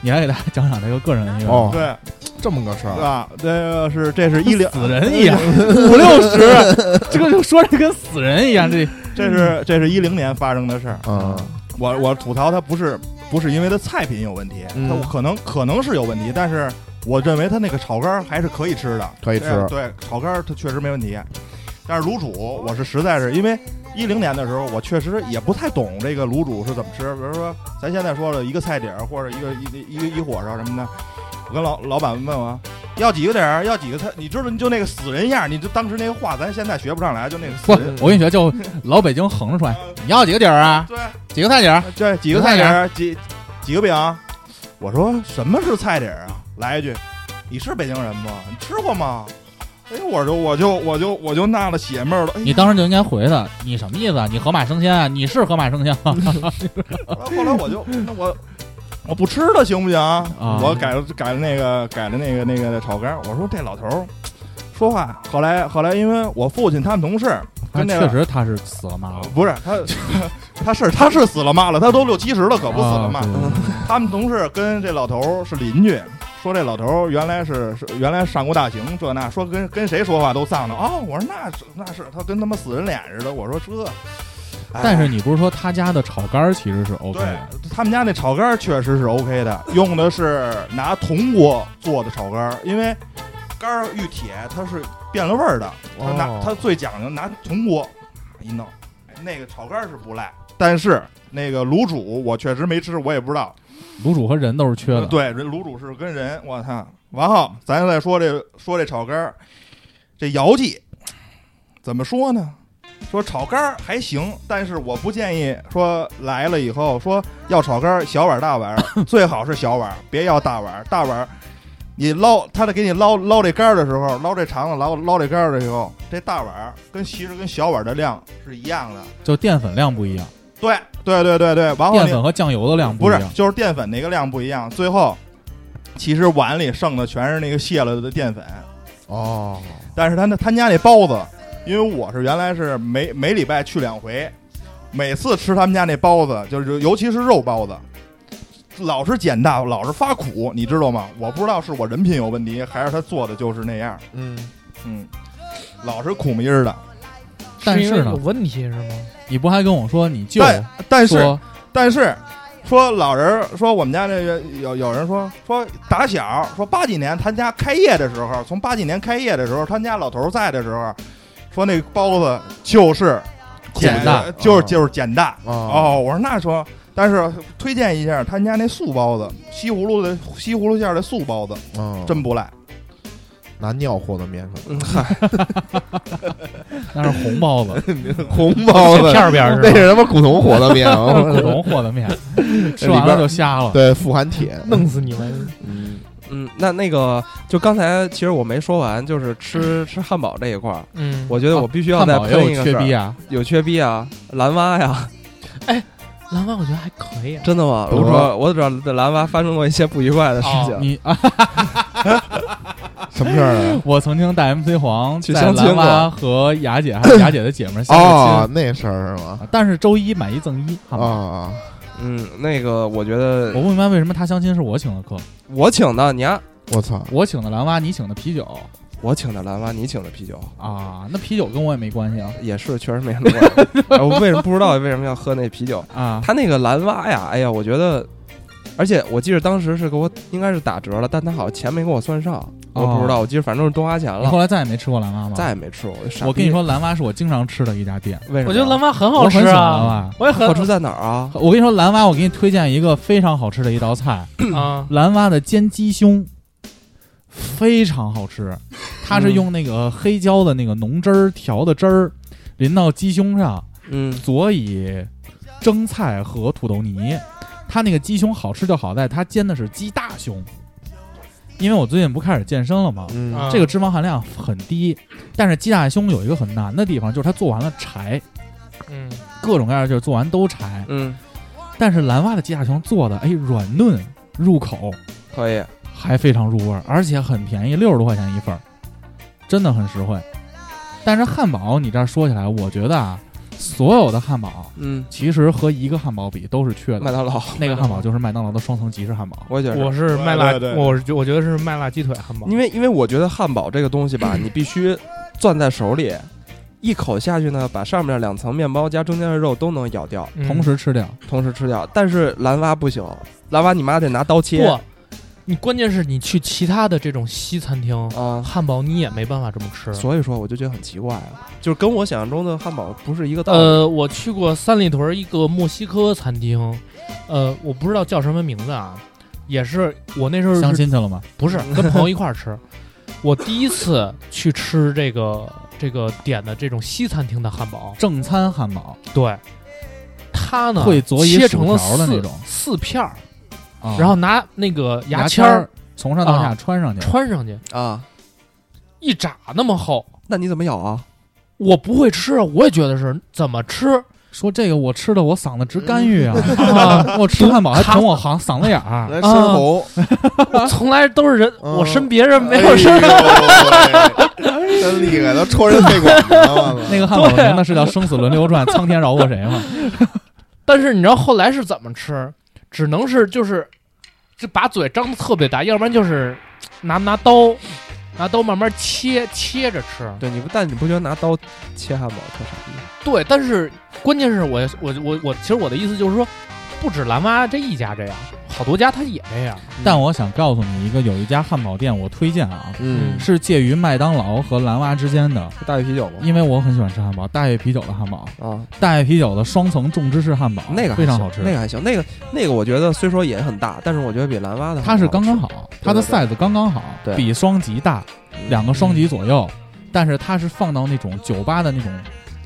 你来给大家讲讲这个个人恩怨。
哦，
对
这么个事儿，
啊，这个是这是一零
死人一
*laughs*
样，五六十，啊这个就说这跟死人一样，这
这是这是一零年发生的事儿。
嗯，
我我吐槽他不是不是因为他菜品有问题，
嗯
他可能可能是有问题，但是我认为他那个炒肝儿还是可以吃的，
可以吃
对对，炒肝儿它确实没问题，但是卤煮我是实在是因为一零年的时候，我确实也不太懂这个卤煮是怎么吃，比如说咱现在说了一个菜底儿或者一个一一一一火烧什么的，我跟老老板问我。要几个点儿？要几个菜？你知道，你就那个死人样儿，你就当时那个话，咱现在学不上来，就那个
不
死人。，
我跟你说，就老北京横着出来，你要几个底儿啊？
对，
几个菜底儿？
*laughs* 这几个菜底儿，几几个饼？啊我说什么是菜底儿啊？来一句，你是北京人吗？你吃过吗？哎，我就我就我就我就纳了血闷儿了。哎呀
你当时就应该回他，你什么意思啊？你河马生鲜啊？你是河马生鲜吗？
后来我就那我我不吃了行不行？
啊
我改了改了那个改了那个那个炒肝儿。我说这老头儿说话。后来后来因为我父亲他们同事
但
跟那
确
个。
实他是死了妈了，
不是他， *laughs* 他是他是死了妈了，他都六七十了，可不死了嘛。嗯
啊对
他们同事跟这老头儿是邻居，说这老头儿原来是是原来上过大刑，这那说跟跟谁说话都丧的啊、我说那是那是他跟他妈死人脸似的。我说这，哎
但是你不是说他家的炒肝儿其实是 OK
对
的？
他们家那炒肝儿确实是 OK 的，用的是拿铜锅做的炒肝儿，因为肝儿遇铁它是变了味儿的，他拿、
哦
他最讲究拿铜锅一弄，哎那个炒肝儿是不赖，但是那个卤煮我确实没吃，我也不知道。
卤煮和人都是缺的。
呃对，人卤煮是跟人，我操！完后咱再说这说这炒肝儿，这姚记怎么说呢？说炒肝儿还行，但是我不建议说来了以后说要炒肝儿，小碗儿大碗儿， *coughs* 最好是小碗儿，别要大碗儿。大碗儿你捞，他得给你捞捞这肝儿的时候，捞这肠子捞捞这肝儿的时候，这大碗儿跟其实跟小碗儿的量是一样的。
就淀粉量不一样，
对对对对对，完后
淀
哦你
粉和酱油的量
不
一
是
样，。
就是淀粉那个量不一样。最后，其实碗里剩的全是那个泄了的淀粉，
哦，
但是他那他家那包子，因为我是原来是每每礼拜去两回，每次吃他们家那包子，就是尤其是肉包子，老是捡大，老是发苦，你知道吗？我不知道是我人品有问题，还是他做的就是那样，
嗯，
嗯，老是苦么音儿的。
但
因为
是呢
有问题是吗？
你不还跟我说你舅
但但是
说
但是说老人儿说我们家这个有有人说说打小说八几年他家开业的时候，从八几年开业的时候，他家老头儿在的时候，说那包子就是
碱大
就是
哦
就是碱大。
哦，
哦，我说那说，但是推荐一下他家那素包子，西葫芦的西葫芦馅儿的素包子
嗯，
真不赖。
拿尿和的面粉，
嗯嗨，
那是红包
*laughs*
子，
红包
*laughs*
子
片儿边儿是吧
那是他妈古铜和的面，啊
古铜和的
*laughs*
面，吃完了就瞎了。
对，富含铁，
弄死你们！
嗯，
嗯，那那个就刚才其实我没说完，就是吃吃汉堡这一块儿，
嗯，
我觉得我必须要
汉
再
堡也
喷一
有
个
缺
事
逼
儿，
啊，
有缺逼啊，蓝蛙呀。
蓝湾我觉得还可以啊。
真的吗？
得
*laughs* 我说，我只知道在蓝蛙发生过一些不愉快的事
*laughs*
情。
你啊，
什么事儿啊？
我曾经带 MC 黄
去
在
相亲
兰
过
花和雅姐
*laughs*
还有雅姐的姐们儿相过
哦
亲，，啊
那事儿是吗？
但是周一买一赠一，好
啊
哦
吗？
啊，
嗯，那个，我觉得
我不明白为什么他相亲是我请的客，
我请的你啊，
我操！
我请的蓝蛙，你请的啤酒
我请的蓝蛙，你请的啤酒，
啊？那啤酒跟我也没关系啊
也是确实没什么关系。哎我为什么不知道为什么要喝那啤酒？
啊！
他那个蓝蛙呀，哎呀，我觉得，而且我记得当时是给我应该是打折了，但他好像钱没给我算上，我不知道，我记得反正是多花钱
你
了
后，来再也没吃过蓝蛙吗？
再也没吃过。傻逼
我跟你，说，蓝蛙是我经常吃的一家店，
为什么？
啊我觉得蓝蛙很
我
好吃
很喜欢蓝
啊，
蛙。
我也很
好吃在哪儿啊？
我跟你说，蓝蛙，我给你推荐一个非常好吃的一道菜，
啊。
蓝蛙的煎鸡胸，非常好吃。它是用那个黑椒的那个浓汁儿调的汁儿淋到鸡胸上，
嗯，
佐以蒸菜和土豆泥。它那个鸡胸好吃就好在它煎的是鸡大胸，因为我最近不开始健身了吗？
嗯，
啊
这个脂肪含量很低，但是鸡大胸有一个很难的地方，就是它做完了柴，
嗯，
各种各样的就是做完都柴。
嗯，
但是蓝蛙的鸡架球做的哎软嫩入口，
可以，
还非常入味儿，而且很便宜，六十多块钱一份儿，真的很实惠。但是汉堡你这儿说起来，我觉得啊，所有的汉堡
嗯，
其实和一个汉堡比都是缺
麦
的。
当劳，
那个汉堡就是麦当劳的双层吉士汉堡，
我觉得
我是麦
对对
辣，
对
我是觉我觉得是麦辣鸡腿汉堡
因。为因为我觉得汉堡这个东西吧，你必须攥在手里，一口下去呢，把上面两层面包加中间的肉都能咬掉，
嗯
同时吃掉。
同时吃掉。但是蓝蛙不行，蓝蛙你妈得拿刀切
不，你关键是你去其他的这种西餐厅，
啊。
汉堡你也没办法这么吃。
所以说，我就觉得很奇怪啊，就是跟我想象中的汉堡不是一个道理。
呃，我去过三里屯一个墨西哥餐厅，呃，我不知道叫什么名字啊，也是我那时候是
相亲去了吗？*laughs*
不是跟朋友一块儿吃，我第一次去吃这个这个点的这种西餐厅的汉堡，
正餐汉堡
对，它呢
会佐以
切成了
薯条
四
的那种
四片儿，
啊，
然后拿那个
牙
签儿
从上到下
啊
穿上去，
穿上去，
呃
啊，
一扎那么厚。
那你怎么咬啊？
我不会吃，我也觉得是怎么
*laughs*
吃
说这个我吃的我嗓子直干预啊，啊我吃汉堡还疼我行嗓子眼
*laughs*
儿。
来深喉，
我从来都是人，
嗯
我伸别人没
哎
有
呦
伸。
哎
喂真厉害，都戳人肺管子了。
*laughs*
我操
那个汉堡的名字是叫《生死轮流转》，苍天饶过谁吗？
但是你知道后来是怎么吃？只能是就是，这把嘴张的特别大，要不然就是拿拿刀，拿刀慢慢切切着吃。
对，你不，但你不觉得拿刀切汉堡特傻逼？
对，但是关键是我我我我，其实我的意思就是说，不止蓝妈这一家这样，好多家它也这样。
但我想告诉你一个，有一家汉堡店我推荐啊，
嗯，
是介于麦当劳和蓝蛙之间的，
是大鱼啤酒吗？
因为我很喜欢吃汉堡，大悦啤酒的汉堡，
啊，
大悦啤酒的双层重芝士汉堡，
那个还
非常
行
好吃，
那个还行，那个那个我觉得虽说也很大，但是我觉得比蓝蛙的
它是刚刚
好
好，它的
对对
size 刚刚好，
对嗯
比双极大，
吃，嗯
两个双极左右，但是它是放到那种酒吧的那种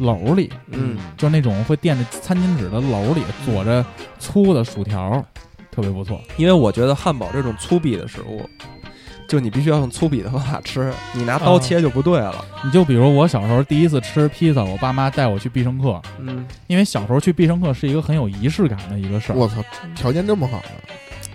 篓里，
嗯，
就是那种会垫着餐巾纸的篓里，佐着粗的薯条，特别不错。
因为我觉得汉堡这种粗鄙的食物，就你必须要用粗鄙的方法吃，你拿刀
啊
切就不对了。
你就比如我小时候第一次吃披萨，我爸妈带我去必胜客，
嗯，
因为小时候去必胜客是一个很有仪式感的一个事儿。
我操，条件这么好啊，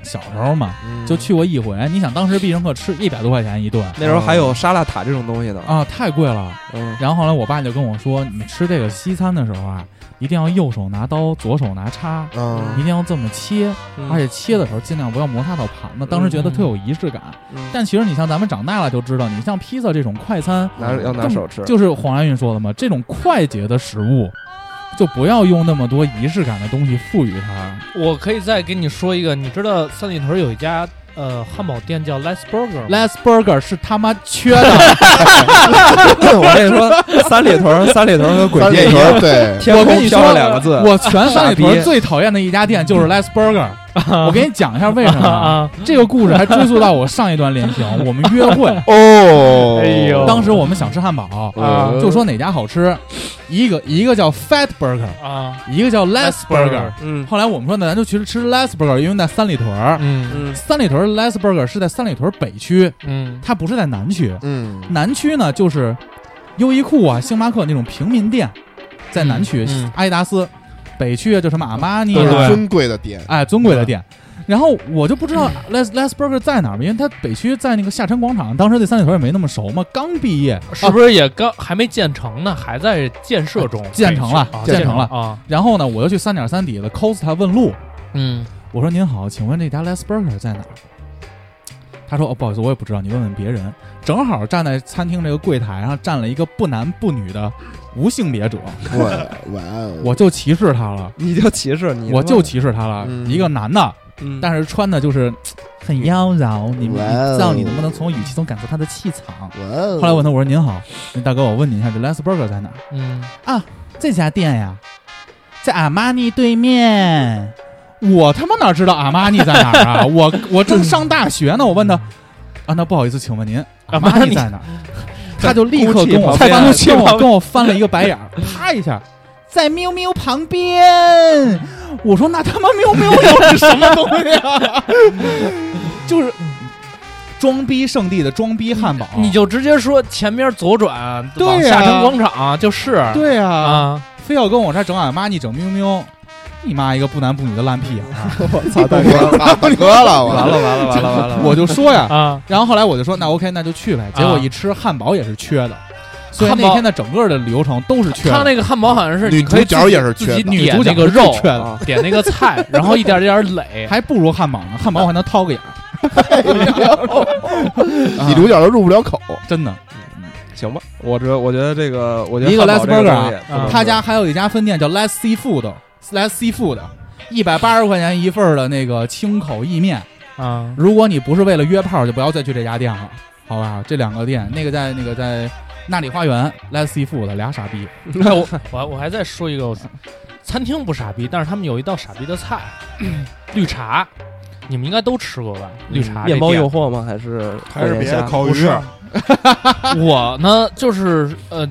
小时候嘛，
嗯
就去过一回。哎你想当时必胜客吃一百多块钱一顿
那时候还有沙拉塔这种东西呢。
啊，太贵了。
嗯，
然后后来我爸就跟我说，你吃这个西餐的时候啊，一定要右手拿刀，左手拿叉。
嗯
一定要这么切，
嗯
而且切的时候尽量不要摩擦到盘子。当时觉得特有仪式感，
嗯
但其实你像咱们长大了就知道，你像披萨这种快餐，
拿要拿
更
手 *laughs* 吃，
就是黄安运说的嘛，这种快捷的食物，就不要用那么多仪式感的东西赋予它。
我可以再跟你说一个，你知道三里屯有一家呃汉堡店叫 Les Burger 吗
Less Burger 是他妈缺的，
我跟你说，三里屯，三里屯和鬼
三
街
里
一样，
屯对，
天
我跟
空
你
飘
说
着两个字。
*laughs* 我全三里
傻
屯
逼
最讨厌的一家店就是 Less Burger。我给你讲一下为什么啊，
啊，
*laughs* 这个故事还追溯到我上一段恋情，我们约会，
哦，
哎呦
当时我们想吃汉堡，
啊
就说哪家好吃，一个一个叫 Fat Burger，
啊，
一个叫 Less Burger。
嗯
后来我们说呢，咱就去吃 Less Burger，因为在三里屯儿。
嗯
嗯
三里屯 Less Burger 是在三里屯北区，
嗯
它不是在南区。
嗯，
南区呢就是优衣库啊、星巴克那种平民店，在南区、
嗯嗯
阿迪达斯，北区啊就什么阿玛尼
都是
啊，
尊贵的点，
哎，尊贵的店。然后我就不知道
嗯
Les Les Burger 在哪儿，因为它北区在那个下沉广场，当时对三里屯也没那么熟嘛，刚毕业。啊
是不是也刚还没建成呢？还在建设中，
建成了
北区啊
建
建
成了
啊，
然后呢，我又去三点三底的 Costa 问路，
嗯
我说您好，请问这家 Les Burger 在哪儿？他说：“哦，不好意思，我也不知道，你问问别人。”正好站在餐厅这个柜台上站了一个不男不女的无性别者，
我哇哦，
我就歧视他了，
你就歧视你，
我就歧视他了。
嗯
一个男的，
嗯，
但是穿的就是很妖娆，你们
哇哦
知道你能不能从语气中感受他的气场？
哇哦，
后来我问他，我说：“您好，大哥，我问你一下，这 Les Burger 在哪儿？”
嗯，
这家店呀，在阿玛尼对面。我他妈哪知道阿玛尼在哪儿啊？我我正上大学呢，我问他啊，那不好意思，请问您阿
阿
玛
玛
尼
尼
在哪儿？他就立刻
Gucci
跟我
旁边
翻跟
Gucci 旁
我
边
跟我翻了一个白眼儿，啪一下，在喵喵旁边。我说那他妈喵喵又是什么东西啊？ *laughs* 就是装逼圣地的装逼汉堡，
你就直接说前面左转，
哦对
往
呀
下沉广场就是
对啊
啊，
非要跟我这儿整阿玛尼整喵喵，你妈一个不男不女的烂屁啊眼
*laughs*
儿，
我操，大哥，大哥了，我
*laughs* 完了完了完了完了！
我就说呀，
啊，
然后后来我就说那 OK 那就去呗，结果
啊
一吃汉堡也是缺的，所以
汉堡
那天的整个的流程都是啊缺
他
的。
那个啊汉堡好像是
女
你可以
主角也是
自
缺
己
的
女
点
主角
那个
是
肉，
缺的，
啊
点那个菜，然后一点儿一点儿
*laughs*
垒，
还不如汉堡呢，汉堡我还能掏个眼儿
女主角都入不了口，
啊
真的，
行吧，我这我觉得这个，我觉得
一个
汉堡这
Lasburger
东西
啊
不能
啊
吃
他家还有一家分店叫 Less Seafood，Less Seafood，一百八十块钱一份儿的那个清口意面。 *laughs*
啊，
如果你不是为了约炮，就不要再去这家店了，好吧？这两个店，那个在那个在那里花园 Less Seafood 俩傻逼，
哎，我我我还再说一个，餐厅不傻逼，但是他们有一道傻逼的菜， *clears throat* 绿茶，你们应该都吃过吧？绿茶
嗯
这
面包
店
诱惑吗？还是
还是别啊
烤？
烤鱼，
*laughs*
我呢，就是呃，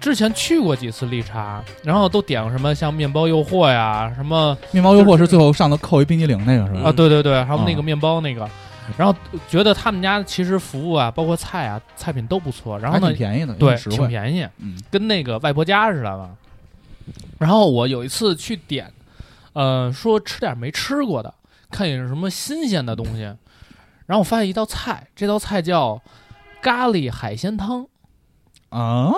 之前去过几次绿茶，然后都点过什么像面包诱惑呀，什么
面包诱惑是最后上头扣一冰激凌那个是吧？
啊，对对对，还有那
啊
个面包那个，
嗯
然后觉得他们家其实服务啊，包括菜啊，菜品都不错，呃然后
还
呢
挺，便宜的，
对，
实
挺
惠。
便宜，
嗯，
跟那个外婆家似的嘛。然后我有一次去点，呃，说吃点没吃过的，看有什么新鲜的东西。然后我发现一道菜，这道菜叫咖喱海鲜汤，
啊，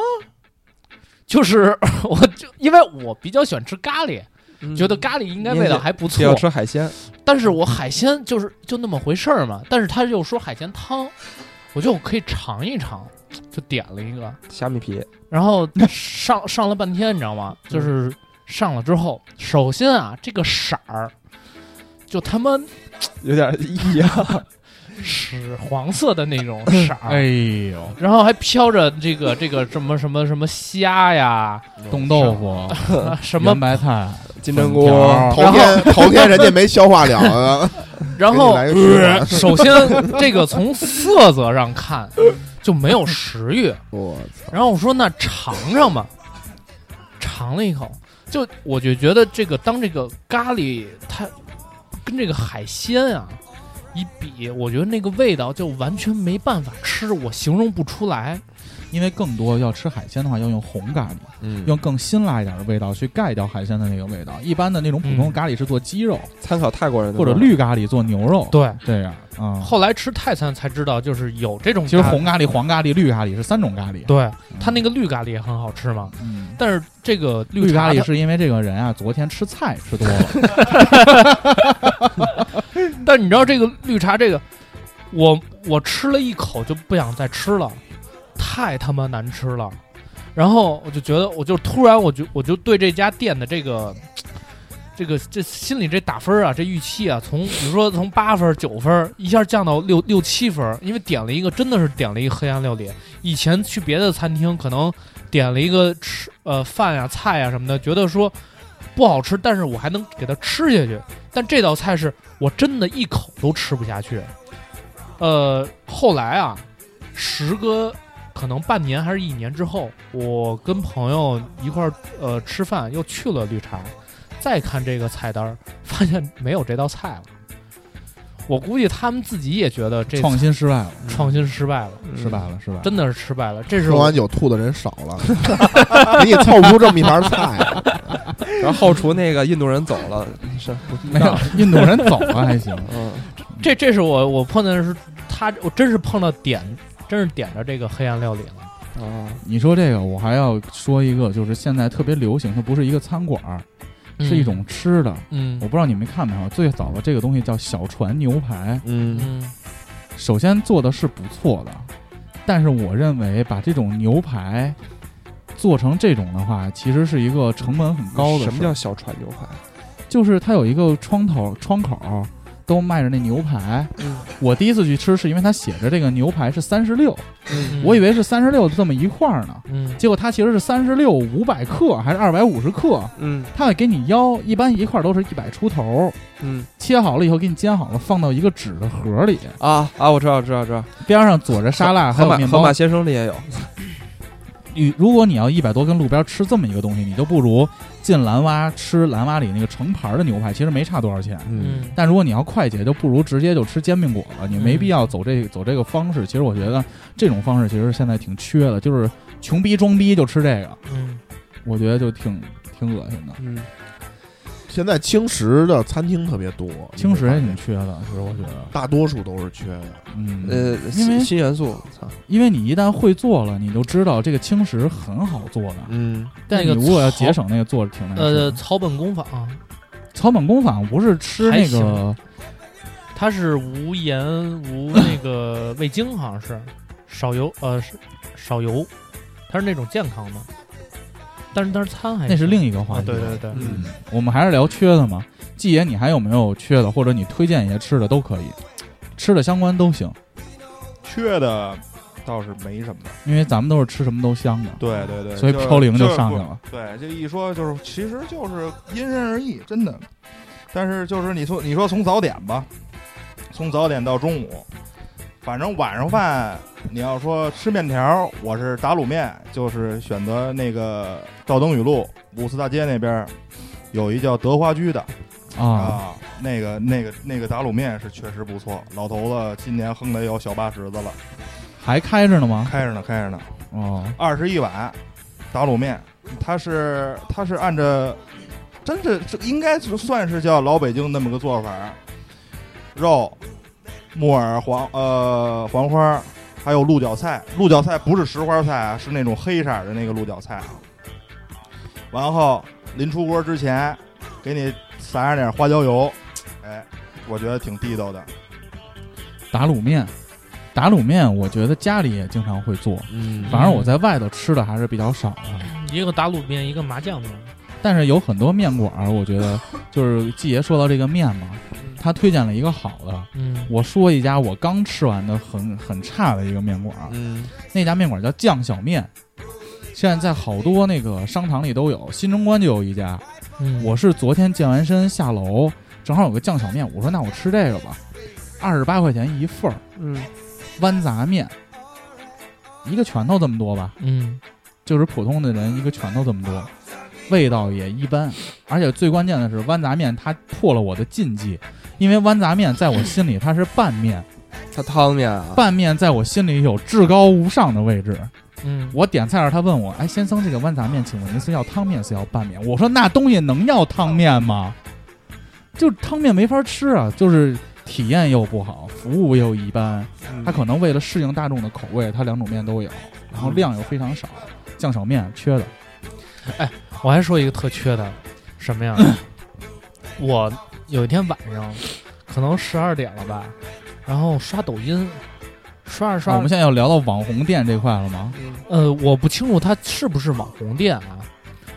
就是 *laughs* 我就因为我比较喜欢吃咖喱，
嗯
觉得咖喱应该
嗯
味道还不
要
错，
吃海鲜，
但是我海鲜就是就那么回事儿嘛。但是他又说海鲜汤，我觉得我可以尝一尝，就点了一个，
虾米皮，
然后上上了半天，你知道吗？就是上了之后，首先啊，这个色儿就他妈
有点异样。
屎黄色的那种色儿，
哎呦，
然后还飘着这个这个什么什么什么虾呀，
冻豆腐、
啊哎 *laughs* 什么
圆，白菜、
金针
粉
菇，
条儿
头天头天人家没消化了啊，
然后呃
给你来个啊
首先这个从色泽上看就没有食欲，
我操，
然后我说那尝尝吧，尝了一口，就我就觉得这个当这个咖喱它跟这个海鲜啊一比，我觉得那个味道就完全没办法吃，我形容不出来。
因为更多要吃海鲜的话，要用红咖喱，
嗯
用更辛辣一点的味道去盖掉海鲜的那个味道。一般的那种普通的
嗯
咖喱是做鸡肉，
参考泰国人的
或者
做法，
绿咖喱做牛肉，
对，
这样啊。
后来吃泰餐才知道，就是有这种
其实
咖喱
红咖喱、黄咖喱、绿咖喱是三种咖喱。
对
嗯，
它那个绿咖喱也很好吃嘛，
嗯
但是这个绿
绿咖
茶
喱
它，
是因为这个人啊，昨天吃菜吃多了，
但是你知道这个绿茶这个，我我吃了一口就不想再吃了，太他妈难吃了。然后我就觉得，我就突然我就我就对这家店的这个这个这心里这打分啊，这预期啊，从比如说从八分九分一下降到六六七分，因为点了一个真的是点了一个黑暗料理。以前去别的餐厅可能点了一个吃呃饭呀、菜呀、什么的，觉得说不好吃，但是我还能给它吃下去。但这道菜是我真的一口都吃不下去。呃，后来啊，时隔可能半年还是一年之后，我跟朋友一块儿呃吃饭，又去了绿茶，再看这个菜单儿，发现没有这道菜了。我估计他们自己也觉得这
创新失败了，
创新失败了，
失败了，失败了。
真的是失败了。这是
喝
我
完酒吐的人少了， *laughs* 给你凑不出这么一盘菜啊，
然后后厨那个印度人走 *laughs* 了，是啊不
没
*laughs*
有，印度人走了还行。
嗯，
这这是我我碰的是他，我真是碰到点，真是点着这个黑暗料理了。
啊，
你说这个，我还要说一个，就是现在特别流行，它不是一个餐馆儿，是一种吃的。
嗯
我不知道你们看没有，最早的这个东西叫小船牛排，
嗯，
嗯
首先做的是不错的，但是我认为把这种牛排做成这种的话，其实是一个成本很高的事儿。
什么叫小船牛排？
就是它有一个窗头窗口儿都卖着那牛排。
嗯
我第一次去吃是因为它写着这个牛排是三十六，
嗯，
我以为是三十六这么一块儿呢。
嗯
结果它其实是三十六五百克还是二百五十克，
嗯
它会给你腰，一般一块儿都是一百出头，
嗯
切好了以后给你煎好了，放到一个纸的盒里，
啊啊，我知道知道知道，
边上佐着沙拉还
河
有
马
面
河
包
马。先生里也有，
与如果你要一百多跟路边吃这么一个东西，你就不如进蓝蛙吃蓝蛙里那个成盘儿的牛排，其实没差多少钱。
嗯
但如果你要快捷，就不如直接就吃煎饼果了，你没
嗯
必要走这走这个方式。其实我觉得这种方式其实现在挺缺的，就是穷逼装逼就吃这个，
嗯，
我觉得就挺挺恶心的。
嗯，
现在青石的餐厅特别多，
青石也
你
挺
会发现
缺的，其实我觉得，
大多数都是缺的。
嗯，
呃，
因为
新新元素，操，
因为你一旦会做了，你就知道这个青石很好做的，
嗯，
但
那个
你如果要
草
节省那个做挺难。
呃，，草本啊工坊，
呃草本工坊不是吃
还
那个
行它是无盐无那
*laughs*
个味精，好像是少油，呃，是少油，它是那种健康的，但是但是餐还
那是
行
另一个话
啊，
题。
对对对，
嗯，
我们还是聊缺的嘛。季爷，你还有没有缺的，或者你推荐一些吃的都可以，吃的相关都行，
缺的倒是没什么。
因为咱们都是吃什么都香的，
对对对，
所以
就是
飘零
就
就是上去
不
了。
对，这一说就是，其实就是因人而异，真的。但是就是你从你说从早点吧，从早点到中午，反正晚上饭你要说吃面条，我是打卤面，就是选择那个赵登禹路五四大街那边儿有一叫德华居的
啊，
啊，那个那个那个打卤面是确实不错。老头子今年哼得有小八十的了，
还开着呢吗？
开着呢，开着呢。
哦，
二十一碗打卤面，它是它是按照，真是这应该是算是叫老北京那么个做法，肉、木耳、黄呃黄花，还有鹿角菜。鹿角菜不是石花菜啊，是那种黑色儿的那个鹿角菜。然后临出锅之前，给你撒上点花椒油，哎，我觉得挺地道的。
打卤面，打卤面，我觉得家里也经常会做，
嗯
反正我在外头吃的还是比较少的。
嗯一个打卤面，一个麻酱面，
但是有很多面馆儿，我觉
*laughs*
得就是季爷说到这个面嘛，
嗯
他推荐了一个好的。
嗯，
我说一家我刚吃完的很很差的一个面馆儿，
嗯
那家面馆儿叫酱小面，现在在好多那个商场里都有，新中关就有一家。
嗯
我是昨天健完身下楼，正好有个酱小面，我说那我吃这个吧，二十八块钱一份儿，
嗯
豌杂面，一个拳头这么多吧，
嗯
就是普通的人一个拳头这么多，味道也一般，而且最关键的是豌杂面它破了我的禁忌，因为豌杂面在我心里它是拌面，
它汤面啊，
拌面在我心里有至高无上的位置。
嗯，
我点菜时他问我，哎，先生这个豌杂面，请问您是要汤面是要拌面？我说那东西能要汤面吗？就是汤面没法吃啊，就是体验又不好，服务又一般。
嗯
他可能为了适应大众的口味，他两种面都有，然后量又非常少，酱小面缺的。
我还说一个特缺的，什
*coughs*
么呀？我有一天晚上，可能十二点了吧，然后刷抖音，刷着
啊
刷
我
着
们，现在要聊到网红店这块了吗？
呃，我不清楚它是不是网红店啊。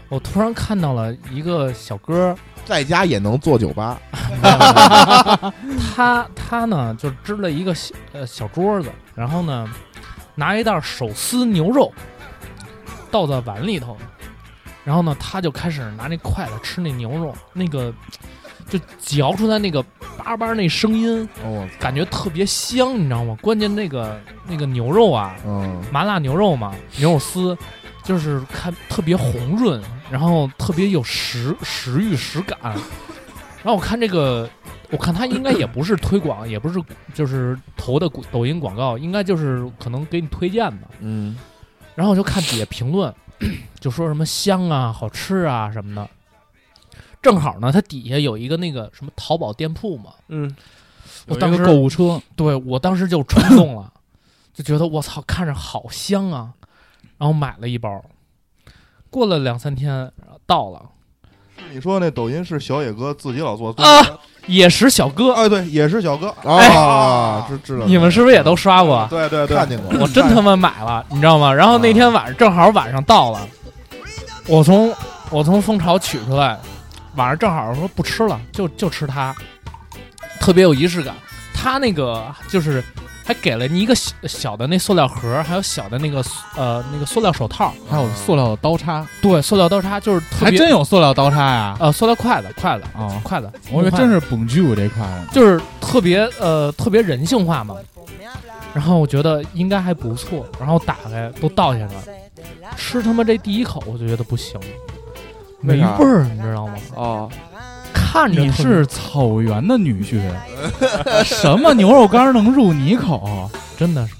我突然看到了一个小哥儿，
在家也能做酒吧，
*laughs* 他他呢就支了一个小呃小桌子，然后呢拿一袋手撕牛肉倒在碗里头，然后呢他就开始拿那筷子吃那牛肉，那个就嚼出来那个叭叭那声音，
哦，
感觉特别香，你知道吗？关键那个那个牛肉啊，
嗯，
麻辣牛肉嘛，牛肉丝，就是看特别红润，然后特别有食食欲食感。然后我看这个，我看他应该也不是推广，也不是就是投的抖音广告，应该就是可能给你推荐吧。
嗯，
然后我就看底下评论， *clears throat* 就说什么香啊、好吃啊什么的。正好呢，它底下有一个那个什么淘宝店铺嘛，
嗯，
我
有一
当
个
时
购物车，
对我当时就冲动了， *coughs* 就觉得我操，看着好香啊，然后买了一包。过了两三天到了，
你说那抖音是小野哥自己老做，
啊野食小
*laughs*
啊
哥，
哎对，也是小哥，哎
啊，知知道，
你们是不是也都刷过？啊
对对对，
看见过？
嗯
我真他妈买了，你知道吗？然后那天晚上正好晚上到了，我从我从蜂巢取出来，晚上正好说不吃了，就就吃它，特别有仪式感。它那个就是还给了你一个小小的那塑料盒，还有小的那个呃那个塑料手套，
还有塑料的刀叉，
对，塑料刀叉就是特
还
别
真有塑料刀叉呀！
呃，塑料筷子，筷子，
哦，
筷子，
我以为
筷
真
子
是 Bonjour 这块呢。
就是特别呃特别人性化嘛。然后我觉得应该还不错，然后打开都倒下了，吃他妈这第一口我就觉得不行，没
为啥
味儿，你知道吗？
哦，
看着
你
特别
是草原的女婿，什么牛肉干能入你口？
真的是，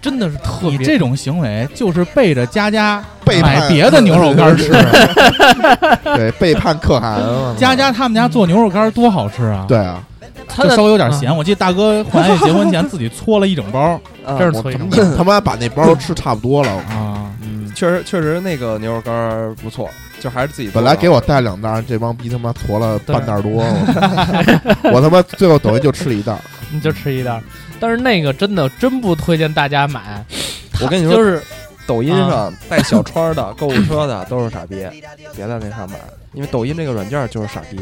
真的是 *laughs* 特
你
别
这种行为就是背着佳佳
背
买
叛
别的牛肉
*laughs*
干吃。
对，背叛可汗啊，
佳佳他们家做牛肉干多好吃啊！
*laughs* 对啊，
他
就
的嗯
稍微有点咸。我记得大哥黄爷结婚前自己搓了一整包
啊
这是
我
催
他
生
妈
的。
他妈把那包吃差不
*laughs*
多了。
啊，
确实确实那个牛肉干儿不错，就还是自己做
本
的。啊
来给我带两袋，这帮逼他妈矬了半袋
*laughs*
多，我我 *laughs* 他妈最后等于就吃了一袋。
你就吃一袋儿。但是那个真的真不推荐大家买。
*laughs* 我跟你说
就是
抖音上带小窗儿的、购物车的都是傻逼，别在那上买，因为抖音这个软件就是傻逼。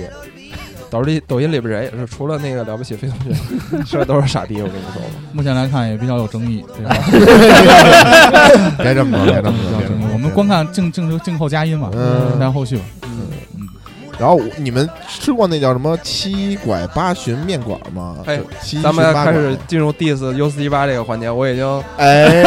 抖音抖音里边人也是，除了那个了不起飞同 *laughs* 学，剩下都是傻逼。我跟你
*laughs*
说吧，
目前来看也比较有争议，对吧？
别这么说，别这么
比
说，
较有争议。
别这么说
嗯我们观。看静静静后佳音嘛，
嗯
待后续吧。
然后我你们吃过那叫什么七拐八旬面馆吗？
哎
就七
咱们
旬八拐
开始进入 diss U 四一八这个环节，我已经
哎，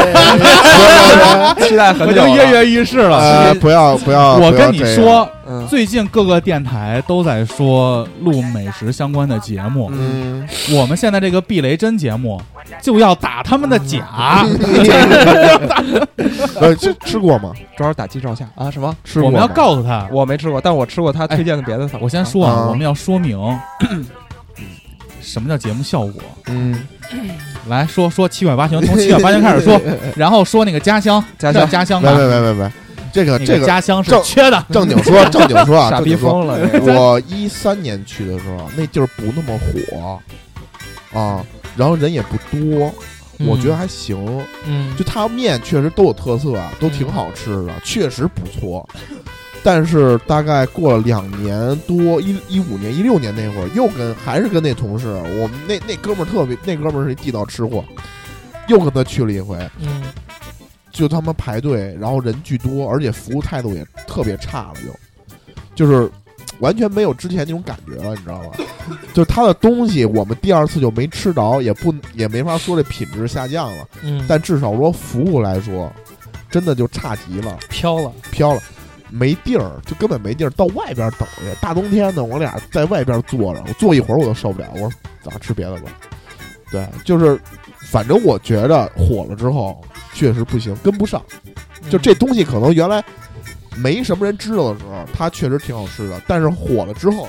期待很
我已
久
经
了。
跃跃欲试了。
呃，不要不要，
我
不要
跟你
这样，
说，
嗯，
最近各个电台都在说录美食相关的节目，
嗯，
我们现在这个避雷针节目就要打他们的假，
嗯呃，吃吃过吗？
正好打击照下啊？什么？
吃
我
过吗，
们要告诉他。
我没吃过，但我吃过他推荐的别的。
我先，说啊，
啊
我们要说明什么叫节目效果。
嗯，
*clears throat* 来说说七拐八旬，从七拐八旬开始
*laughs*
说，然后说那个家乡，
家
叫
乡
家乡
喂喂
吧，
喂喂喂，这个
那
这个
家乡是
正
缺的，
正经说正经说啊，
傻
正
逼
经说，
疯了。
我一三年去的时候，那地儿不那么火啊，然后人也不多，我觉得还行。
嗯，
就它面确实都有特色啊，都挺好吃的，确实不错。但是大概过了两年多，一一五年、一六年那会儿，又跟还是跟那同事，我们那那哥们儿特别，那哥们儿是一地道吃货，又跟他去了一回，
嗯
就他妈排队，然后人巨多，而且服务态度也特别差了又，就是完全没有之前那种感觉了，你知道吧？ *laughs* 就是他的东西我们第二次就没吃着，也不也没法说这品质下降了，
嗯，
但至少说服务来说，真的就差极了，
飘了。
飘了。没地儿，就根本没地儿，到外边等去。大冬天的，我俩在外边坐着，我坐一会儿我都受不了。我说咋吃别的吧？对，就是，反正我觉得火了之后确实不行，跟不上。
嗯
就这东西可能原来没什么人知道的时候，它确实挺好吃的，但是火了之后，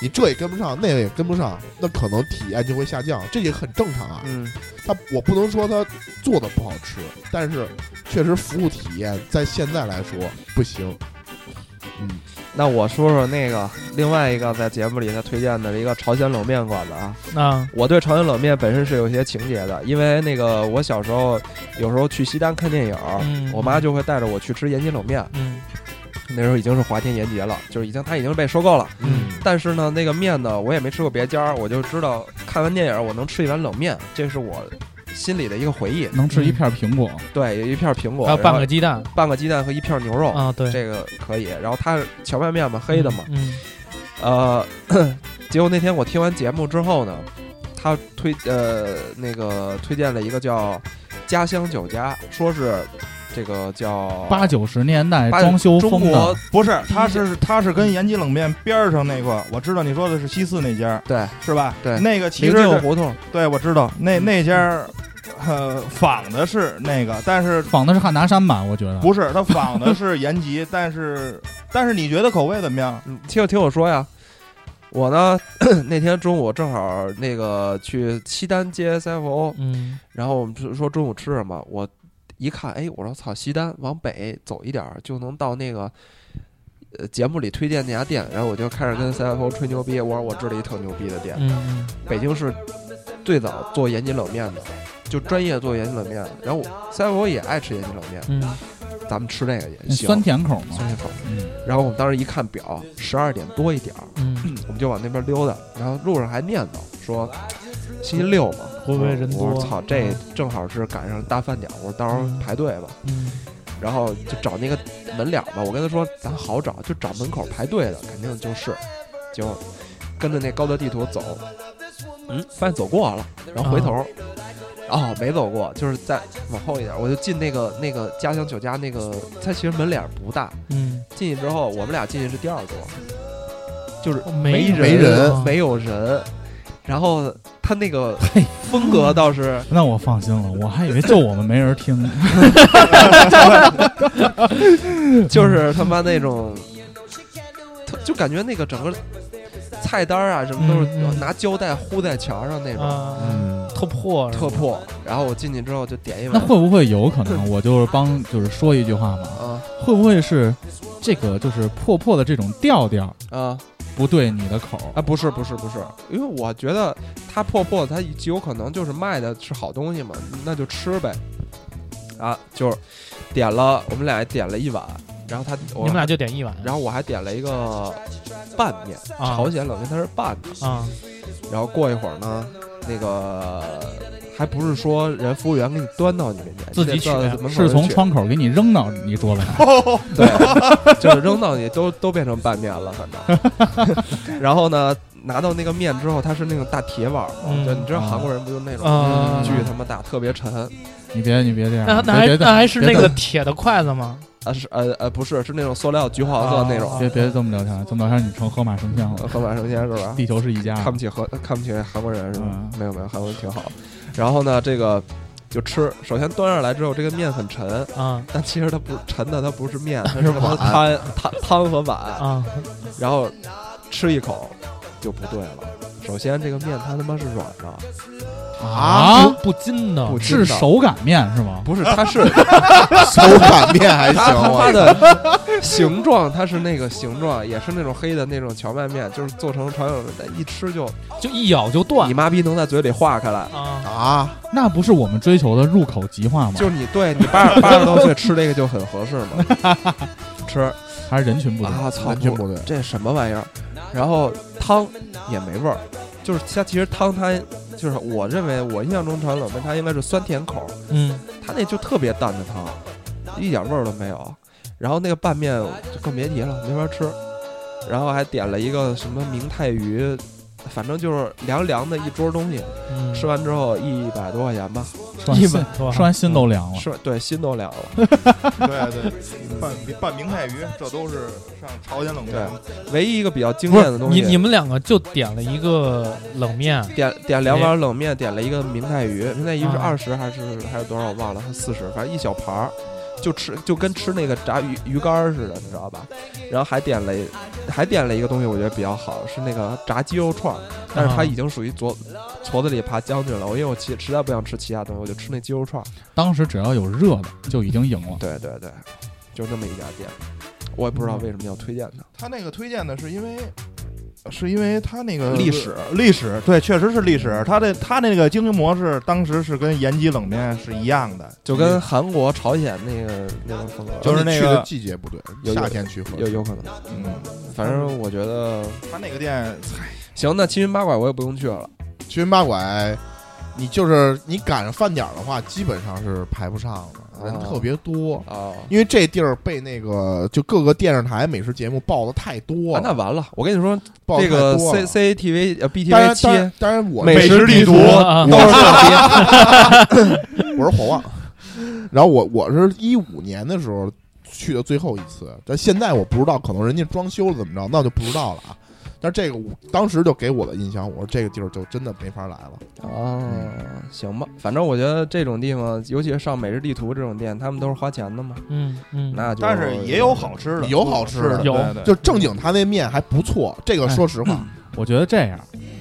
你这也跟不上，那个也跟不上，那可能体验就会下降，这也很正常啊。
嗯，
它我不能说它做的不好吃，但是确实服务体验在现在来说不行。嗯
*laughs* 那我说说那个另外一个在节目里他推荐的一个朝鲜冷面馆子啊，
嗯啊，
我对朝鲜冷面本身是有一些情节的，因为那个我小时候有时候去西单看电影，
嗯
啊我妈就会带着我去吃延吉冷面。
嗯
那时候已经是华天延吉了，就是已经它已经被收购了。
嗯
但是呢，那个面呢，我也没吃过别家儿，我就知道看完电影我能吃一碗冷面，这是我心里的一个回忆。
能吃一片苹果，
对，有一片苹果，
还有半
然
个
后
鸡蛋
半个鸡蛋和一片牛肉，
啊，对，
哎哦这个可以。然后它是荞麦面嘛，黑的嘛，
嗯
呃， *coughs* 结果那天我听完节目之后呢，他推呃那个推荐了一个叫家乡酒家，说是这个叫
八九十年代
八
装修
中
风
国
的，
不是，他是他是跟延吉冷面边儿上那块，我知道你说的是西四那家，
对
是吧？
对
那个其
明
实
镜
是
胡同，
对我知道那那家儿，呃，仿的是那个，但是
仿的是汉拿山吧？我觉得
不是他仿的是延吉，但是但是你觉得口味怎么样？
你嗯听我听我说呀。我呢， *coughs* 那天中午正好那个去西单街 CFO，
嗯
然后我们就说中午吃什么，我一看，哎，我说操，西单往北走一点儿就能到那个。呃，节目里推荐那家店，然后我就开始跟 CFO 吹牛逼，我说我知道一特牛逼的店，
嗯
北京市最早做延吉冷面的，就专业做延吉冷面的。然后我 CFO 也爱吃延吉冷面，
嗯
咱们吃那个也
那
行，
酸甜口嘛
酸。甜口。
嗯
然后我们当时一看表，十二点多一点儿，
嗯，
我们就往那边溜达，然后路上还念叨说，星期六嘛，
会不会人多
我说操，这正好是赶上大饭点儿，我说到时候排队吧，
嗯
然后就找那个门脸儿吧。我跟他说咱好找，就找门口排队的，肯定就是。结果跟着那高德地图走，嗯，发现走过了，然后回头，哦，没走过，就是再往后一点，我就进那个那个家乡酒家那个，它其实门脸儿不大，
嗯，
进去之后，我们俩进去是第二桌，就是
没啊
人，
没
没
人
没哎
有人。然后他那个风格倒
*laughs*
是
那我放心了，我还以为就我们没人听呢。
就是他妈那种，特就感觉那个整个菜单啊什么都
嗯
是
嗯
拿胶带糊在墙上那种，
啊，
嗯，
特破是吧
特破。然后我进去之后就点一
那
碗
会不会有可能？我就是帮，就是说一句话嘛，
啊
会不会是这个就是破破的这种调调
啊
不对你的口？
啊！不是不是不是，因为我觉得它破破，它极有可能就是卖的是好东西嘛，那就吃呗。啊，就是点了，我们俩点了一碗，然后他
你
我
们俩就点一碗，
然后我还点了一个拌面，
啊
朝鲜冷面它是拌的。
啊
然后过一会儿呢，那个还不是说人服务员给你端到你面前，
自己
你得到
取啊
门口
是从
去 *laughs*
窗口给你扔到你桌子上，
对，就是扔到你都都变成拌面了，反正。 *laughs* 然后呢，拿到那个面之后，它是那种大铁碗嘛，
嗯
就你知道韩国人不就那种。
啊，
巨他妈大，特别沉
你别你别这样，
嗯
那 *laughs* 那还
别别
那还是
别
那个铁的筷子吗？
啊是呃呃不是是那种塑料橘
啊
黄色那种，
别别这么聊天，这么聊天你成河马神仙了，
河马生鲜是吧？
地球是一家。
看不起和看不起韩国人是吧？
嗯
没有没有，韩国人挺好。然后呢，这个就吃，首先端上来之后，这个面很沉，
啊
但其实它不沉的，它不是面，它是他妈汤汤汤和碗。
啊
然后吃一口就不对了，首先这个面它他妈是软的，
啊，
不筋的
不
是手擀面是吗？
不是
*laughs*
它是
手擀面还行
它他
我
*laughs* 妈的形状，它是那个形状，也是那种黑的那种荞麦面，就是做成传统的，一吃就
就一咬就断
你妈逼能在嘴里化开来。
啊
啊，
那不是我们追求的入口即化吗？
就是你对你八十八十多岁吃这个就很合适嘛，吃
还是人群不同。
啊操
完，全不对。
这什么玩意儿？然后汤也没味儿，就是它其实汤它就是我认为我印象中传冷面它应该是酸甜口，
嗯
它那就特别淡的汤，一点味儿都没有。然后那个拌面就更别提了，没法吃。然后还点了一个什么明太鱼，反正就是凉凉的一桌东西。
嗯
吃完之后一百多块钱吧，
吃完心
哇
吃完心都凉了。
吃对心都凉了。
对对，拌拌明太鱼，这都是上朝鲜冷面。
唯一一个比较惊
不
艳
是
的东
你
西，
你们两个就点了一个冷面，
点点两碗冷面，点了一个明太鱼，明太鱼是
啊
二十还是还是多少我忘了，还是四十，反正一小盘儿，就吃就跟吃那个炸鱼鱼干儿似的，你知道吧？然后还点了还点了一个东西，我觉得比较好，是那个炸鸡肉串儿，但是它
啊
已经属于矬矬子里爬将军了，我因为我其实在不想吃其他东西，我就吃那鸡肉串儿。
当时只要有热的就已经赢了。
对对对，就那么一家店，我也不知
嗯
道为什么要推荐它，
他那个推荐的是因为，是因为他那个
历史
历史对，确实是历史。他的他那个经营模式当时是跟延吉冷面是一样的，
就跟韩国、朝鲜那个那种风格，
就是那
你
个
去的季节不对，
有
夏天去喝
有有可能，
嗯，
反正我觉得。
他那个店
行，那七云八拐我也不用去了。
七云八拐，你就是你赶上饭点儿的话，基本上是排不上的，人
啊
特别多。
啊。
因为这地儿被那个就各个电视台美食节目爆的太多
啊，那
了，
完了！我跟你说，
爆得
这
太
个
多
C
了。
C T V 呃 B T
当
V
然，
七
当然，当然我
美食地图
啊
*laughs* 都是特
我是火旺，然后我我是一五年的时候去的最后一次，但现在我不知道，可能人家装修了怎么着，那我就不知道了啊。但是这个我当时就给我的印象，我说这个地儿就真的没法来了。
别啊，行吧，反正我觉得这种地方，尤其是上美食地图这种店，他们都是花钱的嘛，
嗯嗯，
那就
但是也有好吃的，
有好吃的
有
对对
就正经他那面还不错，这个
哎
说实话，
我觉得这样，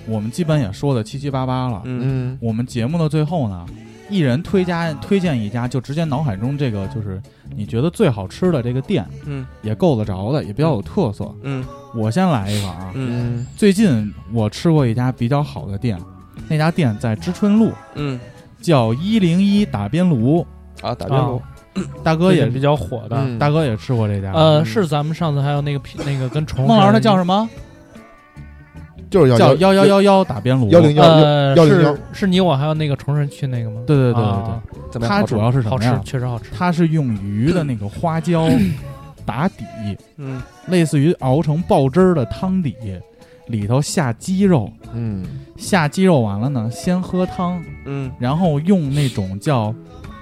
我们基本也说的七七八八了。
嗯
嗯，
我们节目的最后呢，一人推家推荐一家，就直接脑海中这个就是你觉得最好吃的这个店，
嗯
也够得着的，也比较有特色。
嗯
我先来一个啊，
嗯
最近我吃过一家比较好的店，那家店在知春路，
嗯
叫一零一打边炉。
啊，打边炉
大哥
最
也
近比较火的，
嗯
大哥也吃过这家。
呃，是咱们上次还有那个皮那个跟虫
孟老师他
他
叫什么？
就是要
嗯叫
啊幺
幺幺幺幺打边炉。
幺零幺幺
呃，
幺零幺
是是你我还有那个虫神去那个吗？
对对对
啊
对
怎么
对，
样？
它
好吃
主要是什
好
么
吃
呀，？
确实好吃。
它是用鱼的那个花椒打底，
嗯
类似于熬成爆汁儿的汤底，里头下鸡肉，
嗯，
下鸡肉完了呢，先喝汤，
嗯
然后用那种叫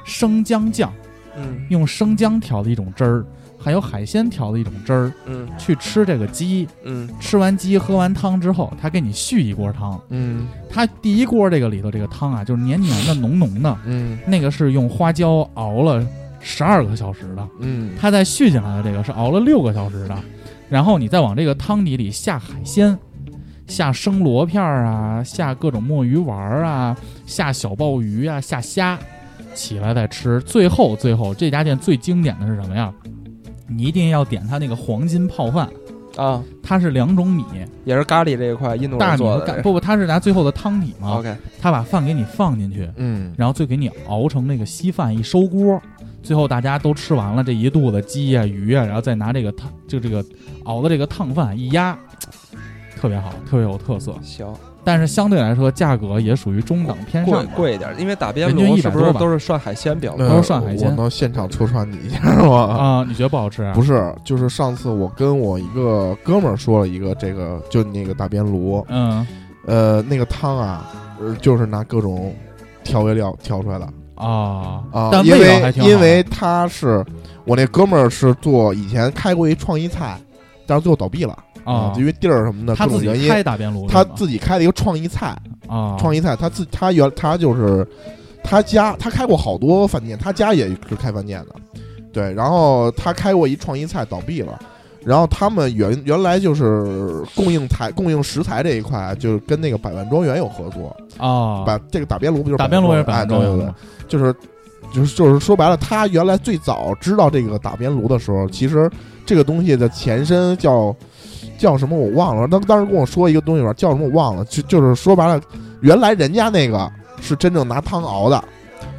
生姜酱，
嗯
用生姜调的一种汁儿，还有海鲜调的一种汁儿，
嗯
去吃这个鸡。
嗯
吃完鸡喝完汤之后，他给你续一锅汤。
嗯
他第一锅这个里头这个汤啊，就是黏黏的、浓浓的，
嗯
那个是用花椒熬了十二个小时的。
嗯
它再续进来的这个是熬了六个小时的，然后你再往这个汤底里下海鲜，下生螺片儿啊，下各种墨鱼丸儿啊，下小鲍鱼啊，下虾，起来再吃。最后最后，这家店最经典的是什么呀？你一定要点它那个黄金泡饭，
啊，
它是两种米，
也是咖喱这一块，印度
大
人
米
做
和
的
干啊
这个。
不不，它是拿最后的汤底嘛，
OK，
它把饭给你放进去，
嗯，
然后最给你熬成那个稀饭一收锅，最后大家都吃完了这一肚子鸡呀、鱼啊，然后再拿这个汤就这个熬的这个烫饭一压，特别好，特别有特色。
行，
但是相对来说价格也属于中等偏上
贵
吧，
贵一点，因为打边
人均
炉
100
是不是
多吧嗯
都是涮海鲜比较
那
多？
都是涮海鲜
我能现场戳穿你一下吗？
啊、你觉得不好吃啊？
不是，就是上次我跟我一个哥们儿说了一个这个，就那个大边炉，
嗯
呃，那个汤啊，呃就是拿各种调味料调出来的
啊
啊，
但
因
味道还
为
挺好的
因为他是我那哥们儿是做以前开过一创意菜，但是最后倒闭了
啊
就，因为地儿什么的
他自
各种原
己
因
开，打边炉的
他
吗，
自己开了一个创意菜，
啊
创意菜，他自他原他就是他家他开过好多饭店，他家也是开饭店的，对，然后他开过一创意菜倒闭了。然后他们原原来就是供应材、供应食材这一块，就是跟那个百万庄园有合作，
啊，
把这个打边炉不就是
打边炉也是百
哎
万
对
庄园的
对对
吗，
就是就是就是说白了，他原来最早知道这个打边炉的时候，其实这个东西的前身叫叫什么我忘了，当当时跟我说一个东西吧，叫什么我忘了，就就是说白了，原来人家那个是真正拿汤熬的，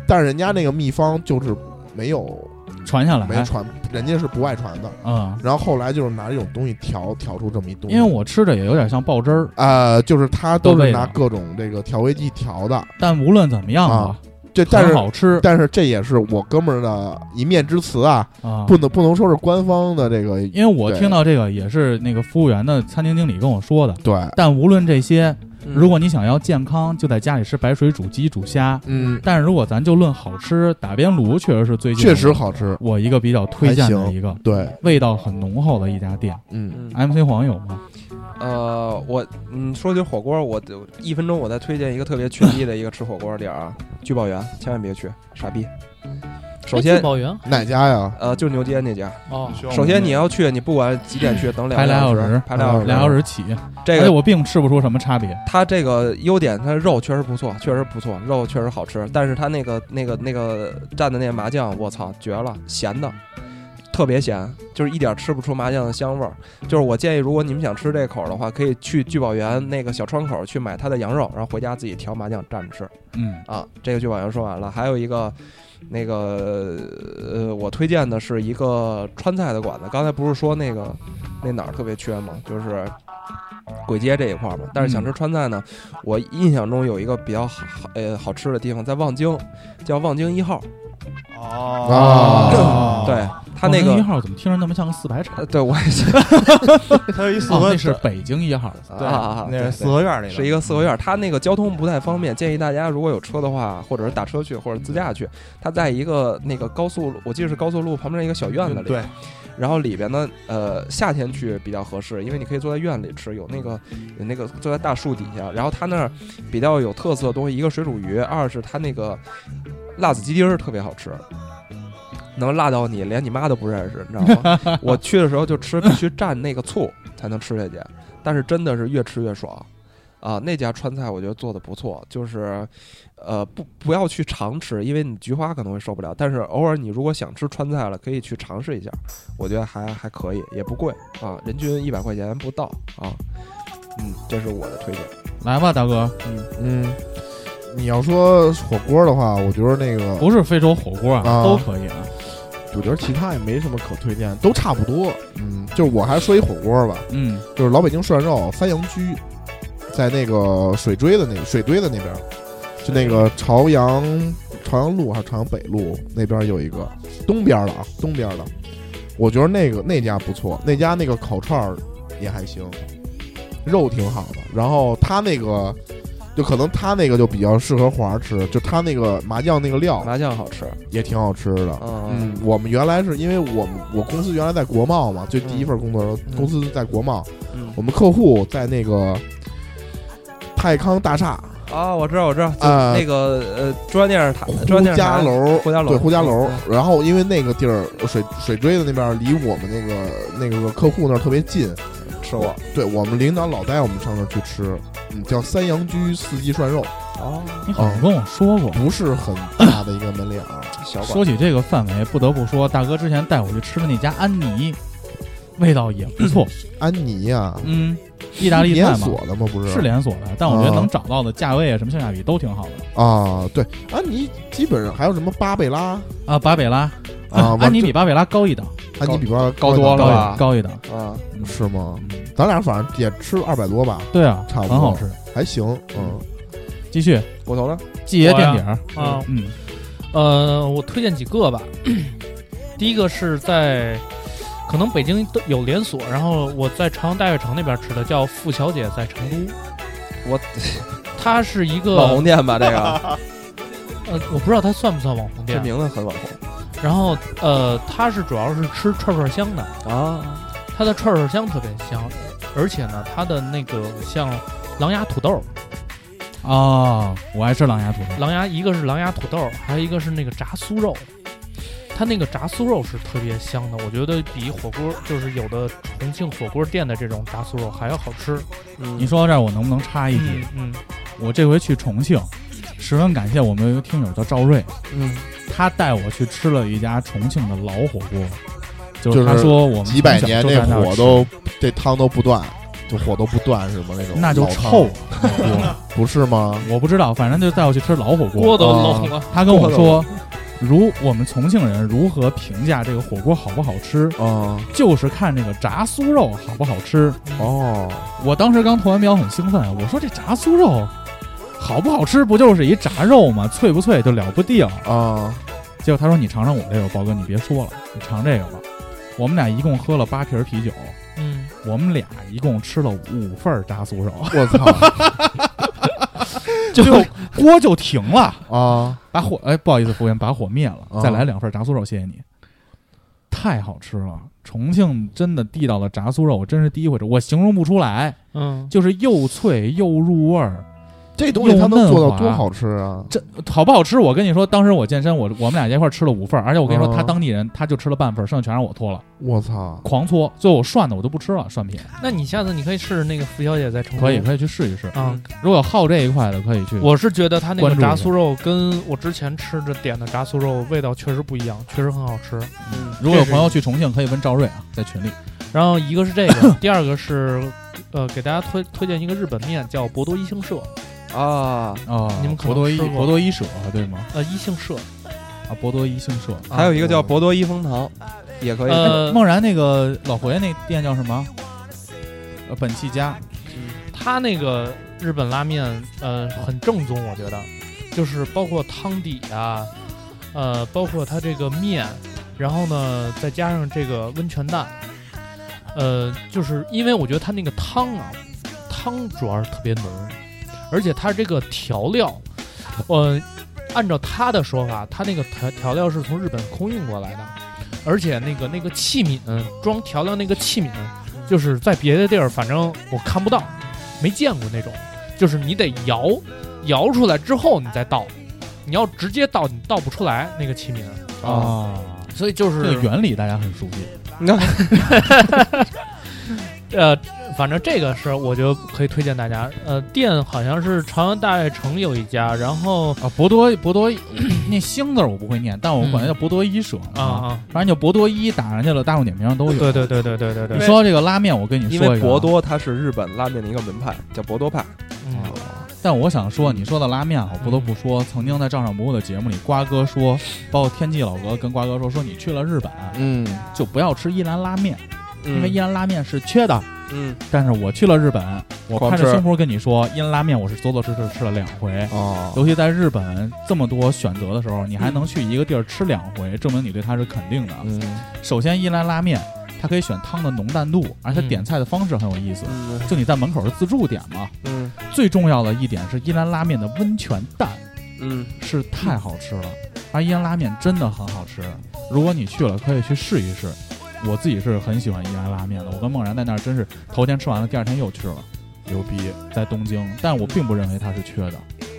但是人家那个秘方就是没有
传下
没
来，
传，人家是不外传的。
嗯，
然后后来就是拿这种东西调调出这么一东西，
因为我吃着也有点像爆汁儿，
呃，就是他都
都
是
味
拿
道
各种这个调味剂调的，
但无论怎么样吧，
这但
很
是
好吃
但是这也是我哥们儿的一面之词啊，
啊，
不能不能说是官方的这个
因为我
对
听到这个也是那个服务员的餐厅经理跟我说的。
对，
但无论这些，
嗯
如果你想要健康，就在家里吃白水煮鸡、煮虾。
嗯，
但是如果咱就论好吃，打边炉确实是最近
确实好吃，
我一个比较推荐的一个
对，
味道很浓厚的一家店。
嗯，
嗯
MC 黄有吗？
呃，我嗯，说起火锅，我我一分钟我再推荐一个特别群力的一个吃火锅的地儿啊，聚宝园，千万别去，傻逼。首先，
哎宝源
哪家呀？
呃，就牛街那家。
哦，
首先你要去，你不管几点去，等两
排
个
俩小
时
时，
排俩小时。啊
俩小时起，
这
而且
个
我并吃不出什么差别。
它这个优点，它肉确实不错，确实不错，肉确实好吃。但是它那个那个那个蘸的那麻酱，我操，绝了，咸的，特别咸，就是一点吃不出麻酱的香味儿。就是我建议，如果你们想吃这口的话，可以去聚宝园那个小窗口去买它的羊肉，然后回家自己调麻酱蘸着吃
嗯，
啊。这个聚宝园说完了，还有一个。那个呃，我推荐的是一个川菜的馆子。刚才不是说那个那哪儿特别缺吗？就是簋街这一块儿嘛。但是
嗯
想吃川菜呢，我印象中有一个比较好呃好吃的地方在望京，叫望京一号。
啊
啊
哦
对，它
望
那
京一
个，
号怎么听着那么像个四百厂？
呃
哦，
对我也是
它有一四合
那是北京一号。
*laughs* 对
啊，
那
对
是四合院儿那
对
个，
是一个四合院儿，它那个交通不太方便，建议大家如果有车的话，或者是打车去，或者自驾去。它在一个那个高速路，我记得是高速路旁边一个小院子里，
对，
然后里边呢，呃，夏天去比较合适，因为你可以坐在院里吃，有那个有那个坐在大树底下。然后它那儿比较有特色的东西，一个水煮鱼，二是它那个辣子鸡丁儿特别好吃，能辣到你连你妈都不认识，你知道吗？我去的时候就吃，必须蘸那个醋才能吃下去，但是真的是越吃越爽。啊，那家川菜我觉得做的不错，就是，呃，不不要去常吃，因为你菊花可能会受不了。但是偶尔你如果想吃川菜了，可以去尝试一下。我觉得还还可以，也不贵啊，人均一百块钱不到啊。嗯，这是我的推荐。
来吧，大哥，
嗯，你要说火锅的话，我觉得那个，
不是非洲火锅啊，
啊
都可以啊。
我觉得其他也没什么可推荐，都差不多。嗯，就是我还说一火锅吧，
嗯，
就是老北京涮肉三阳居，在那个水锥的那水堆的那边儿，就那个朝阳朝阳路还是朝阳北路那边儿有一个东边儿的啊，东边儿的，我觉得那个那家不错，那家那个烤串儿也还行，肉挺好的，然后他那个就可能他那个就比较适合华儿吃，就他那个麻酱那个料
麻酱好吃，啊
也挺好吃的。
嗯
嗯，我们原来是因为我们我公司原来在国贸嘛，就第一份工作的时候，
嗯
公司在国贸，
嗯
我们客户在那个泰康大厦
啊，我知道我知道，就
啊
那个呃中央电视台
胡
中央电视
家
台
楼，
胡家楼
对胡家楼
嗯。
然后因为那个地儿水水锥子那边儿离我们那个那个客户那儿特别近，
吃过
对我们领导老带我们上那儿去吃，嗯，叫三阳居四季涮肉，
哦，
你好像跟我说过。
不是很大的一个门脸儿。
小馆
说起这个范围，不得不说，大哥之前带我去吃的那家安妮，味道也不错。
安妮呀，
嗯，意大利菜
连
嘛，
锁的吗？不是，
是连锁的，但我觉得
啊
能找到的价位啊，什么性价比都挺好的。
啊，对，安妮基本上还有什么巴贝拉
啊，巴贝拉
啊，
安妮比巴贝拉高一档，
安妮比巴
高多了
高一
吧
档高一档。
啊，
嗯
是吗？
嗯
咱俩反正也吃了二百多吧，
对啊，
差不
很
多
好吃。
还行，嗯，
继续，
我头呢？
季爷垫底儿。
啊，
嗯，
呃，我推荐几个吧。 *clears throat* 第一个是在可能北京都有连锁，然后我在朝阳大悦城那边吃的，叫付小姐在成都。
我
它是一个
网红店吧，这个
呃，我不知道它算不算网
*laughs*
红
这
店。啊
名字很网红
然后呃，它是主要是吃串串香的，
啊，
它的串串香特别香，而且呢，它的那个像狼牙土豆，
哦，我爱吃狼牙土豆。
狼牙一个是狼牙土豆，还有一个是那个炸酥肉。它那个炸酥肉是特别香的，我觉得比火锅就是有的重庆火锅店的这种炸酥肉还要好吃。
嗯
你说到这儿，我能不能插一句
嗯？嗯
我这回去重庆，十分感谢我们有一个听友叫赵瑞，
嗯，
他带我去吃了一家重庆的老火锅，就
就是
是他说我们
几百年
从
那
小就在那儿
火
吃
都这汤都不断，就火都不断是吗？那种
那就
老汤
臭，了，那
*laughs*
锅
不是吗？
我不知道，反正就带我去啊吃老火锅
锅。都冷了，
他跟我说，如我们重庆人如何评价这个火锅好不好吃，
啊
就是看这个炸酥肉好不好吃。
哦，
我当时刚投完标，很兴奋，我说这炸酥肉好不好吃，不就是一炸肉吗？脆不脆就了不定。
嗯
啊，
结果他说你尝尝我这个，豹哥你别说了，你尝这个吧。我们俩一共喝了八瓶啤酒，
嗯，
我们俩一共吃了五份炸酥
*laughs*
肉，
我操
就锅就停了，
啊！
把火哎不好意思，服务员把火灭了，
啊
再来两份炸酥肉，谢谢你。太好吃了，重庆真的地道的炸酥肉，我真是第一回吃，我形容不出来，
嗯，
就是又脆又入味儿。
*laughs* 这东西
又
它能做
嫩
到
滑
多好吃啊！
这好不好吃？我跟你说，当时我健身，我我们俩在一块儿吃了五份儿，而且我跟你说，
啊
他当地人他就吃了半份儿，剩下全让我搓了，
我操，
狂搓，最后我涮的我都不吃了，涮品
那你下次你可以试试那个付小姐在成都。
可以可以去试一试。
啊，
如果好这一块的，可以去。
我是觉得它那个
关注一
炸
下
酥肉跟我之前吃着点的炸酥肉味道确实不一样，确实很好吃。
如果有朋友去重庆，可以问赵瑞啊，在群里。
然后一个是这
*laughs*
个，第二个是，呃，给大家推推荐一个日本面，叫博多一庆社，
啊，
啊，
你们可能
博多一
吃过
博多一舍对吗？
呃，一庆社，
啊，博多一姓社。
啊
还有一个叫博多一风堂，也可以。
呃，
梦然那个老佛爷那店叫什么？呃，本气家
嗯他那个日本拉面，呃，很正宗，我觉得，就是包括汤底啊，呃，包括它这个面，然后呢，再加上这个温泉蛋，呃，就是因为我觉得它那个汤啊，汤主要是特别浓，而且它这个调料，呃，按照他的说法，他那个调调料是从日本空运过来的，而且那个那个器皿装调料那个器皿，就是在别的地儿，反正我看不到，没见过那种，就是你得摇，摇出来之后你再倒，你要直接倒你倒不出来那个器皿，
啊，
所以就
这
是
个原理大家很熟悉。
呃，反正这个是我觉得可以推荐大家。呃，店好像是朝阳大悦城有一家，然后
啊，博多博多 *clears throat* 那星字儿我不会念，但我管它叫博多一舍
啊啊，
反正就博多一打上去了，大众点评上都有。
对对对对对对
你
对，
说到这个拉面，我跟你
因
说
为
一个
博
啊，
多它是日本拉面的一个门派，叫博多派。
嗯
但我想说，你说到拉面啊，我不得不说，曾经在《照上不误》的节目里，瓜哥说，包括天际老哥跟瓜哥说，说你去了日本
嗯，
就不要吃一兰拉面，因为一
嗯
兰拉面是缺的。
嗯
但是我去了日本，我
狂
拍
吃
着胸脯跟你说，因拉面我是走走吃吃吃了两回。
哦，
尤其在日本这么多选择的时候，你还能去一个地儿吃两回，证明你对它是肯定的。
嗯，
首先，一兰拉面它可以选汤的浓淡度，而且
嗯
点菜的方式很有意思。
嗯
就你在门口是自助点嘛，
嗯，
最重要的一点是伊兰拉面的温泉蛋
嗯，
是太好吃了，而伊兰拉面真的很好吃。如果你去了，可以去试一试。我自己是很喜欢伊兰拉面的，我跟梦然在那儿真是头天吃完了，第二天又去了，
牛逼，
在东京，但我并不认为它是缺的。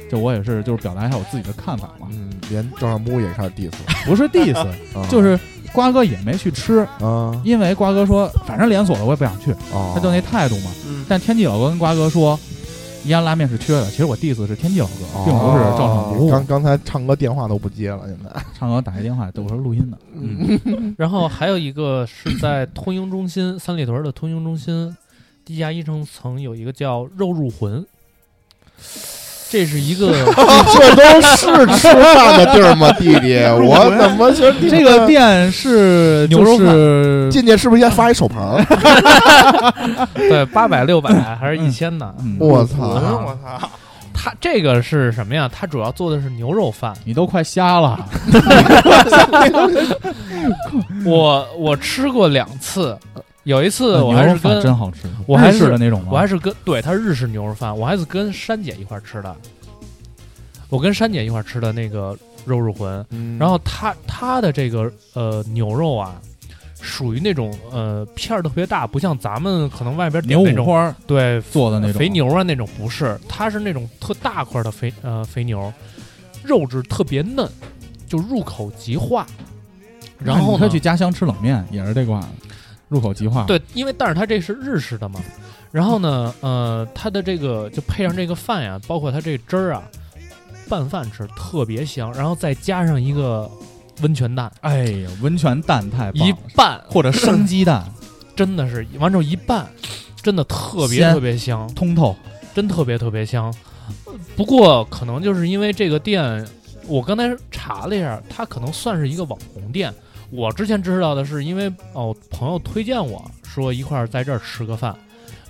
就我也是，就是表达一下我自己的看法嘛，
嗯，连赵尚武也开始 diss
*laughs*
了
不是 diss，
*laughs* 啊，
就是瓜哥也没去吃，
啊
因为瓜哥说反正连锁的我也不想去，
啊，
他就那态度嘛。
嗯
但天际老哥跟瓜哥说，宜安拉面是缺的。其实我 diss 的是天际老哥，
哦
并不是照常不误。
刚刚才唱歌电话都不接了，现 *laughs* 在
唱歌打一电话，我说录音呢。嗯，
然后还有一个是在通营中心，三里屯的通营中心地下一层层有一个叫“肉入 *laughs* 魂”，这是一个
这都是吃饭的地儿吗，弟 *laughs* 弟？我怎么就
这个店是
*laughs* 牛肉
就
饭
是
进去是不是先发一手牌？ *laughs*
*laughs* 对八百、六百还是一千的。
嗯，
我操！
哎
啊
我操！
它这个是什么呀？它主要做的是牛肉饭。
你都快瞎了。嗯
我我吃过两次，有一次我还
呃牛
是
肉饭
跟
真好啊吃，
我还是
日式的那种吗？
我还是跟对它是日式牛肉饭，我还是跟珊姐一块儿吃的。我跟珊姐一块儿吃的那个肉入魂，
嗯
然后它它的这个呃牛肉啊，属于那种呃片儿特别大，不像咱们可能外边点
牛
那
五
种
花
对
做的那种
肥，牛啊那种，不是，它是那种特大块的肥呃肥牛，肉质特别嫩，就入口即化。然后
他
呢
去家乡吃冷面也是这款，入口即化。，
对，因为但是它这是日式的嘛，然后呢，呃，它的这个就配上这个饭呀、包括它这汁儿啊，拌饭吃特别香，然后再加上一个温泉蛋
哎呀，温泉蛋太棒
一
了，
拌，
或者生鸡蛋 *clears throat*
真的是完之后一拌，真的特别
鲜
特别香，
通透。
真特别特别香。呃不过可能就是因为这个店，我刚才查了一下，它可能算是一个网红店。我之前知道的是，因为哦朋友推荐我说一块儿在这儿吃个饭，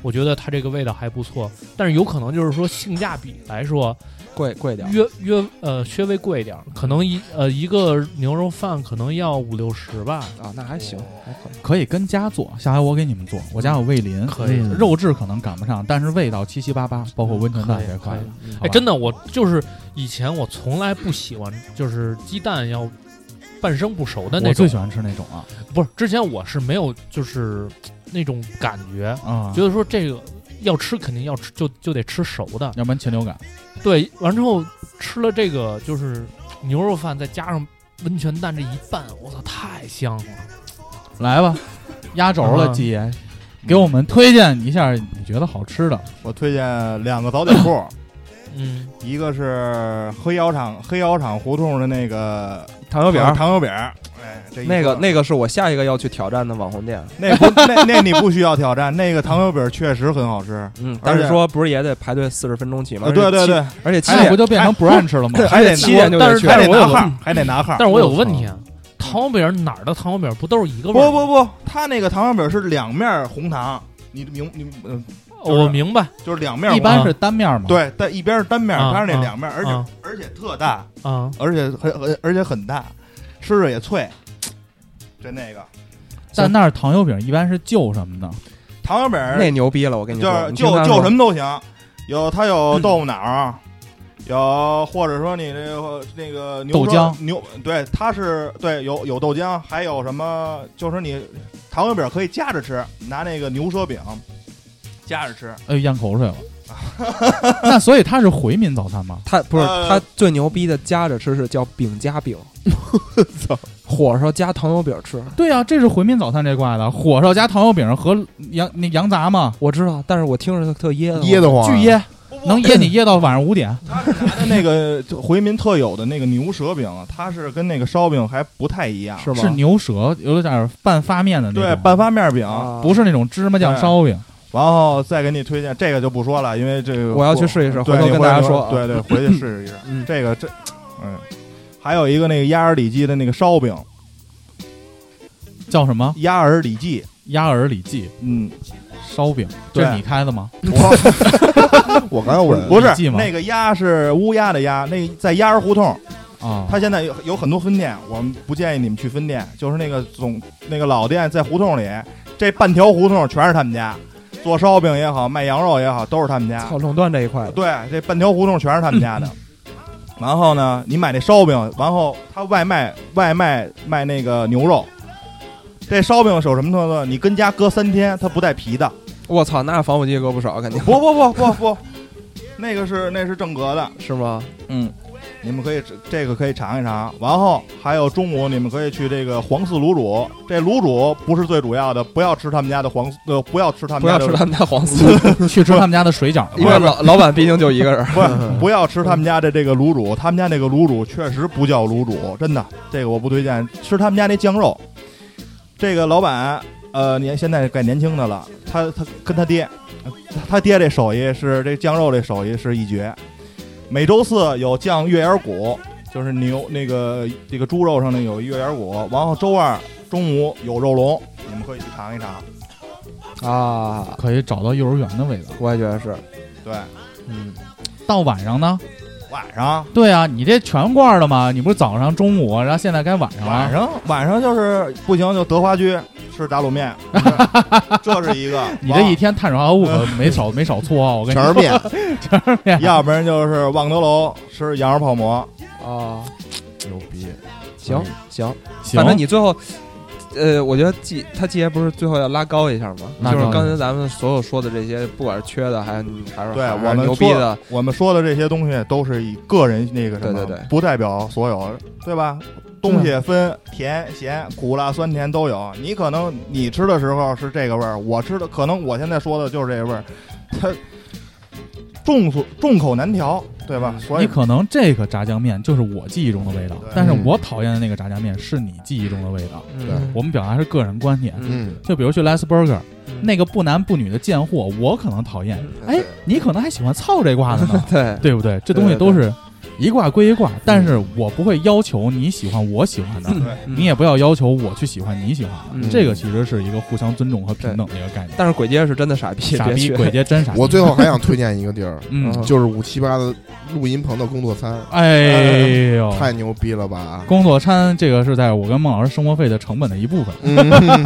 我觉得它这个味道还不错，但是有可能就是说性价比来说，
贵贵点儿，
约约呃稍微贵一点儿，可能一呃一个牛肉饭可能要五六十吧。
啊，那还行，还可以。
可以跟家做，下回我给你们做。我家有味淋，
可以
嗯肉质可能赶不上，但是味道七七八八，包括温泉蛋这块
可以可。
好吧
哎，真的，我就是以前我从来不喜欢，就是鸡蛋要半生不熟的那
我
种
最喜。欢吃那种啊
不是，之前我是没有就是那种感觉，
啊，
觉得说这个要吃肯定要吃，就就得吃熟的。
要不然禽流感。
对，完之后吃了这个就是牛肉饭，再加上温泉蛋这一拌，我操，太香了！
来吧，压轴了，
啊
季爷，给我们推荐一下你觉得好吃的。
我推荐两个早点铺，
*coughs*
嗯，
一个是黑窑厂黑窑厂胡同的那个
糖油饼
呃
儿，
糖油饼儿，哎，这一
那个
说
那个是我下一个要去挑战的网红店。
那不那那你不需要挑战，那个糖油饼儿确实很好吃。
嗯，
而
但
且
是说不是也得排队四十分钟起吗？
呃，对对对，哎
而且七，
那
而且
不
七
就变成 brunch 了吗？
还得
七点就得去。
还得
我有
拿号，还得拿号。
但是我有个问题啊，糖油饼哪儿的糖油饼不都是一个味儿啊
不
吗？
不不，他那个糖油饼是两面儿红糖，你明你嗯就是
我明白
就是两 *laughs* 面儿
一
红
般是单面嘛。，
对，但一边是单面儿，
啊
它是那
啊
两面儿，而
啊
且而且特大，
啊，
而且很很而且很大，吃着也脆。就那个
但那儿糖油饼一般是就什么的，
糖油饼儿
那牛逼了，我跟你
就
说，
是
你
就
听他
就
说
什么都行，有它有豆腐脑儿，有或者说你这个那个牛
豆
舌
浆
牛，对，它是对有有豆浆，还有什么就是你糖油饼可以夹着吃，拿那个牛舌饼夹
*laughs*
着吃，
哎呦，咽口
*laughs*
水了。那所以它是回民早餐吗？
他不是
呃
他最牛逼的夹着吃是叫饼夹
*laughs*
饼，火烧夹糖油饼吃，
对呀、这是回民早餐这块的，火烧加糖油饼和羊那羊杂嘛，
我知道，但是我听着特噎的
噎得慌，
巨噎，能噎你噎到晚上五
*laughs*
点。
它是拿的那个就回民特有的那个牛舌饼，它是跟那个烧饼还不太一样，
是吗？
是牛舌，有点半发面的那种，
对，半发面饼。
啊，
不是那种芝麻酱烧饼。
然后再给你推荐这个就不说了，因为这个
我要去试一试
对
回头
你
跟
回
大家
头
说啊
对对，回去试一试。
嗯
这个这，嗯，还有一个那个鸭儿里脊的那个烧饼，
叫什么
鸭儿里脊，
鸭儿里脊
*laughs*
嗯，
烧饼？
对
这是你开的吗？
我
我刚才 *laughs* 问，
不
里
是
脊吗
那个鸭是乌鸦的鸭，那在鸭儿胡同，
啊，
它现在有有很多分店，我们不建议你们去分店，就是那个总那个老店在胡同里，这半条胡同全是他们家，做烧饼也好，卖羊肉也好，都是他们家。
操垄断这一块的，
对，这半条胡同全是他们
*laughs*
家的。然后呢，你买那烧饼，然后他外卖外卖卖那个牛肉，这烧饼是有什么特色？你跟家搁三天，它不带
*laughs*
皮的。
我操，那防腐剂搁不少，肯定
不不不不不，那个是那是正格的，
是吗？
嗯，你们可以这个可以尝一尝。然后还有中午你们可以去这个黄四卤煮，这卤煮不是最主要的，不要吃他们家的黄呃，不要吃他
不
们
要
家的
吃他们家
*laughs*
黄丝，
去吃他们家的水饺
因
了吧。
为老老板毕竟就一个
*laughs*
人。
不是不要吃他们家的这个卤煮，他们家那个卤煮确实不叫卤煮，真的，这个我不推荐。吃他们家那酱肉，这个老板，呃，年现在改年轻的了，他他跟他爹，他爹这手艺是这酱肉这手艺是一绝。每周四有酱月眼骨，就是牛那个这个猪肉上呢有一月眼骨，然后周二中午有肉龙，你们可以去尝一尝。
啊，
可以找到幼儿园的味道。
我也觉得是，
对，
嗯，
到晚上呢？
晚上
对啊，你这全罐的嘛，你不是早上、中午，然后现在该
啊
晚上了。
晚上晚上就是不行就德华居吃打卤面，
*laughs*
这是一个。
你这一天碳水化合物可没
*laughs*
少没少搓啊，我跟你
全是面，
说，
要不然就是望德楼吃羊肉泡馍，
啊，
牛逼！
行
嗯
行，
行
反正你最后，呃，我觉得季他季爷不是最后要拉高一下吗？
拉
就是
高一下
刚才咱们所有说的这些，不管是缺的还是还是
对
还是
我们
牛
说
逼的，
我们说的这些东西都是以个人那个什么，
对对对
不代表所有，对吧？东西分甜、咸、苦、辣、酸、甜都有。你可能你吃的时候是这个味儿，我吃的可能我现在说的就是这个味儿，它众所众口难调，对
嗯
吧？所
你
以
可能这个炸酱面就是我记忆中的味道
对，
但是我讨厌的那个炸酱面是你记忆中的味道。
嗯，
我们表达是个人观点，
嗯，
就比如去 Les Burger
嗯，
那个不男不女的贱货，我可能讨厌，哎，你可能还喜欢操这挂的呢
对，
对不对？这东西都是一挂归一挂，但是我不会要求你喜欢我喜欢的，
对
嗯
你也不要要求我去喜欢你喜欢的，
嗯
这个其实是一个互相尊重和平等的一个概念。
但是鬼街是真的傻逼，
傻
别
逼
学
鬼，街真傻逼，
我最后还想推荐一个地儿，
嗯，哦
嗯
*laughs* 就是五七八的录音棚的工作餐，
哎呦，
太牛逼了吧！
工作餐这个是在我跟孟老师生活费的成本的一部分，
嗯， *laughs*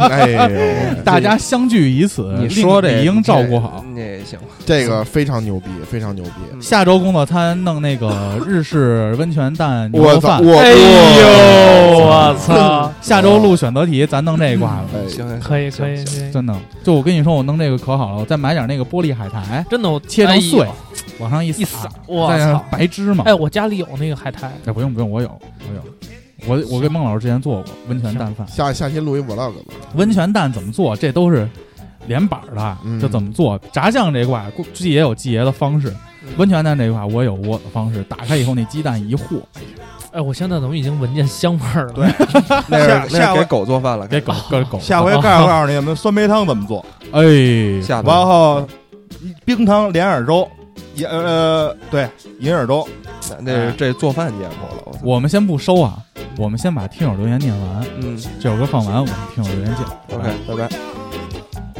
*laughs*
哎呦，
大家相聚于此，
*laughs* 你说这
理应照顾好。
那也行，
这个非常牛逼，非常牛逼！
下周工作餐弄那个日式温泉蛋牛
我
肉
操，
饭，嗯
我
哎呦，
哇
我操！
下周录选择题，咱弄这一挂吧。
哎
行，
*laughs*
行
可以
行
可以，
行
可以
真的，就我跟你说，我弄这个可好了，我再买点那个玻璃海苔，
真的我
切成碎
哎呦，哎
往上一
一
撒
撒，，我
再
操
上！白芝麻。
哎，我家里有那个海苔，
哎，不用不用，我有我有，我我跟孟老师之前做过温泉蛋饭，
下下期录一 vlog 吧。
温泉蛋怎么做，这都是连板儿的，
嗯
就怎么做。炸酱这一块，估计也有季爷的方式。
嗯
温泉蛋这一块，我有我的方式。打开以后，那鸡蛋一和，
哎，我现在怎么已经闻见香味儿了？ *laughs*
对
那
下
是那
下
是给
回
狗做饭了，
给狗给狗。
下回告诉告诉你们酸梅汤怎么做。
哎，
下
然后冰糖莲耳粥，也呃对银耳粥，
哎
那这做饭节目了，我操，
我们先不收啊，我们先把听友留言念完。
嗯
这首歌放完，我们听友留言见。拜拜。
，OK，拜拜。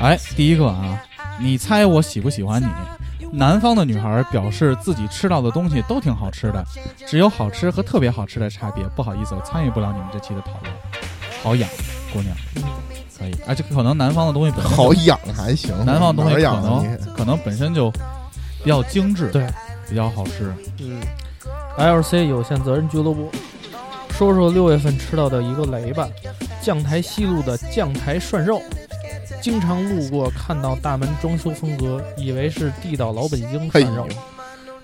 哎，第一个啊，你猜我喜不喜欢你？南方的女孩表示自己吃到的东西都挺好吃的，只有好吃和特别好吃的差别。不好意思，我参与不了你们这期的讨论。好痒，姑娘，可以。而且可能南方的东西本身
好痒还行，
南方的东
哪
西
儿
可
痒啊你
能？可能本身就比较精致，
对，
比较好吃。
嗯，LC 有限责任俱乐部，说说六月份吃到的一个雷吧。将台西路的将台涮肉，经常路过看到大门装修风格，以为是地道老北京
嘿
涮肉，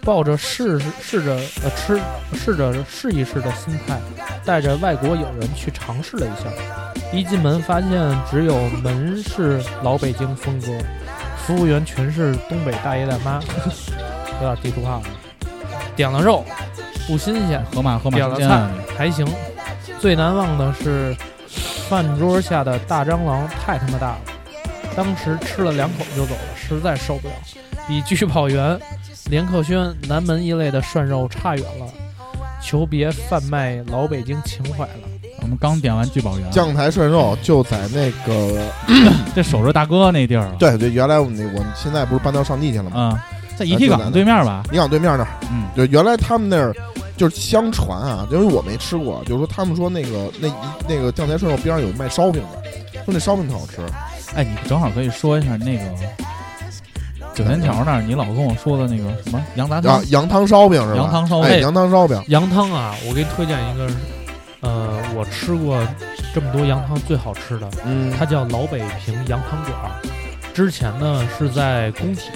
抱着试试试着呃吃试着试一试的心态，带着外国友人去尝试了一下。一进门发现只有门是老北京风格，服务员全是东北大爷大妈， *laughs* 有点地图炮了。点了肉，不新鲜，
河马河马
点了
之间啊
菜还行。最难忘的是饭桌下的大蟑螂太他妈大了，当时吃了两口就走了，实在受不了。比聚宝园、连克轩、南门一类的涮肉差远了，求别贩卖老北京情怀了。
我们刚点完聚宝园，
将台涮肉就在那个，
这守着大哥那地儿了。，
对对，原来我们那我们现在不是搬到上地去了吗？
嗯，在遗体港对面吧？
你港对面那儿，
嗯，
就原来他们那儿就是相传啊，因为我没吃过，就是说他们说那个那一那个将台涮肉边上有卖烧饼的，说那烧饼特好吃。
哎，你正好可以说一下那个九仙桥那儿，你老跟我说的那个什么羊杂
啊
汤，，
羊汤烧饼是吧？
羊汤烧
哎，
饼
羊汤烧饼，
羊汤啊，我给你推荐一个，呃，我吃过这么多羊汤最好吃的，
嗯，
它叫老北平羊汤馆儿。之前呢是在工体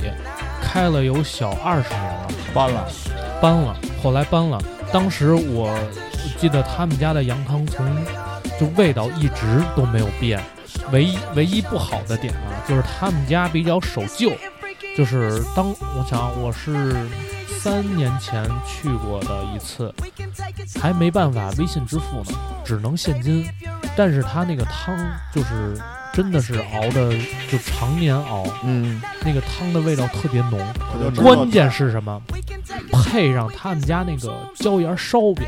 开了有小二十年了，
搬了，
搬了，后来搬了。当时我记得他们家的羊汤从就味道一直都没有变，唯一唯一不好的点啊，就是他们家比较守旧，就是当我想我是三年前去过的一次，还没办法微信支付呢，只能现金。但是他那个汤就是真的是熬的就常年熬，
嗯，
那个汤的味道特别浓。
我就知道
关键是什么？配上他们家那个椒盐烧饼，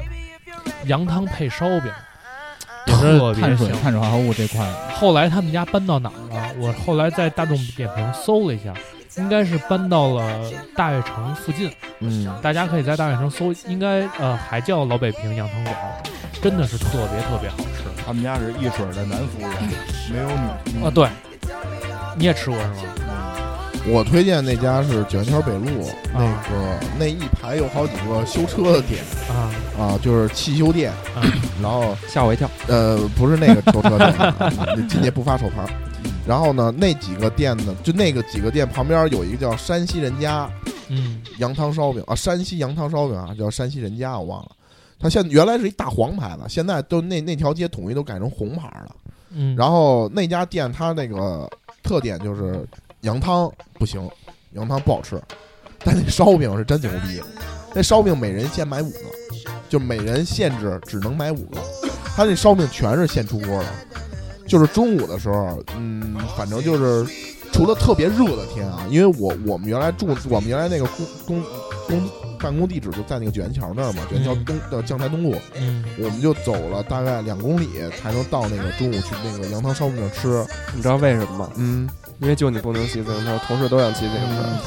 羊汤配烧饼，
有
特
这
别
碳水
香。
碳水化合物这块，
后来他们家搬到哪儿了？我后来在大众点评搜了一下，应该是搬到了大悦城附近。
嗯，
大家可以在大悦城搜，应该呃还叫老北平羊汤馆儿，真的是特别特别好吃
他们家是一水儿的男服务员，没有嗯女
啊！，对，你也吃过是吗？
我推荐那家是九元桥北路那
啊
个那一排有好几个修车的店
啊，
啊，就是汽修店
啊，
嗯
然后
吓我一跳。
呃不是那个修车店啊， *laughs* 今年不发手牌儿。然后呢，那几个店呢，就那个几个店旁边有一个叫山西人家
嗯
羊汤烧饼啊，山西羊汤烧饼啊，叫山西人家，我忘了。它现原来是一大黄牌子，现在都那那条街统一都改成红牌了。
嗯，
然后那家店它那个特点就是羊汤不行，羊汤不好吃，但那烧饼是真牛逼。那烧饼每人限买五个，就每人限制只能买五个。他那烧饼全是现出锅的，就是中午的时候，嗯，反正就是除了特别热的天啊，因为我我们原来住我们原来那个公公公办公地址就在那个九元桥那儿嘛，九元桥
嗯
东 *laughs* 的将台东路，
嗯
我们就走了大概两公里才能到那个中午去那个羊汤烧饼那儿吃。
你知道为什么吗？
嗯，
因为就你不能骑自行车，同事都想骑自行
嗯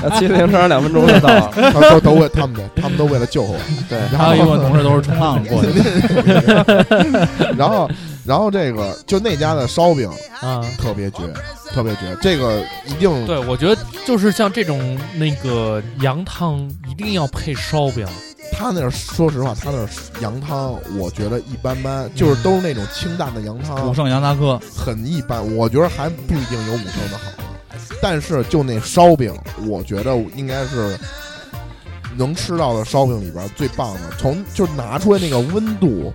车， *laughs* 骑自行车两分钟就到了。
他都都为他们的，他们都为了救我。
对，
然
啊
后
还有一部分同事都是冲浪过去的。
*laughs* 然后然后这个就那家的烧饼
啊。
特别绝，特别绝，这个一定
对，我觉得就是像这种那个羊汤一定要配烧饼，
他那儿说实话，他那儿羊汤我觉得一般般，就是都是那种清淡的羊
*laughs*
汤
武，圣羊杂科，
很一般，我觉得还不一定有五圣的好。但是就那烧饼，我觉得应该是能吃到的烧饼里边最棒的。从就拿出来那个温度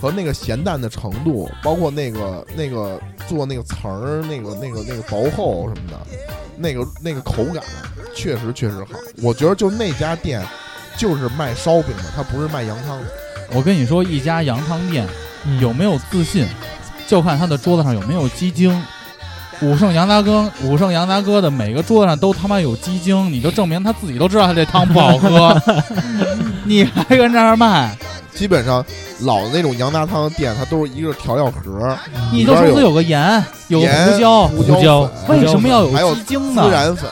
和那个咸淡的程度，包括那个那个做那个层儿、那个那个那个薄厚什么的，那个那个口感，啊确实确实好。我觉得就那家店就是卖烧饼的，它不是卖羊汤的。
我跟你说，一家羊汤店
嗯
有没有自信，就看他的桌子上有没有鸡精。武圣羊杂羹，武圣羊杂哥的每个桌子上都他妈有鸡精，你就证明他自己都知道他这汤不好 *laughs* 喝，你还跟这儿卖，
基本上老的那种羊杂汤店，它都是一个调料盒儿。
你就说它有个盐，有个
盐
胡椒，
胡
胡椒
粉、
为什么要
还有
鸡精
孜
呢？
然粉、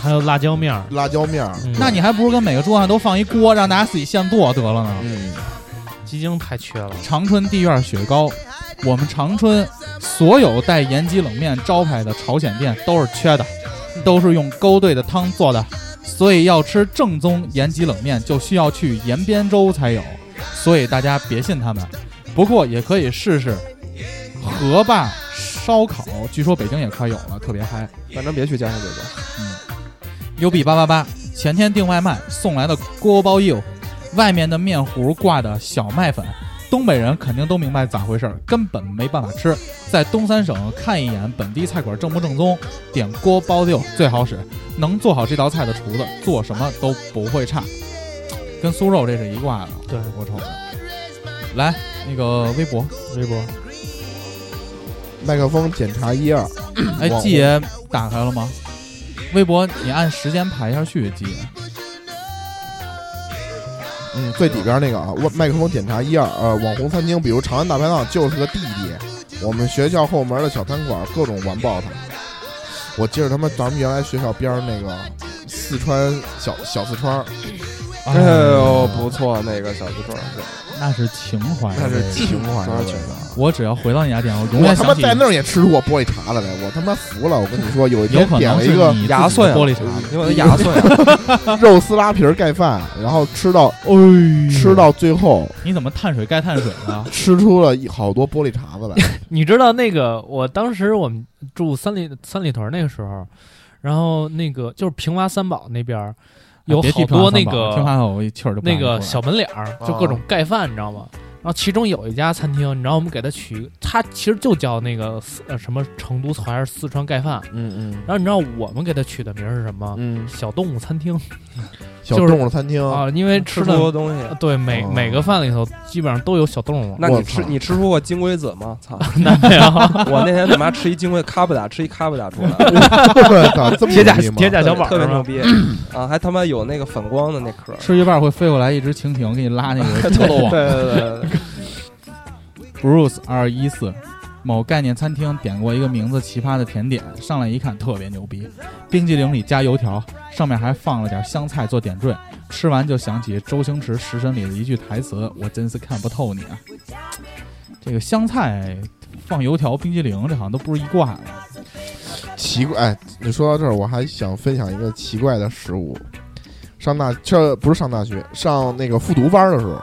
还有辣椒面儿，
辣椒面儿？
嗯
那你还不如跟每个桌上都放一锅，让大家自己现做得了呢。
嗯，
鸡精太缺了。
长春地院雪糕，我们长春所有带延吉冷面招牌的朝鲜店都是缺的，都是用勾兑的汤做的，所以要吃正宗延吉冷面就需要去延边州才有，所以大家别信他们。不过也可以试试河坝烧烤，据说北京也快有了，特别嗨。
反正别去家乡北京。
U B 八八八，前天订外卖送来的锅包肉，外面的面糊挂的小麦粉，东北人肯定都明白咋回事儿，根本没办法吃。在东三省看一眼本地菜馆正不正宗，点锅包肉最好使，能做好这道菜的厨子做什么都不会差，跟酥肉这是一挂的。对，我瞅着。来，那个微博，微博，
麦克风检查一二，
嗯
哎，
我
季爷打开了吗？微博，你按时间排一下序，季爷。
嗯，最底边那个啊，我麦克风检查一二，呃，网红餐厅，比如长安大排档就是个弟弟，我们学校后门的小餐馆各种完爆它。我记着他妈咱们原来学校边儿那个四川小小四川儿，
哎呦，不错，那个小鸡腿儿，
那是情怀，
那是情怀，
主要情
怀。
我只要回到你家店，我永
我
远
他
想
妈
起
在那儿也吃过玻璃茶的来，我他妈服了！我跟你说，有一
有
天
可
点
能
了
是
一个
你自己的
牙啊碎
玻璃茶。
你把它牙啊碎了。
肉丝拉皮儿盖饭，然后吃到
哎
嗯吃到最后，
你怎么碳水盖碳水啊呢？
吃出了一好多玻璃碴子来。
你知道那个，我当时我们住三里三里屯那个时候，然后那个就是平娃三宝那边儿有
啊别提
好多那
平安三宝平
个
安三宝我一气儿就不
那
想说了
个小门脸儿，就各种盖饭，你知道吗？然后其中有一家餐厅，你知道我们给它取，它其实就叫那个四呃什么成都还是四川盖饭。
嗯嗯
然后你知道我们给它取的名儿是什么？
嗯，
小动物餐厅
小
就是
动物餐厅， *laughs*
啊，因为
吃
吃
出
的
过东西。
对每
哦
每个饭里头基本上都有小动物，
那
我
你
操
吃你吃出过金龟子吗？操！
那没有
*laughs* 我那天你妈吃一金龟，咔不打吃一咔不打出来，
我操，这么
铁甲
牛逼吗
铁甲小宝
特别
是
牛
吧？
逼啊！还他妈有那个反光的那壳儿。
吃一半会飞过来一只蜻蜓给你拉那
*laughs*
个跳漏
对
网。
对对对对，
Bruce 二一四，某概念餐厅点过一个名字奇葩的甜点，上来一看特别牛逼，冰激凌里加油条，上面还放了点香菜做点缀。吃完就想起周星驰《食神》里的一句台词：“我真是看不透你啊！”这个香菜放油条、冰激凌，这好像都不是一挂的。
奇怪，哎，你说到这儿，我还想分享一个奇怪的食物。上大这不是上大学，上那个复读班的时候，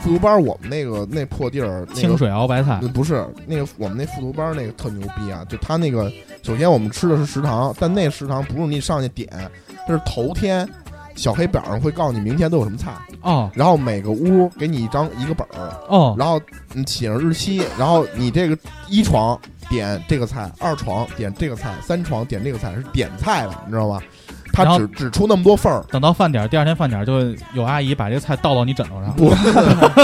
复读班我们那个那破地儿，那
清
个
水熬白菜
嗯不是那个我们那复读班那个特牛逼啊！就他那个，首先我们吃的是食堂，但那食堂不是你上去点，它是头天小黑板上会告诉你明天都有什么菜，
哦
然后每个屋给你一张一个本儿，
哦，
然后你写上日期，然后你这个一床点这个菜，二床点这个菜，三床点这个菜，是点菜的，你知道吗？
然
他
后
只只出那么多
*laughs*
份儿，
等到饭点儿，第二天饭点儿就有阿姨把这菜倒到你枕头上。
不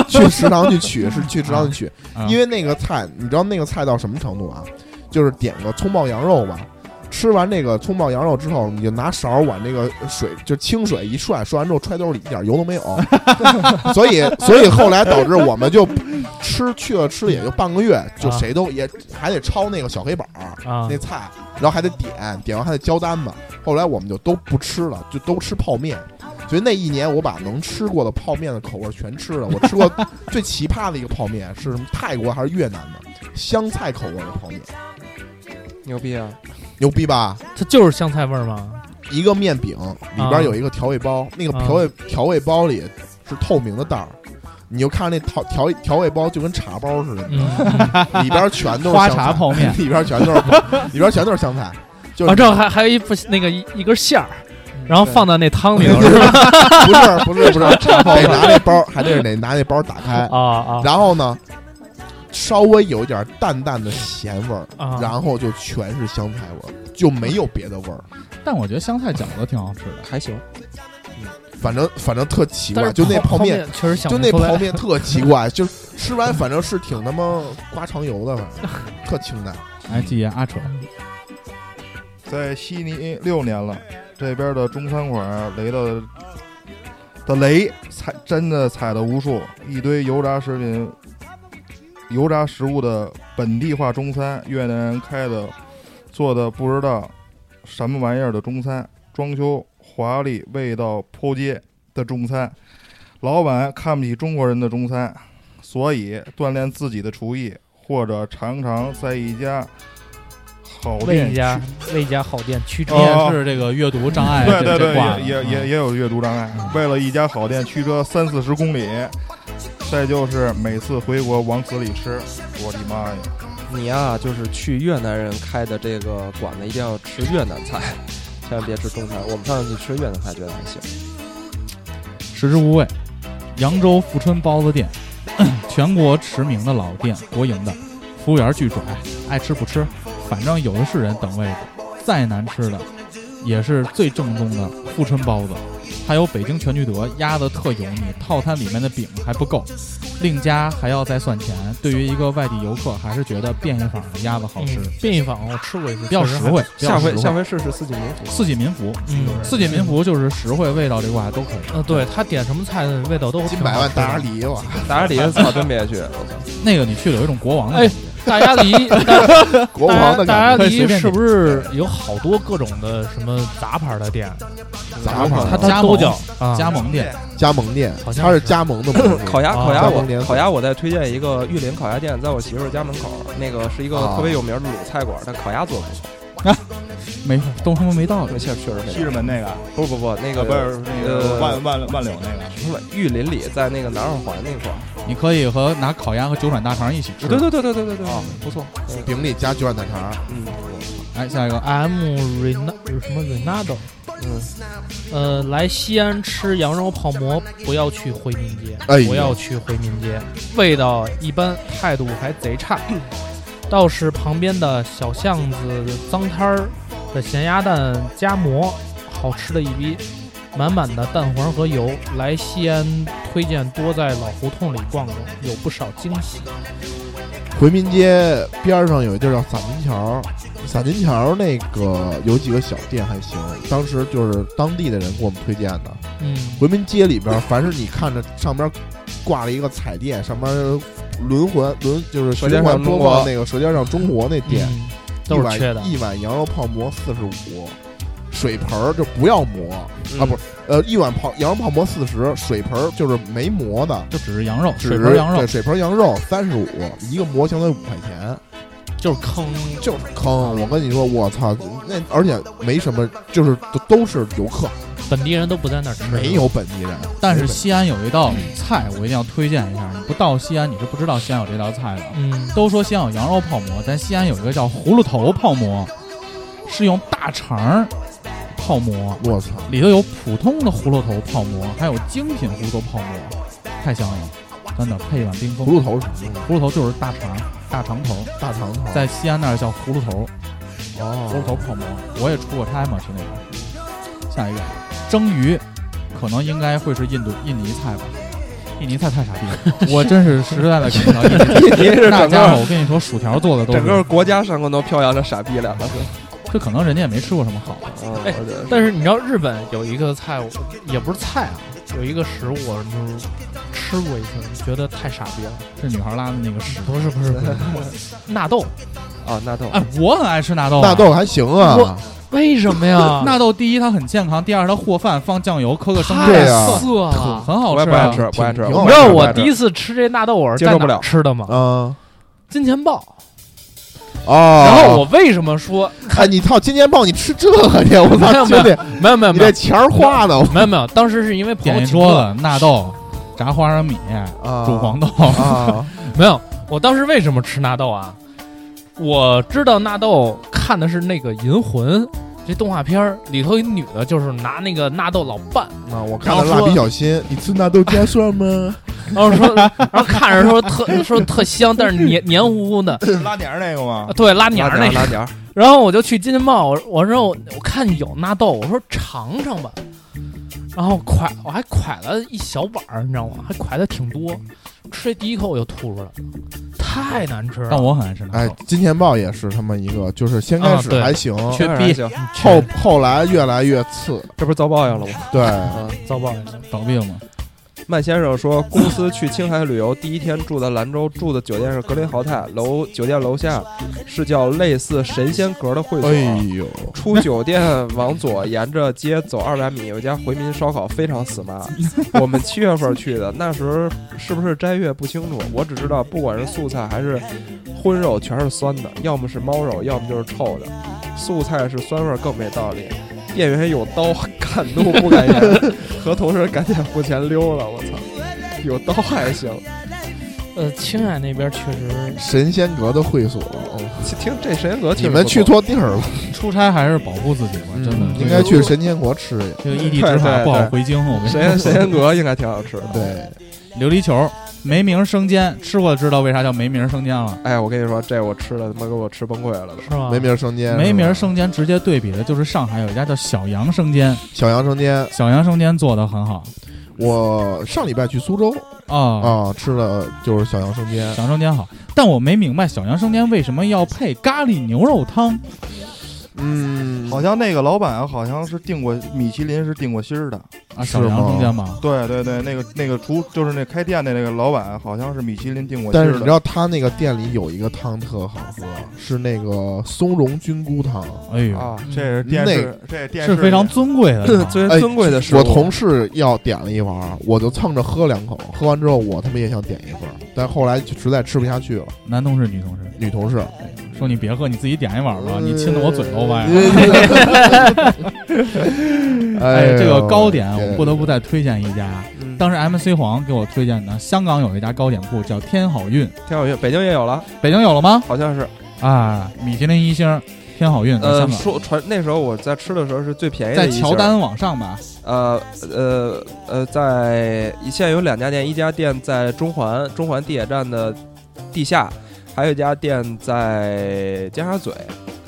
去食堂去取，是去食堂去取，
啊
因为那个菜，你知道那个菜到什么程度啊？就是点个葱爆羊肉吧。吃完这个葱爆羊肉之后，你就拿勺往那个水就清水一涮，涮完之后揣兜里一点油都没有，所以所以后来导致我们就吃去了吃了也就半个月，就
啊
谁都也还得抄那个小黑板儿
啊
嗯
那菜，然后还得点，点完还得交单子。后来我们就都不吃了，就都吃泡面。所以那一年我把能吃过的泡面的口味全吃了。我吃
*laughs*
过最奇葩的一个泡面是什么？泰国还是越南的香菜口味的泡面，
牛逼啊！
牛逼吧？
它就是香菜味儿吗？
*laughs* 一个面饼里
啊
边有一个调味包，那个
啊
调味、调味包里是透明的袋儿。你就看那调调调味包就跟茶包似的，
嗯，
里边全都
*laughs*
是
花
香
茶
菜
泡面哦
里边全都是 *laughs* 里边全都是
*laughs*
香菜，就是嗯
啊，这还还有一副那个一一根线儿，然后
对
放到那汤里头是吧？
不是不是不是，得拿那包，还得得拿那包打开，
*laughs* 啊啊
然后呢，稍微有一点淡淡的咸味儿，
啊！
然后就全是香菜味儿，就没有别的味儿。
嗯但我觉得香菜饺子挺好吃的。
还行，
反正反正特奇
但
怪，
是
就那
泡
泡面，
面确实想
就
不
那
出来
泡面特奇怪，就是吃完反正是挺他妈刮肠油
*laughs*
的，反正特清淡。
哎，季爷阿扯，
在悉尼六年了，这边的中餐馆雷的的雷踩真的踩了无数，一堆油炸食品、油炸食物的本地化中餐，越南人开的做的不知道什么玩意儿的中餐，装修华丽，味道扑街的中餐，老板看不起中国人的中餐，所以锻炼自己的厨艺，或者常常在一家好
为
店
一家为一家好店驱车
你也
哦
是这个阅读障碍
对
这
对嗯
这挂的，
对，也也也也有阅读障碍。为了一家好店驱车三四十公里，再就是每次回国往死里吃，我的妈呀！
你呀、就是去越南人开的这个馆子，一定要吃越南菜，千万别吃中餐。我们上次去吃越南菜，觉得还行。
食之无味。扬州富春包子店，全国驰名的老店，国营的，服务员巨拽，爱吃不吃，反正有的是人等位置。再难吃的，也是最正宗的富春包子，还有北京全聚德压的特油腻，套餐里面的饼还不够，另加还要再算钱。对于一个外地游客，还是觉得便宜坊的鸭子好吃，
嗯，便宜坊我吃过一次，
比较实惠，比较
下回
实惠
下回试试四季民福。
四季民福，
嗯，
四季民福就是实惠，味道这块都可以。
呃，对他点什么菜味道都挺
近百万大
大
鸭梨
*laughs*
吧，
达尔里操，真别 *laughs* 去！我操，
那个你去了有一种国王的
哎
感觉。
大鸭
*laughs*
梨，大
国王
大
的
大
感
鸭
觉。
可以随
梨
便
是不是有好多各种的什么杂牌的店？
杂牌儿
它
的
加
都
盟
叫啊
加盟店，
加盟店
好，像
它是
是
加盟的盟
*laughs*
主
烤鸭
啊
烤鸭
大丰连
我
锁
烤鸭我再推荐一个玉林烤鸭店，在我媳妇儿家门口，那个是一个
啊
特别有名的鲁菜馆，但烤鸭做的不错，
没都他妈没道理
那。确确实没
西直门那个，
不不不，那
呃
个
不是那个
呃
万万万柳那个，
什么玉林里，在那个南二环那块儿。
你可以和拿烤鸭和九转大肠一起吃。
对对对对对对对
啊，
不错。那个
饼里加卷大肠，
嗯，
哎，下一个
M Rena 什么 Renado，
嗯，
呃，来西安吃羊肉泡馍，不要去回民街，
哎呦
不要去回民街，味道一般，态度还贼差。倒是旁边的小巷子脏摊儿的咸鸭蛋夹馍，好吃的一逼，满满的蛋黄和油。来西安推荐多在老胡同里逛逛，有不少惊喜。
回民街边儿上有一地儿叫洒金桥，洒金桥那个有几个小店还行，当时就是当地的人给我们推荐的。
嗯，
回民街里边儿，凡是你看着上边儿挂了一个彩电，上边儿轮环轮就是
舌尖
循环
上
播
中国
放那个《舌尖上中国》那店，
嗯
一
都是
碗
缺的。
一碗羊肉泡馍四十五，水盆儿就不要馍啊，
嗯
不是，呃，一碗泡羊肉泡馍四十，水盆儿就是没馍的，
就只是羊肉，
只
水盆羊肉
对，，水盆羊肉三十五，一个馍相当于五块钱，
就是坑，
就是坑。我跟你说，我操，那而且没什么，就是都都是游客，
本地人都不在那儿吃。
没有本地 *laughs* 人。
但是
没本地
西安有一道菜，我一定要推荐一下。你不到西安，你是不知道西安有这道菜的。
嗯，
都说西安有羊肉泡馍，但西安有一个叫葫芦头泡馍，是用大肠儿泡馍，
我操，
里头有普通的葫芦头泡馍，还有精品葫芦头泡馍，太香了，真的配一碗冰
葫
峰。
芦头是什么东西？
葫芦头就是大肠，大肠头，
大肠头。
在西安那儿叫葫芦头。葫芦
哦，
头泡馍，我也出过差嘛，去那边。下一个，蒸鱼，可能应该会是印度印尼菜吧。印尼菜太傻逼了，我真是实在的看不着印尼
你
菜。
是
那
整
家伙，
个
我跟你说，薯条做的都
整个
是，
国家上空都飘扬着傻逼两个字。
这可能人家也没吃过什么好的。
嗯，
哎
我觉得
但是你知道日本有一个菜，也不是菜啊，有一个食物我就是吃过一次，觉得太傻逼了。
是女孩拉的那个屎
不是不是不是， *laughs* 纳豆，
啊，纳豆
哎，我很爱吃纳豆、
纳。豆还行啊
我，为什么哎呀
*laughs* ？纳豆第一它很健康，第二它和饭放酱油，磕个生菜，
对
太
啊
涩
很
了。
很好
我也
吃、
不爱
啊。
吃，不爱吃。
挺
你
好
知道
不
我
爱吃
第一次吃这纳豆，我是
接受
在
不
哪
了
儿吃的吗？
嗯，
金钱豹。
哦。
然后我为什么说
哎，你操，金钱豹，你吃这个去？我
没
操，
有
兄
没
弟，
没有没有
你
没
这
有
钱儿花的我
没有没有？当时是因为朋友
点一
请
桌
客
子纳豆、炸花生米、
啊，
煮黄豆，
啊，
没有，我当时为什么吃纳豆啊？我知道纳豆看的是那个《银魂》这动画片儿里头，一女的就是拿那个纳豆老拌，
那我看了
然后
蜡
说
笔小新，你吃纳豆加蒜吗？
然后说，然后看着说特说特香，但是黏黏糊糊的，
拉点儿那个吗？
对，拉黏
拉
儿
点儿
那个。
拉点儿，
然后我就去金钱豹，我我说我我看有纳豆，我说尝尝吧。然后蒯我还蒯了一小碗儿，你知道吗？还蒯的挺多，吃这第一口我就吐出来了，太难吃
但
了。
我很爱吃纳
哎
豆。，
金钱豹也是他妈一个，就是先开
啊
始
对
还行，
缺
当然
逼
行，
后后来越来越次。
这不是遭报应了吗？
对，
嗯，
糟糕了。
倒闭了吗？
曼先生说，公司去青海旅游，第一天住在兰州，住的酒店是格林豪泰楼，酒店楼下是叫类似神仙阁的会所。
哎呦，
出酒店往左，沿着街走二百米，有一家回民烧烤，非常死妈。我们七月份去的，那时候是不是斋月不清楚，我只知道不管是素菜还是荤肉，全是酸的，要么是猫肉，要么就是臭的。素菜是酸味儿更没道理。店员有刀， *laughs* 敢怒不敢言，和同事赶紧付钱溜了。我操，有刀还行，
呃，青海那边确实
神仙阁的会所，哦
听这神仙阁，
你们去错地儿了，
出差还是保护自己吧，真的
嗯应该去神仙国吃去。
这个异地执法不好回京，我跟你
神
说
仙神仙阁应该挺好吃的。
对，
琉璃球没名生煎，吃过知道为啥叫没名生煎了。
哎，我跟你说，这我吃的他妈给我吃崩溃了都。
是吧？
没名儿生煎，
没名
儿
生煎直接对比的就是上海有一家叫小杨生煎，
小杨生煎。
小杨生煎做的很好
我上礼拜去苏州
啊，
啊，吃了就是小杨生煎
小，杨生煎好。但我没明白小杨生煎为什么要配咖喱牛肉汤，
嗯，
*coughs* 好像那个老板好像是定过米其林是定过心儿的，
啊，
是
小
吗
杨生煎吧，
对对对，那个那个厨就是那开店的那个老板好像是米其林定过心
但是
儿
你知
的。
道他那个店里有一个汤特好喝，是那个松茸菌菇汤。
哎呦，
嗯
啊，
这是电视，这是电视
是非常尊贵的汤，
最
哎
尊贵的食物。啊
我同事要点了一碗儿，我就蹭着喝两口，喝完之后我他妈也想点一份儿，但后来就实在吃不下去了。
男同事女同事
女同事，
说你别喝，你自己点一碗吧，你亲的我嘴都
*laughs*
歪了。
了。
哎，
呦
这个糕点我不
对
得不再推荐一家，
嗯
当时 MC 黄给我推荐的，香港有一家糕点铺叫天好运，
挺好运，北京也有了，
北京有了吗？
好像是。
啊，米其林一星，天好运在
呃
香，港，
说传那时候我在吃的时候是最便宜的
在
一家
乔。丹往上吧，
呃呃呃，在现在有两家店，一家店在中环中环地铁站的地下，还有一家店在尖沙咀，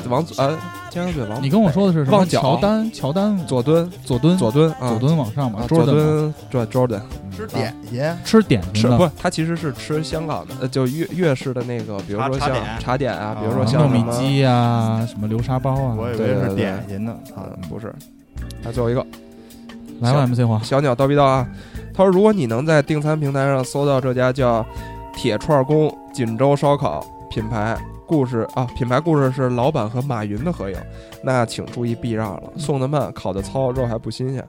往呃尖沙咀往
你跟我说的是什么？
旺角
乔丹，乔丹
左敦
左敦
左敦啊
左敦往上吧
啊，
桌子
左敦对 Jordan
吃点心，
吃点
吃
心
不
的
是，它其实是吃香港的，呃，就粤粤式的那个，比如
茶
说
茶
像
点
茶点啊，比如
不
说
是
像
糯
什
米
么，
鸡啊，什么流沙包啊。
我以
对
为
对
是
对
点心嗯呢。操
啊，不是，啊，最后一个
来吧，MC 黄，
小鸟叨逼叨啊，他说如果你能在订餐平台上搜到这家叫铁串宫锦州烧烤品牌故事啊，品牌故事是老板和马云的合影，那请注意避让了，送的慢，烤的糙，肉还不新鲜。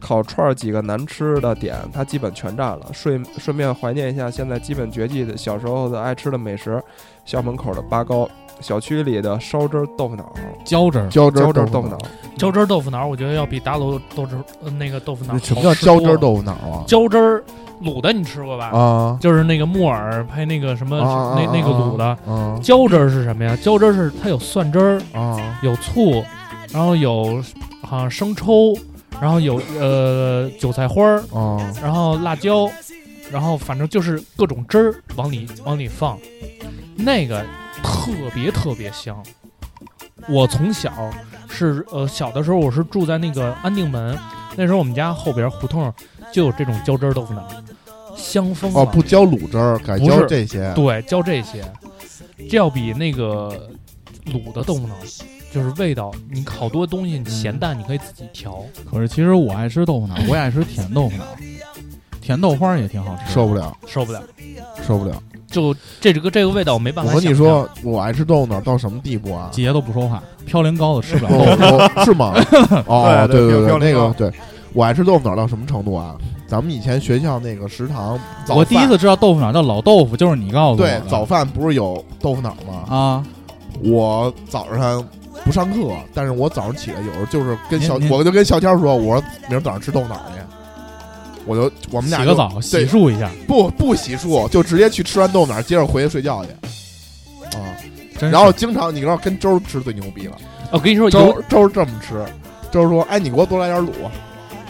烤串儿几个难吃的点，他基本全占了。顺顺便怀念一下现在基本绝迹的小时候的爱吃的美食，校门口的八糕，小区里的烧汁儿豆腐脑儿、
浇汁儿，
浇汁
浇
儿
汁儿豆
豆
腐
腐
脑
脑
儿，
浇汁儿豆腐脑儿，我觉得要比打卤豆汁儿呃那个豆腐脑儿好
什
吃多
么
了。
叫浇汁儿豆腐脑啊？
浇汁儿卤的，你吃过吧？
啊
就是那个木耳配那个什
呃
么、
啊啊
那那个卤的。
啊
浇汁儿是什么呀？浇汁儿是它有蒜汁儿，
啊！
有醋，然后有好像生抽，然后有呃韭菜花儿，
啊，
然后辣椒，然后反正就是各种汁儿往里往里放，那个特别特别香。我从小是呃小的时候我是住在那个安定门，那时候我们家后边胡同就有这种浇汁儿豆腐脑，香疯了。
哦，不浇卤汁儿，改
不
浇
是
这些。
对，浇这些，这要比那个卤的豆腐脑，就是味道，你好多东
嗯
西你咸淡你可以自己调。
可是其实我爱吃豆腐脑，我也爱吃甜豆腐脑，甜豆花儿也挺好吃。
受不了，
受不了，
受不了！
就这这个这个味道我没办
我
法。哦
和你，说，我爱吃豆腐脑到什么地步啊？
姐姐都不说话，嘌呤高的吃不了
我
豆腐。
我是吗？
*laughs*
哦，
对
对
对
对，
标
那
标
啊
个
那
对，我爱吃豆腐脑到什么程度啊？咱们以前学校那个食堂，早
我第一
饭
次知道豆腐脑叫老豆腐，就是你告诉我
对
的。
早饭不是有豆腐脑吗？
啊，
我早上不上课，但是我早上起来有时候就是跟
您
小，
您
我就跟小天说，我说明儿早上吃豆腐脑去，我就我们俩
洗
就
个澡，洗
对
漱一下，
不不洗漱，就直接去吃完豆腐脑，接着回去睡觉去。啊，
哦真
然后
是
经常你知道跟周儿吃最牛逼了，
我跟你说，
周
有
儿周儿这么吃，周儿说：“哎，你给我多来点卤。”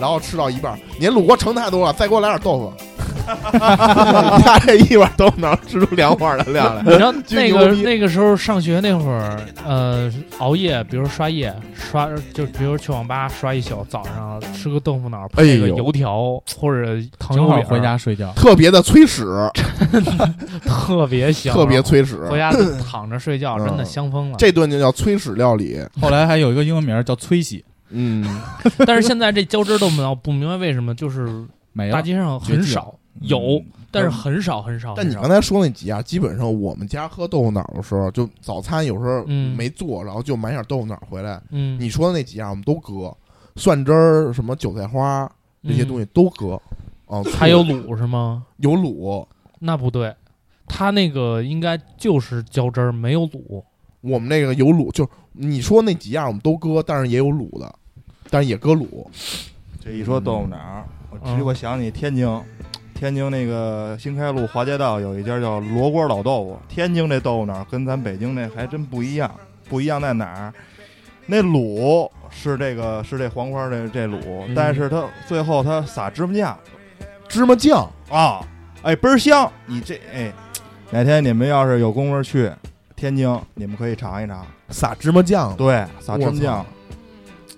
然后吃到一半儿，您卤锅盛太多了，再给我来点
*laughs*
豆腐。他这一碗豆腐脑吃出两碗的 *laughs* 量来，
你知道
巨
那
牛
个
逼
那个时候上学那会儿，呃，熬夜，比如刷夜，刷就比如去网吧刷一宿，早上吃个豆腐脑配个
哎呦
油条或者糖
正
油
好
饼，
回家睡觉。
特别的催屎，*laughs*
特别香，
特别催屎。
回家
*laughs*
躺着睡觉，真的香疯
啊
了。
这顿就叫催屎料理。
后来还有一个英文名儿叫崔喜，
嗯，
但是现在这浇汁儿豆腐脑，不明白为什么就是
没
大
了。
街上
绝
很
迹了
少有
嗯，
但是很少很少。
但你
很
刚才
少
说那几样，基本上我们家喝豆腐脑的时候，就早餐有时候
嗯
没做，然后就买点豆腐脑回来。
嗯，
你说的那几样我们都搁，蒜汁儿、什么韭菜花这些东
西
西都搁。哦，
嗯 *laughs* 还有
醋
卤是吗？
有卤，
那不对，他那个应该就是浇汁儿，没有卤。
我们那个有卤，就是你说那几样我们都搁，但是也有卤的，但是也搁卤。
这一说豆腐脑儿，我直
嗯
我想起天津天津那个新开路华街道有一家叫罗锅老豆腐，天津这豆腐脑儿跟咱北京那还真不一样，不一样在哪儿？那卤是这个是这黄花这这卤，
嗯
但是它最后它撒芝麻酱
芝麻酱，
啊，哎倍儿香！你这哎，哪天你们要是有功夫去天津，你们可以尝一尝。
撒芝麻酱，
对，撒芝
我
麻
操
酱，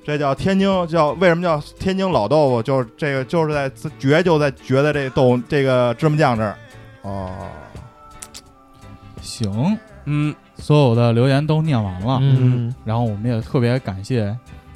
这叫天津叫为什么叫天津老豆腐？就是这个就是在绝就在绝在这豆这个芝麻酱这儿。
哦，
行，
嗯，
所有的留言都念完
啊
了，
嗯
然后我们也特别感谢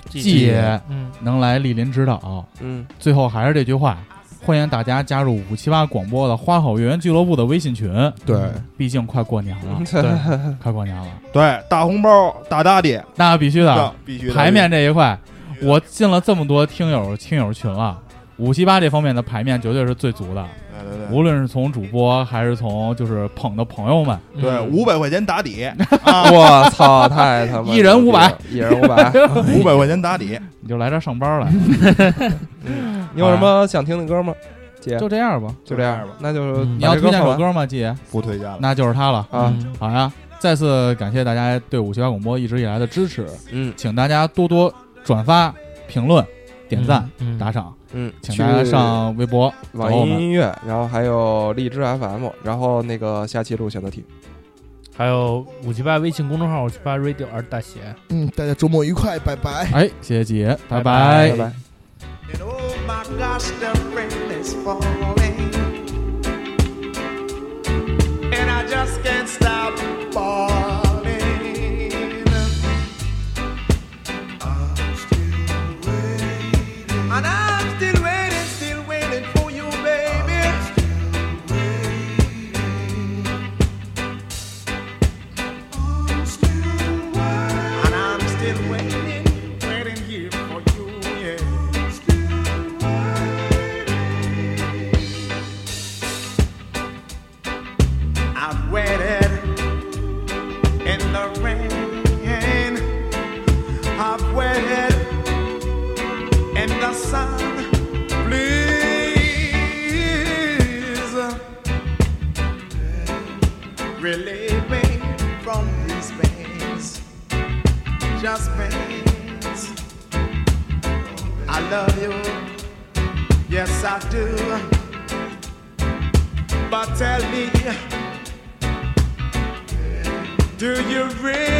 季
姐，
爷
嗯，
能来莅临指导。
嗯，
最后还是这句话，欢迎大家加入五七八广播的花好月圆俱乐部的微信群。
对，
嗯
毕竟快过年
*laughs* 嗯
了，
对，
快过年了，
对，大红包大大的，
那必须的。
必须的
排面这一块，
必须的
我进了这么多听友听友群了，五七八这方面的排面绝对是最足的，
对对对。
无论是从主播还是从就是捧的朋友们，
对，
嗯
五百块钱打底，
*laughs* 我操，太他妈
一人五百
牛逼了，一人五百。
*laughs*
五百块钱打底。
你就来这儿上班
*laughs*
来，
你有什么想听的歌吗？姐，
就这样吧。
就这样吧，那就
嗯
你要
把这
推荐首
放完
歌吗，季爷？
不推荐了。
那就是它了。
啊，
嗯
好呀，再次感谢大家对五七八广播一直以来的支持，
嗯
请大家多多转发、评论、点赞、，
嗯
打赏，
嗯，
请大家
去
上微博找
网
我
易
们。
音乐，然后还有荔枝 FM，然后那个下期录选择题，
还有五七八微信公众号五七八 radio 二大写，
嗯，大家周末愉快，拜拜。
哎，谢谢季爷，拜
拜
拜拜。
And oh my gosh, the rain is falling. And I just can't stop falling. I'm still waiting. And I'm still waiting, still waiting for you, baby. And I'm still waiting, waiting here for you, yeah. I've waited in the rain. I've waited in the sun. Please relieve me from these pains. Just pains. I love you. Yes, I do. But tell me, do you really? Uh-huh.